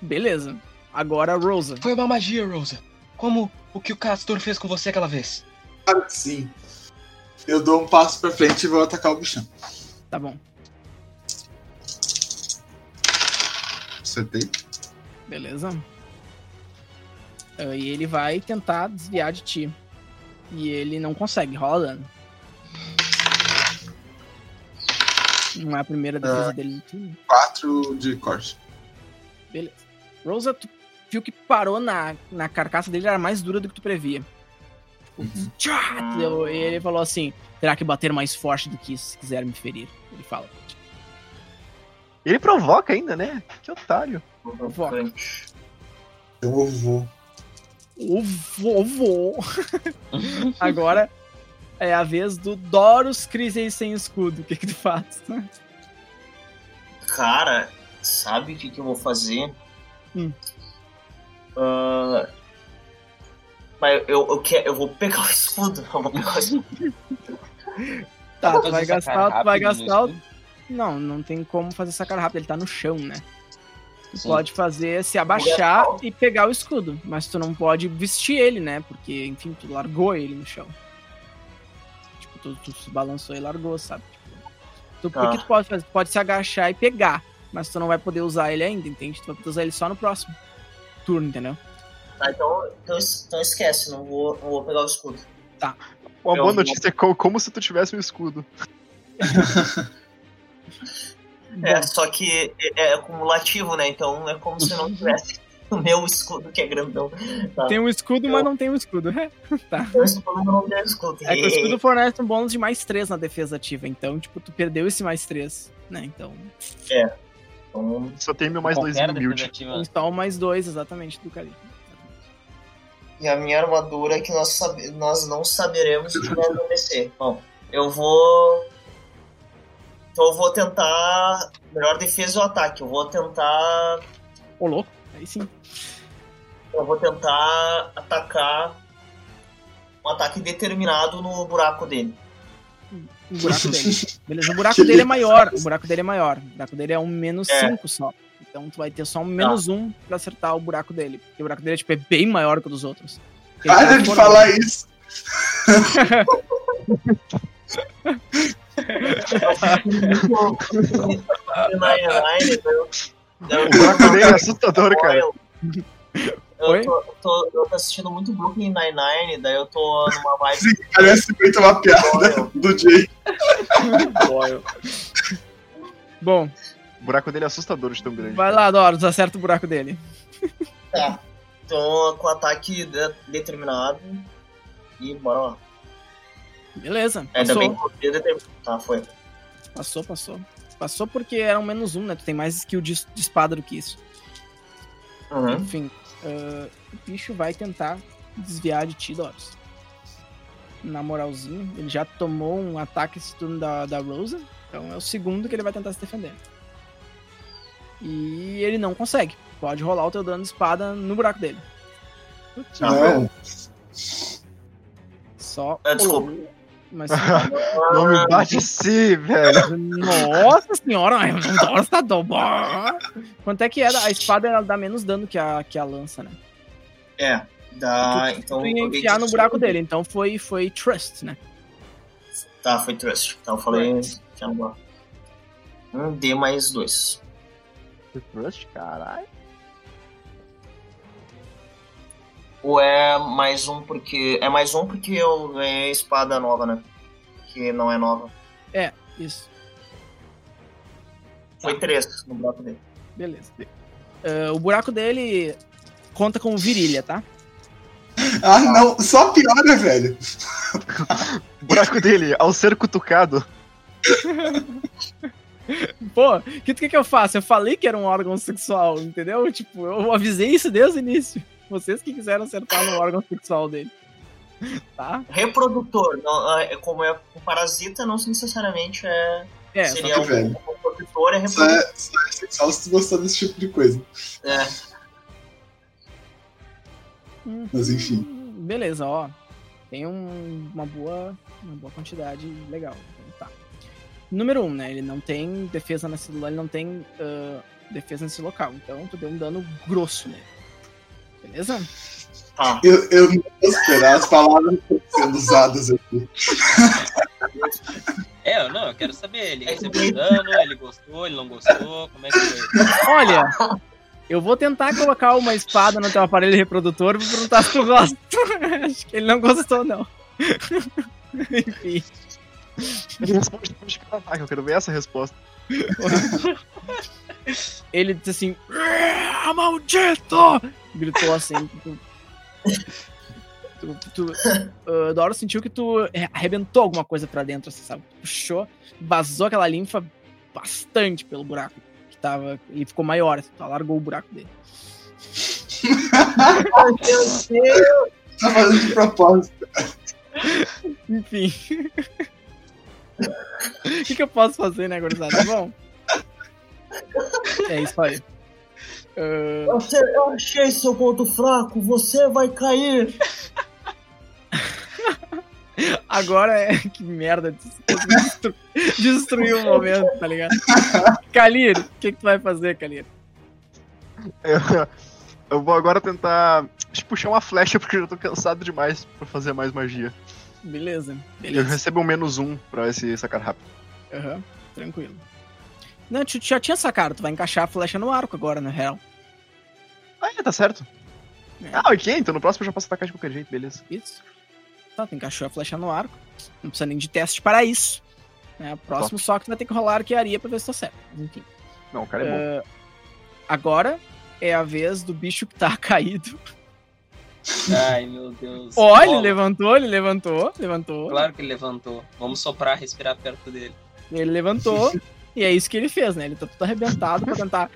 A: Beleza. Agora a Rosa.
C: Foi uma magia, Rosa. Como o que o Castor fez com você aquela vez.
E: Claro que sim. Eu dou um passo pra frente e vou atacar o bichão.
A: Tá bom.
E: Acertei.
A: Beleza. Ah, E ele vai tentar desviar de ti. E ele não consegue, rola dano. Não é a primeira defesa dele.
E: Quatro de corte.
A: Beleza. Rosa, tu viu que parou na, na carcaça dele, era mais dura do que tu previa.
E: Uhum.
A: Tipo, tchá, tu deu- e ele falou assim: terá que bater mais forte do que isso se quiser me ferir. Ele fala.
B: Ele provoca ainda, né? Que otário.
E: Então eu vou.
A: O vovô. [LAUGHS] Agora é a vez do Doros Crisei sem escudo. O que, que tu faz?
C: Tá,
D: Cara, sabe o que, que eu vou fazer?
A: Hum.
D: Ah, mas eu, eu, quero, eu vou pegar o escudo. [LAUGHS] Eu vou pegar o escudo.
A: Tá, tu
C: Fazer
A: vai
C: essa cara
A: gastar, tu vai
C: rápido no
A: gastar. o-
C: escudo?
A: Não, não tem como fazer sacar rápido, ele tá no chão, né? Tu
C: Sim.
A: pode fazer se abaixar e pegar o escudo, mas tu não pode vestir ele, né? Porque, enfim, tu largou ele no chão. Tipo, tu, tu se balançou e largou, sabe? Tipo, tu,
D: Tá.
A: O que tu pode fazer? Tu pode se agachar e pegar, mas tu não vai poder usar ele ainda, entende? Tu vai poder usar ele só no próximo turno, entendeu?
D: Tá, então, então, es- então esquece, não vou, não vou pegar o escudo.
B: Uma
D: Eu
B: boa
D: vou-
B: notícia é co- como se tu tivesse um escudo.
D: É, só que é, é acumulativo, né? Então é como se eu
A: Uhum.
D: não tivesse [LAUGHS] o meu escudo, que é grandão.
A: Tem um escudo, mas não tem um escudo. [LAUGHS]
D: Eu escudo não tem escudo.
A: É que o escudo fornece um bônus de mais 3 na defesa ativa. Então, tipo, tu perdeu esse mais 3, né? Então,
D: Então,
B: Só tem meu mais dois
C: Qualquer
B: humilde.
E: Ah.
C: definitiva.
A: tem só o Um mais 2, exatamente, do carinho.
D: e a minha armadura é que nós, sabe- nós não saberemos o que vai acontecer. Bom, eu vou. Então eu vou tentar. Melhor defesa ou ataque? Eu vou tentar.
A: Ô, louco, aí sim.
D: Eu vou tentar atacar um ataque determinado no buraco dele.
A: O um
E: Um [LAUGHS]
A: buraco dele. Beleza, o buraco
E: Que
A: dele é
E: lindo.
A: maior. O buraco dele é maior. O buraco dele é um menos
D: É.
A: 5 só. Então tu vai ter só um menos
E: Tá.
A: 1 um pra acertar o buraco dele. Porque o buraco dele tipo, é bem maior que o dos outros. Ele tá
E: Para de
A: formado.
E: falar isso!
D: Eu
B: [LAUGHS] O buraco dele é assustador, cara.
A: Oi?
D: Eu tô, eu tô- eu tô assistindo muito Brooklyn Nine-Nine, daí eu tô numa vibe.
E: Parece muito uma piada do Jay.
A: Bom,
B: O buraco dele é assustador de tão grande.
A: vai lá, Doros, acerta o buraco dele.
D: Tá. Então, com ataque de- determinado. E bora lá.
A: Beleza,
D: Ainda
A: passou.
D: bem que eu podia determinar. Tá, foi.
A: Passou, passou. Passou porque era um menos 1, né? Tu tem mais skill de, de espada do que isso.
D: Uhum.
A: Enfim, ah, o bicho vai tentar desviar de ti, Doris. Na moralzinha, ele já tomou um ataque esse turno da, da Rosa. Então é o segundo que ele vai tentar se defender. E ele não consegue. Pode rolar o teu dano de espada no buraco dele.
E: Não,
A: Só.
D: Ah, desculpa.
A: Mas.
B: [LAUGHS] Não me bate assim, velho.
A: Nossa senhora, [LAUGHS] o Doris tá do... Quanto é que era? A espada ela dá menos dano que a, que a lança, né?
D: É. Dá, então.
A: Tu ia
D: eu dei
A: enfiar no
D: desculpa.
A: buraco dele, então foi, foi Trust, né?
D: Tá, foi trust. Então eu falei. enfiar no buraco. Um D mais dois.
B: Caralho.
D: Ou é mais um porque. É mais um porque eu ganhei a espada nova, né? Que não é nova.
A: Isso.
D: Foi
A: Tá.
D: três no buraco dele.
A: Beleza. Eh, o buraco dele conta com virilha, tá?
E: Ah, não, só piora, velho.
B: O buraco dele, ao ser cutucado, [LAUGHS]
A: Pô, o que tu quer que eu faça? Eu falei que era um órgão sexual, entendeu? Tipo, eu avisei isso desde o início. Vocês que quiseram acertar no órgão sexual dele. tá?
D: Reprodutor, não, é, como é o parasita, não necessariamente é.
A: É, só
D: seria
E: que
D: um
E: velho.
D: reprodutor, é
E: Só
D: reprodutor.
E: é, só é sexual se tu gostar desse tipo de coisa.
D: É.
E: Mas enfim.
A: Hum, Beleza, ó. Tem um- uma, boa, uma boa quantidade legal. Então, tá. Número um, né? Ele não tem defesa nesse ele não tem ah, defesa nesse local. Então tu deu um dano grosso nele. Beleza?
D: Tá.
E: Eu, eu não vou esperar as palavras sendo usadas aqui.
C: É, eu não, eu quero saber. Ele
D: É
C: recebeu um dano, ele gostou, ele não gostou, como é
A: [LAUGHS]
C: que foi?
A: Olha, eu vou tentar colocar uma espada no teu aparelho reprodutor e vou perguntar se tu gosta. [LAUGHS] Acho que ele não gostou, não. [LAUGHS] Enfim.
B: Ele responde depois de cada ataque, eu quero ver essa resposta.
A: Ele disse assim: "Ah, Maldito! Gritou assim. Tu, tu, tu- ah, Doro sentiu que tu é, arrebentou alguma coisa pra dentro, assim, sabe? Puxou, vazou aquela linfa bastante pelo buraco que tava. Ele ficou maior, assim, tu largou o buraco dele.
D: Meu Deus,
E: Tá fazendo de propósito.
A: Enfim. [LAUGHS] O que, que eu posso fazer, né, gurizada? Bom. É isso aí. Ah,
D: você- eu achei seu ponto fraco, você vai cair.
A: agora é. [LAUGHS] Que merda. destru- Destruiu o momento, tá ligado? Kalir, o que, que tu vai fazer, Kalir?
B: Eu, eu vou agora tentar acho que puxar uma flecha, porque eu já tô cansado demais pra fazer mais magia.
A: Beleza.
B: Eu
A: Beleza.
B: recebo um menos um pra esse sacar rápido.
A: Aham, Tranquilo. Não, tu já tinha sacado, tu vai encaixar a flecha no arco agora, na real.
B: Ah, é, tá certo. Ah, ok, então no próximo eu já posso atacar de qualquer jeito, beleza.
A: Isso. Tá, tu encaixou a flecha no arco. Não precisa nem de teste para isso. Né? O próximo só que tu vai ter que rolar arquearia pra ver se tá certo. Mas Enfim.
B: Não, o cara é bom.
A: Ah, agora é a vez do bicho que tá [LAUGHS] caído.
C: Ai, meu Deus.
A: Olha, ele
C: Bola.
A: levantou, ele levantou, levantou.
C: Claro que ele levantou. Vamos soprar, respirar perto dele.
A: Ele
C: [LAUGHS]
A: levantou. e é isso que ele fez, né? Ele tá tudo arrebentado pra tentar.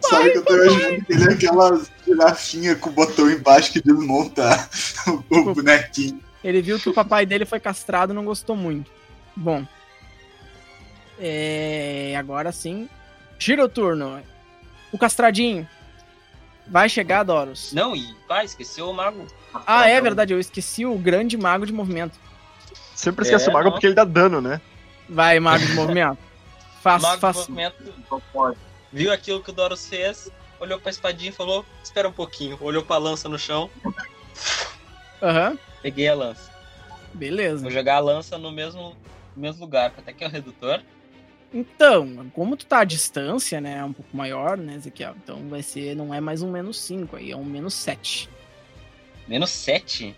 E: Sabe que eu tô imaginando que ele é aquela girafinha com o botão embaixo que desmonta [LAUGHS] o, o bonequinho.
A: Ele viu que o papai dele foi castrado e não gostou muito. Bom. É, agora sim. Gira o turno. O castradinho. Vai chegar, Doros.
C: Não, e vai, esqueceu o mago.
A: Ah, é
C: Então,
A: verdade, eu esqueci o grande mago de movimento.
B: Sempre esquece
C: é,
B: o mago
C: não.
B: porque ele dá dano, né?
A: Vai, mago de
C: [LAUGHS]
A: movimento. Faz,
C: Mago
A: faz.
C: do movimento
D: Não Então pode.
C: viu aquilo que o Doros fez, olhou pra espadinha e falou: Espera um pouquinho. Olhou pra lança no chão,
A: Aham,
C: peguei a lança.
A: beleza.
C: Vou jogar a lança no mesmo, no mesmo lugar. Até que é o redutor.
A: Então, como tu tá à distância, né? É um pouco maior, né, Ezequiel? Então vai ser, não é mais um menos 5 aí, é um menos 7.
C: Menos 7.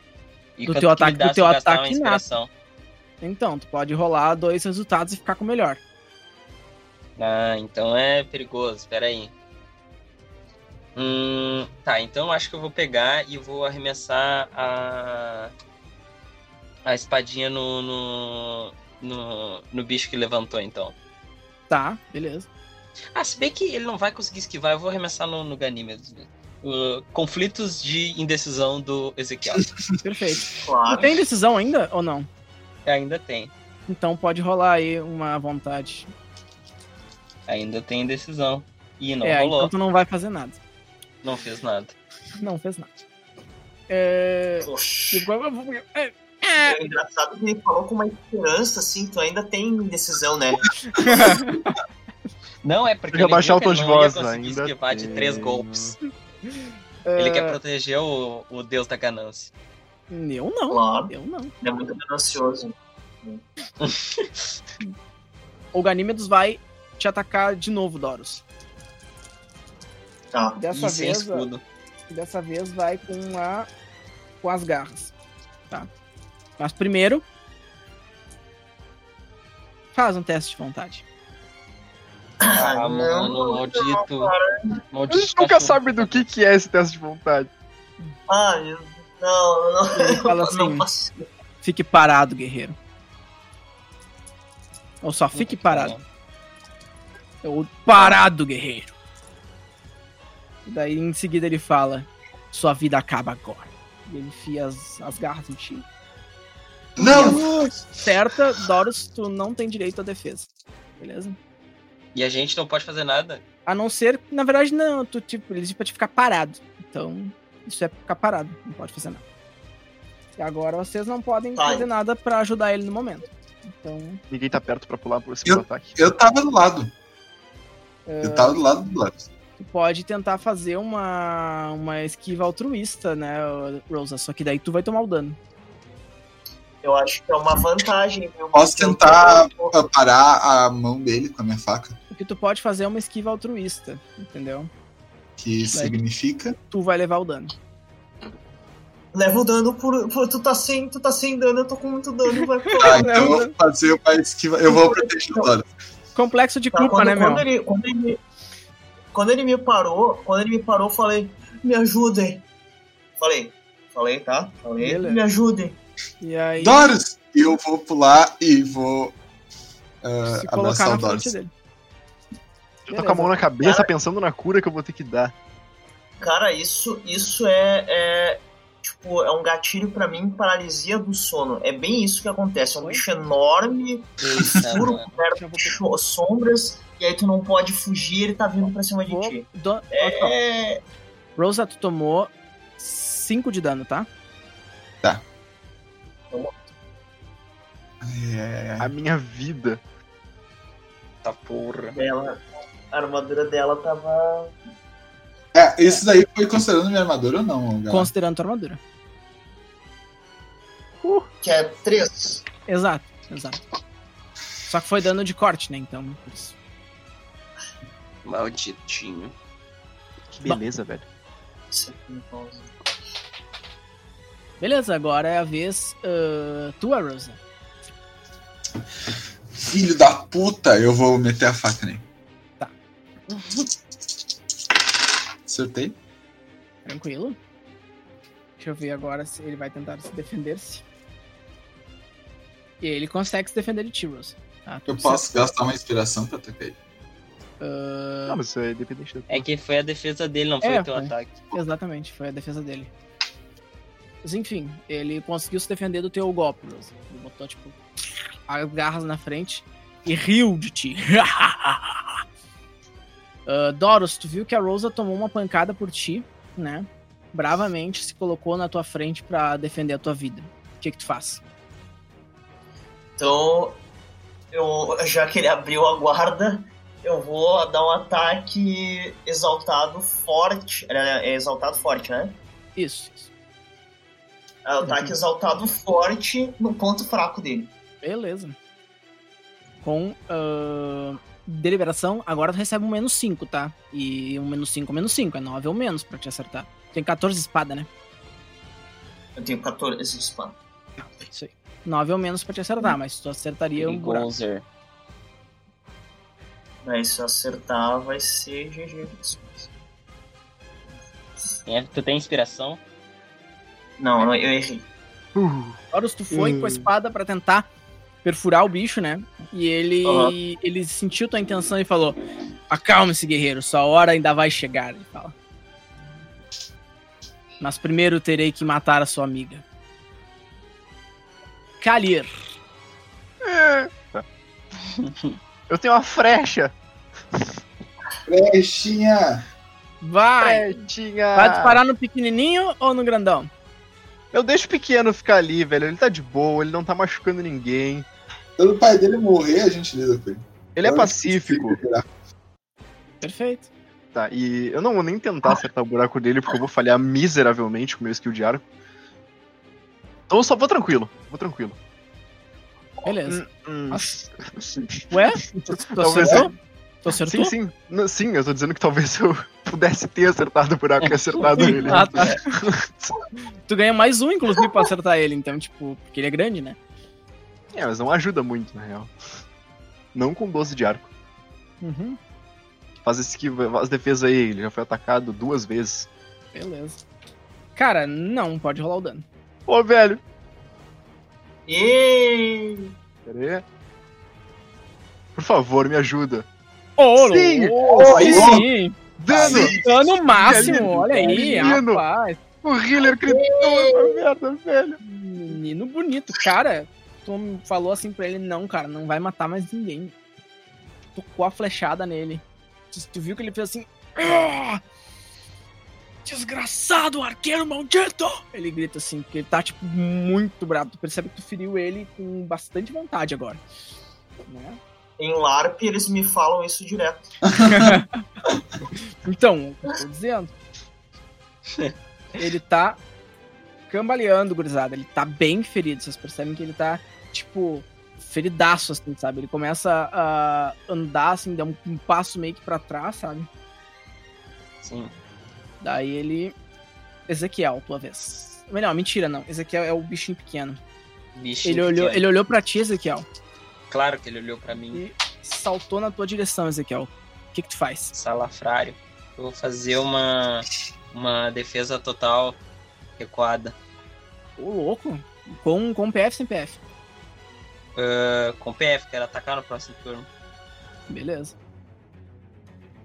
C: E
A: Do
C: quanto
A: teu
C: que me
A: ataque-
C: dá
A: do
C: se
A: teu
C: eu gastar uma
A: ataque nato.
C: inspiração?
A: Então, tu pode rolar dois resultados e ficar com o melhor.
C: Ah, então é perigoso. Espera aí. Hum, tá, então acho que eu vou pegar e vou arremessar a a espadinha no no, no, no bicho que levantou, então.
A: Tá,
C: [LAUGHS]
A: beleza.
C: Ah, se bem que ele não vai conseguir esquivar, eu vou arremessar no, no Ganímedes. mesmo. Uh, conflitos de indecisão do
B: [LAUGHS]
C: Ezequiel.
A: Perfeito. Tu
D: Claro.
A: tem decisão ainda ou não?
C: ainda tem.
A: Então pode rolar aí uma vontade.
C: Ainda tem indecisão. E não
A: é,
C: rolou.
A: então tu não vai fazer nada.
C: Não fez nada.
A: Não fez nada. É.
D: Poxa.
A: é,
D: É engraçado que ele falou com uma esperança, assim, tu ainda tem decisão, né?
C: Não, é porque
B: Deixa eu
C: ele
B: baixar
C: viu
B: o
C: que
B: tom
C: ele
B: de
C: não ia
B: voz
C: conseguir
B: ainda.
C: esquivar de três
B: tem.
C: golpes.
A: é,
C: Ele quer proteger o, o deus da ganância.
A: Eu não,
D: Claro.
A: eu não.
D: Ele é muito ganancioso.
A: O Ganímedes vai te atacar de novo, Doros.
D: Tá.
A: Dessa
C: e sem
A: vez,
C: escudo.
A: dessa vez vai com a com as garras, tá? Mas primeiro faz um teste de vontade.
C: Ah,
D: Ah,
C: mano, maldito.
B: A
C: maldito
B: gente nunca
C: cachorro.
B: sabe do que, que é esse teste de vontade.
D: Ah, eu- não, não.
A: Ele fala
D: eu não
A: assim:
D: faço-
A: "Fique parado, guerreiro." Ou só fique parado. Ou parado, guerreiro. Daí em seguida ele fala: "Sua vida acaba agora." E ele enfia as, as garras em ti.
E: Não!
A: Certa, Doros, tu não tem direito à defesa. Beleza?
C: E a gente não pode
B: [LAUGHS]
C: fazer nada.
A: A não ser, na verdade, não. Tu, tipo, ele diz pra te ficar parado. Então, isso é ficar parado. Não pode fazer nada. E agora vocês não podem
D: Tá.
A: fazer nada pra ajudar ele no momento. Então,
B: Ninguém tá perto pra pular por cima do ataque.
E: Eu tava do lado.
D: É.
E: Eu tava do lado do lado.
A: tu pode tentar fazer uma, uma esquiva altruísta, né, Rosa? Só que daí tu vai tomar o dano.
D: Eu acho que é uma vantagem. Viu?
E: Posso
D: Porque eu-
E: tentar-
D: eu-
E: Pra parar a mão dele com a minha faca,
A: O que tu pode fazer é uma esquiva altruísta, entendeu?
E: que significa.
A: Tu vai levar o dano.
D: Leva o dano por, por- Tu tá sem. Tu tá sem dano, eu tô com muito dano, vai pro.
E: Ah, então eu vou fazer uma esquiva. Eu vou proteger o Dora.
A: Complexo de
D: Tá,
A: culpa,
D: quando,
A: né, meu?
D: quando ele, quando, ele, quando ele me parou, quando ele me parou, eu falei, me ajudem. Falei, falei, tá? Falei,
A: Beleza.
D: me ajudem.
A: E aí,
E: Doris! Eu vou pular e vou ah,
A: se colocar
E: abraçar
A: na
E: o Doris.
A: frente dele.
B: Eu tô com a mão na cabeça pensando na cura que eu vou ter que dar.
D: Cara, isso, isso é, é, tipo, é um gatilho pra mim, paralisia do sono. É bem isso que acontece. É um
A: Oi?
D: bicho enorme,
C: Eita,
D: Juro.
C: mano.
A: Já vou-
D: cho- sombras, e aí tu não pode fugir, ele tá vindo pra cima de
A: Vou-
D: ti.
A: do- Ó, ó.
D: É,
A: Rosa, tu tomou 5 de dano, tá?
E: Ai, ai, ai.
B: A minha vida.
C: Tá porra.
D: ela, a armadura dela tava.
E: É, isso daí foi considerando minha armadura ou não, galera?
A: Considerando tua armadura.
D: Que é três.
A: Exato, exato. Só que foi dano de corte, né? Então, por isso.
C: Malditinho.
B: Que beleza, velho.
D: então.
A: Beleza, agora é a vez ah, tua, Rosa.
E: Filho da puta, eu vou meter a faca nele.
A: Tá.
E: Acertei?
A: Tranquilo? Deixa eu ver agora se ele vai tentar se defender-se. E ele consegue se defender de ti, Rosa. Tá,
E: Eu
A: tudo
E: posso gastar uma inspiração pra atacar ele.
B: Não, mas isso é independente da
C: É que foi a defesa dele, não foi
A: É,
C: o teu
A: foi.
C: ataque.
A: Exatamente, foi a defesa dele. Mas enfim, ele conseguiu se defender do teu golpe, Rose. Ele botou, tipo, as garras na frente e riu de ti. [LAUGHS] Ah, Doros, tu viu que a Rosa tomou uma pancada por ti, né? Bravamente se colocou na tua frente pra defender a tua vida. O que que tu faz?
D: Então, eu, já que ele abriu a guarda, eu vou dar um ataque exaltado forte. É, é exaltado forte, né?
A: Isso, isso.
D: É um ataque exaltado forte no ponto fraco dele.
A: Beleza. Com ah, deliberação, agora tu recebe um menos 5, tá? E um menos 5 menos 5, é 9 ou menos pra te acertar. Tem 14 espada, né?
D: Eu tenho 14 spam.
A: 9 ou menos pra te acertar, mas tu acertaria um buraco.
C: Gonzer.
D: Mas se eu acertar, vai ser GG.
C: É, tu tem inspiração?
D: Não, não, eu errei.
B: Uh,
A: Horus, tu foi com a espada pra tentar perfurar o bicho, né? E ele,
D: Aham.
A: ele sentiu tua intenção e falou: Acalme-se, guerreiro, sua hora ainda vai chegar. Ele fala. Mas primeiro terei que matar a sua amiga. Kalir.
B: Eu tenho uma frecha.
E: Flechinha!
A: Vai!
B: Frechinha.
A: Vai disparar no pequenininho ou no grandão?
B: Eu deixo o pequeno ficar ali, velho. Ele tá de boa, ele não tá machucando ninguém.
E: Quando o pai dele morrer, a gente lida com ele.
B: Ele é
E: Agora
B: pacífico.
E: eu preciso
A: Perfeito.
B: Tá, e eu não vou nem tentar acertar o buraco dele, porque eu vou falhar miseravelmente com o meu skill de arco. Então eu só vou tranquilo. Vou tranquilo.
A: Beleza.
B: Hum, [LAUGHS]
A: Nossa. Ué? Tu
B: Talvez-
A: acertou? Tu acertou?
B: Sim, sim. N- Sim, eu tô dizendo que talvez eu [LAUGHS] pudesse ter acertado o buraco e acertado ele. é.
A: Ah, tá. [LAUGHS] tu ganha mais um, inclusive, pra acertar ele, então, tipo, porque ele é grande, né?
B: É, mas não ajuda muito, na real. Não com 12 de arco.
A: Uhum.
B: Faz esquiva, faz defesa aí, ele já foi atacado duas vezes.
A: Beleza. Cara, não pode rolar o dano.
B: Ô, velho!
D: E
B: Pera aí. Por favor, me ajuda.
A: Oh,
B: Sim!
A: louco,
E: Aí,
A: é sim!
B: Dano!
E: Aí,
A: Dano máximo,
B: Menino,
A: olha aí,
B: menino.
A: rapaz.
B: O Healer gritou essa merda, velho.
A: Menino bonito, cara. Tu falou assim pra ele, não, cara, não vai matar mais ninguém. Tocou a flechada nele. Tu, tu viu que ele fez assim. "Ah! Desgraçado, arqueiro maldito! Ele grita assim, porque ele tá, tipo, muito bravo. Tu percebe que tu feriu ele com bastante vontade agora. Né?
D: Em LARP eles me falam isso direto.
A: Então, o que eu tô
C: [LAUGHS]
A: dizendo. Ele tá cambaleando, gurizada. Ele tá bem ferido. Vocês percebem que ele tá, tipo, feridaço, assim, sabe? Ele começa a andar, assim, dá um, um passo meio que pra trás, sabe?
C: Sim.
A: Daí ele. Ezequiel, tua vez. Melhor, mentira, não. Ezequiel é o bichinho pequeno.
C: Bichinho
A: Ele olhou,
C: pequeno.
A: ele olhou pra ti, Ezequiel.
C: Claro que ele olhou pra mim,
A: Saltou na tua direção, Ezequiel. O que, que tu faz?
C: salafrário. Eu vou fazer uma, uma defesa total recuada.
A: Ô, louco. Com, com PF, sem PF.
C: Ah, com PF, quero atacar no próximo turno.
A: Beleza.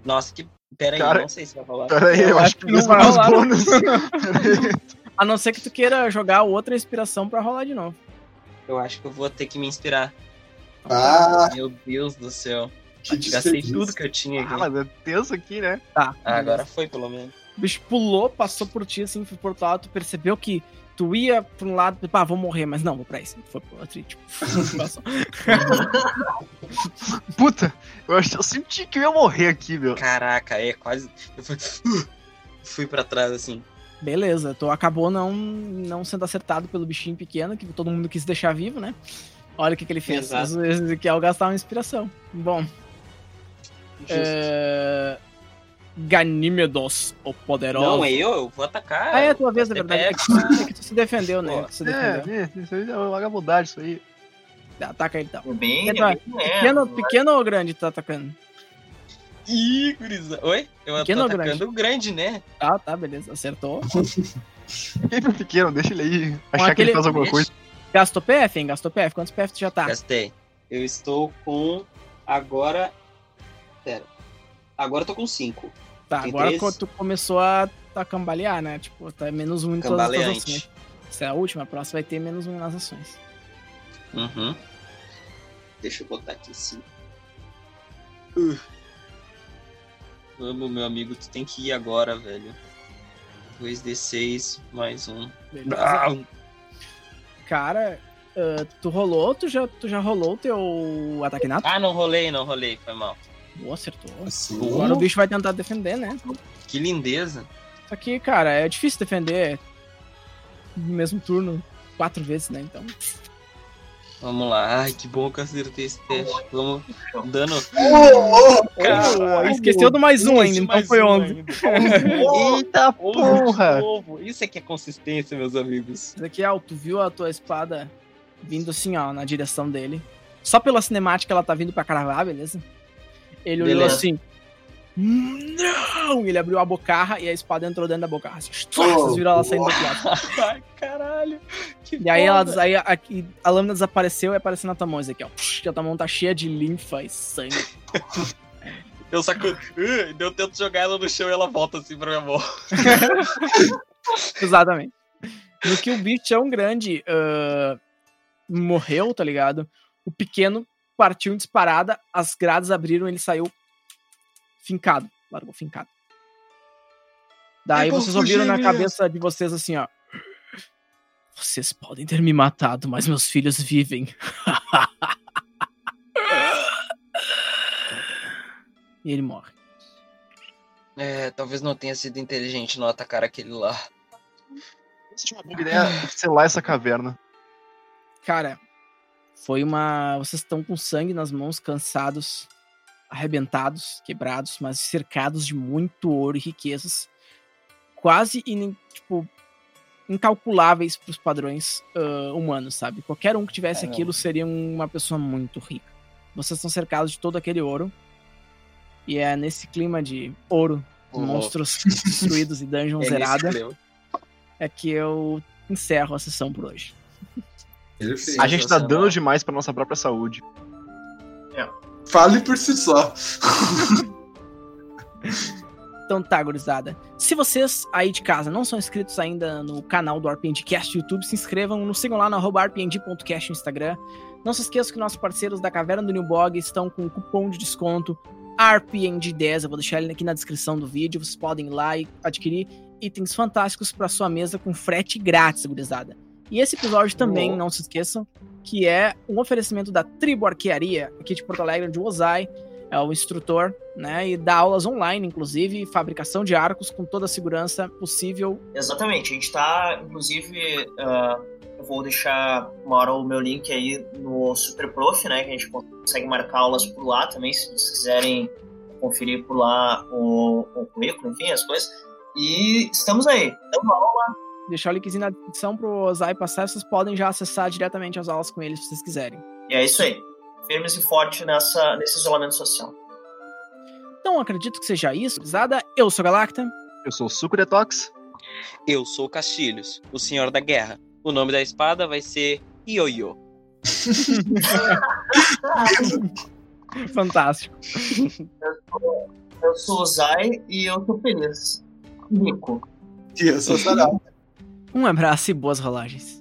C: Nossa, que. Pera aí,
B: Cara- tá-
C: não sei se vai rolar.
B: Pera aí, eu acho que
A: não
B: isso
A: vai
B: é os
A: rolar. [LAUGHS]
B: bônus.
A: A não ser que tu queira jogar outra inspiração pra rolar de novo.
C: Eu acho que eu vou ter que me inspirar.
E: Ah,
C: Meu Deus do céu.
E: que
C: Gastei
E: desperdício.
C: tudo que eu tinha aqui.
B: Ah, mas é tenso aqui, né?
A: Tá.
C: Ah, agora foi, pelo menos.
A: O bicho pulou, passou por ti, assim, foi pro outro lado, tu percebeu que tu ia pra um lado, pá, vou morrer, mas não, vou pra esse. Foi pro outro e,
C: [LAUGHS]
A: tipo, [LAUGHS] passou.
B: Puta, eu, acho, eu senti que eu ia morrer aqui, meu.
C: Caraca, é quase. Eu fui. [LAUGHS] Fui pra trás assim.
A: Beleza, tu acabou não, não sendo acertado pelo bichinho pequeno, que todo mundo quis deixar vivo, né? Olha o que, que ele fez.
C: Exato.
A: Às vezes que é o gastar uma inspiração. Bom,
C: Justo.
A: é... Ganímedos, o poderoso.
C: Não, é eu, eu vou atacar.
A: Ah, é a tua vez, na
C: Você
A: verdade. É que, tu, é que tu se defendeu, né?
C: Boa.
A: Tu se defendeu.
B: É, é, isso aí é uma vagabundagem, isso aí.
A: Ataca ele então.
D: É Bem, é
A: Então,
D: bem leve.
A: Pequeno, pequeno ou grande tu tá atacando?
C: Ih, gurizada. Oi? Eu
A: Pequeno
C: tô
A: ou grande?
C: atacando o grande, né?
A: Ah, tá, beleza. Acertou.
B: Quem pro pequeno, deixa ele aí achar que
A: aquele-
B: ele faz alguma
C: Deixa.
B: coisa.
A: [LAUGHS] Gastou PF, hein? Gastou PF. Quantos PF tu já tá?
C: Gastei. Eu estou com. Agora. Pera. Agora eu tô com 5.
A: Tá,
C: tem
A: agora
C: três.
A: quando tu começou a, a cambalear, né? Tipo, tá menos um em todas as tuas ações.
C: Cambaleante.
A: Essa é a última, a próxima vai ter menos um nas ações.
C: Uhum. Deixa eu botar aqui 5. Vamos, meu amigo. Tu tem que ir agora, velho. 2d6, mais um.
A: Beleza?
C: Ah, um.
A: Cara, ah, tu rolou, tu já, tu já rolou o teu ataque nato?
C: Ah, não rolei, não rolei. Foi mal.
A: Boa, acertou.
E: Passou.
A: Agora o bicho vai tentar defender, né?
C: Que lindeza.
A: Só que, cara, é difícil defender no mesmo turno quatro vezes, né? Então,
C: Vamos lá. Ai, que bom que eu acertei esse teste. Vamos. Dano.
E: Oh, oh,
C: Caralho.
A: esqueceu do mais um ainda,
C: Esse
A: então
C: mais
A: foi
C: um
A: 11.
C: ainda.
B: Eita
C: Porra!
B: porra!
C: Isso é que é consistência, meus amigos.
A: Ezequiel, tu viu a tua espada vindo assim, ó, na direção dele. Só pela cinemática ela tá vindo pra cravar, beleza? Ele olhou
C: Beleza.
A: assim. "Hum, Não! Ele abriu a bocarra e a espada entrou dentro da bocarra. Assim,
E: Oh,
A: vocês viram ela saindo do outro lado.
C: Ai, caralho. Que
A: E aí, ela,
C: foda.
A: aí a, aqui- a lâmina desapareceu e apareceu na tua mão, Ezequiel. Puxa, a tua mão tá cheia de linfa e sangue.
C: Eu saco. Uh, eu tento jogar ela no chão e ela volta assim pra minha mão.
A: [LAUGHS] Exatamente. No que o bichão grande ah, morreu, tá ligado? O pequeno partiu em disparada, as grades abriram, ele saiu fincado. Largou fincado. Daí
E: Eu vou
A: vocês ouviram
E: fugir,
A: na
E: Elias.
A: cabeça de vocês assim, ó. Vocês podem ter me matado, mas meus filhos vivem. [LAUGHS] e ele morre.
C: É, talvez não tenha sido inteligente não atacar aquele lá.
B: Tinha uma boa ideia né? selar essa caverna.
A: Cara, foi uma. Vocês estão com sangue nas mãos, cansados, arrebentados, quebrados, mas cercados de muito ouro e riquezas. Quase, in- tipo, incalculáveis para os padrões ah, humanos, sabe? Qualquer um que tivesse
C: Caramba.
A: aquilo seria um, uma pessoa muito rica. Vocês estão cercados de todo aquele ouro. E é nesse clima de ouro, monstros destruídos e dungeon
C: É nesse
A: zerada,
C: clima.
A: é que eu encerro a sessão por hoje.
E: Perfeito.
B: A gente tá
C: Sensacional.
B: dando demais pra nossa própria saúde.
E: Fale por si só.
A: Então tá, gurizada. Se vocês aí de casa não são inscritos ainda no canal do ArpendCast no YouTube, se inscrevam, nos sigam lá na arroba arpend.cast no Instagram. Não se esqueçam que nossos parceiros da Caverna do Newbog estão com um cupom de desconto ARPND10. Eu vou deixar ele aqui na descrição do vídeo. Vocês podem ir lá e adquirir itens fantásticos para sua mesa com frete grátis, gurizada. E esse episódio também, não se esqueçam, que é um oferecimento da Tribo Arquearia, aqui de Porto Alegre, de Ozai. É o instrutor, né? E dá aulas online, inclusive, fabricação de arcos com toda a segurança possível.
D: Exatamente, a gente tá, inclusive, ah, eu vou deixar uma hora o meu link aí no Super Prof, né? Que a gente consegue marcar aulas por lá também, se vocês quiserem conferir por lá o, o currículo, enfim, as coisas. E estamos aí. Dando aula.
A: Deixar o linkzinho na descrição pro Ozai passar, vocês podem já acessar diretamente as aulas com ele se vocês quiserem.
D: E é isso aí. Firmes e forte nessa, nesse isolamento social.
A: Então acredito que seja isso, gurizada. Eu sou Galacta.
B: Eu sou o Suco Detox.
C: Eu sou Castilhos, o senhor da guerra. O nome da espada vai ser Ioiô.
A: Fantástico.
D: Eu sou o Zai e eu tô feliz. Rico.
E: E eu sou o Sarau.
A: Um abraço e boas rolagens.